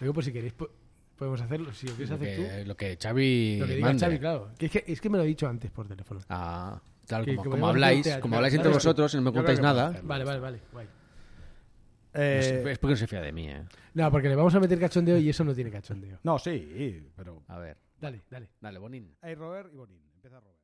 Luego, pues si queréis, po- podemos hacerlo. Si lo quieres Lo hacer tú. que, Eh, lo que Xavi Lo que diga mande. Xavi, claro. Que es, que, es que me lo ha dicho antes por teléfono. Ah, claro, Que como, como como hemos habláis, planteado, como claro, habláis claro, entre claro. vosotros y no me Yo creo contáis que podemos nada. hacerlo. Vale, vale, vale. guay. no Eh, sé, es porque no se fía de mí, eh. No, porque le vamos a meter cachondeo y eso no tiene cachondeo. no, sí, pero. A ver, Dale, dale. dale, Bonin. Hey, Robert y Bonin. Empieza Robert.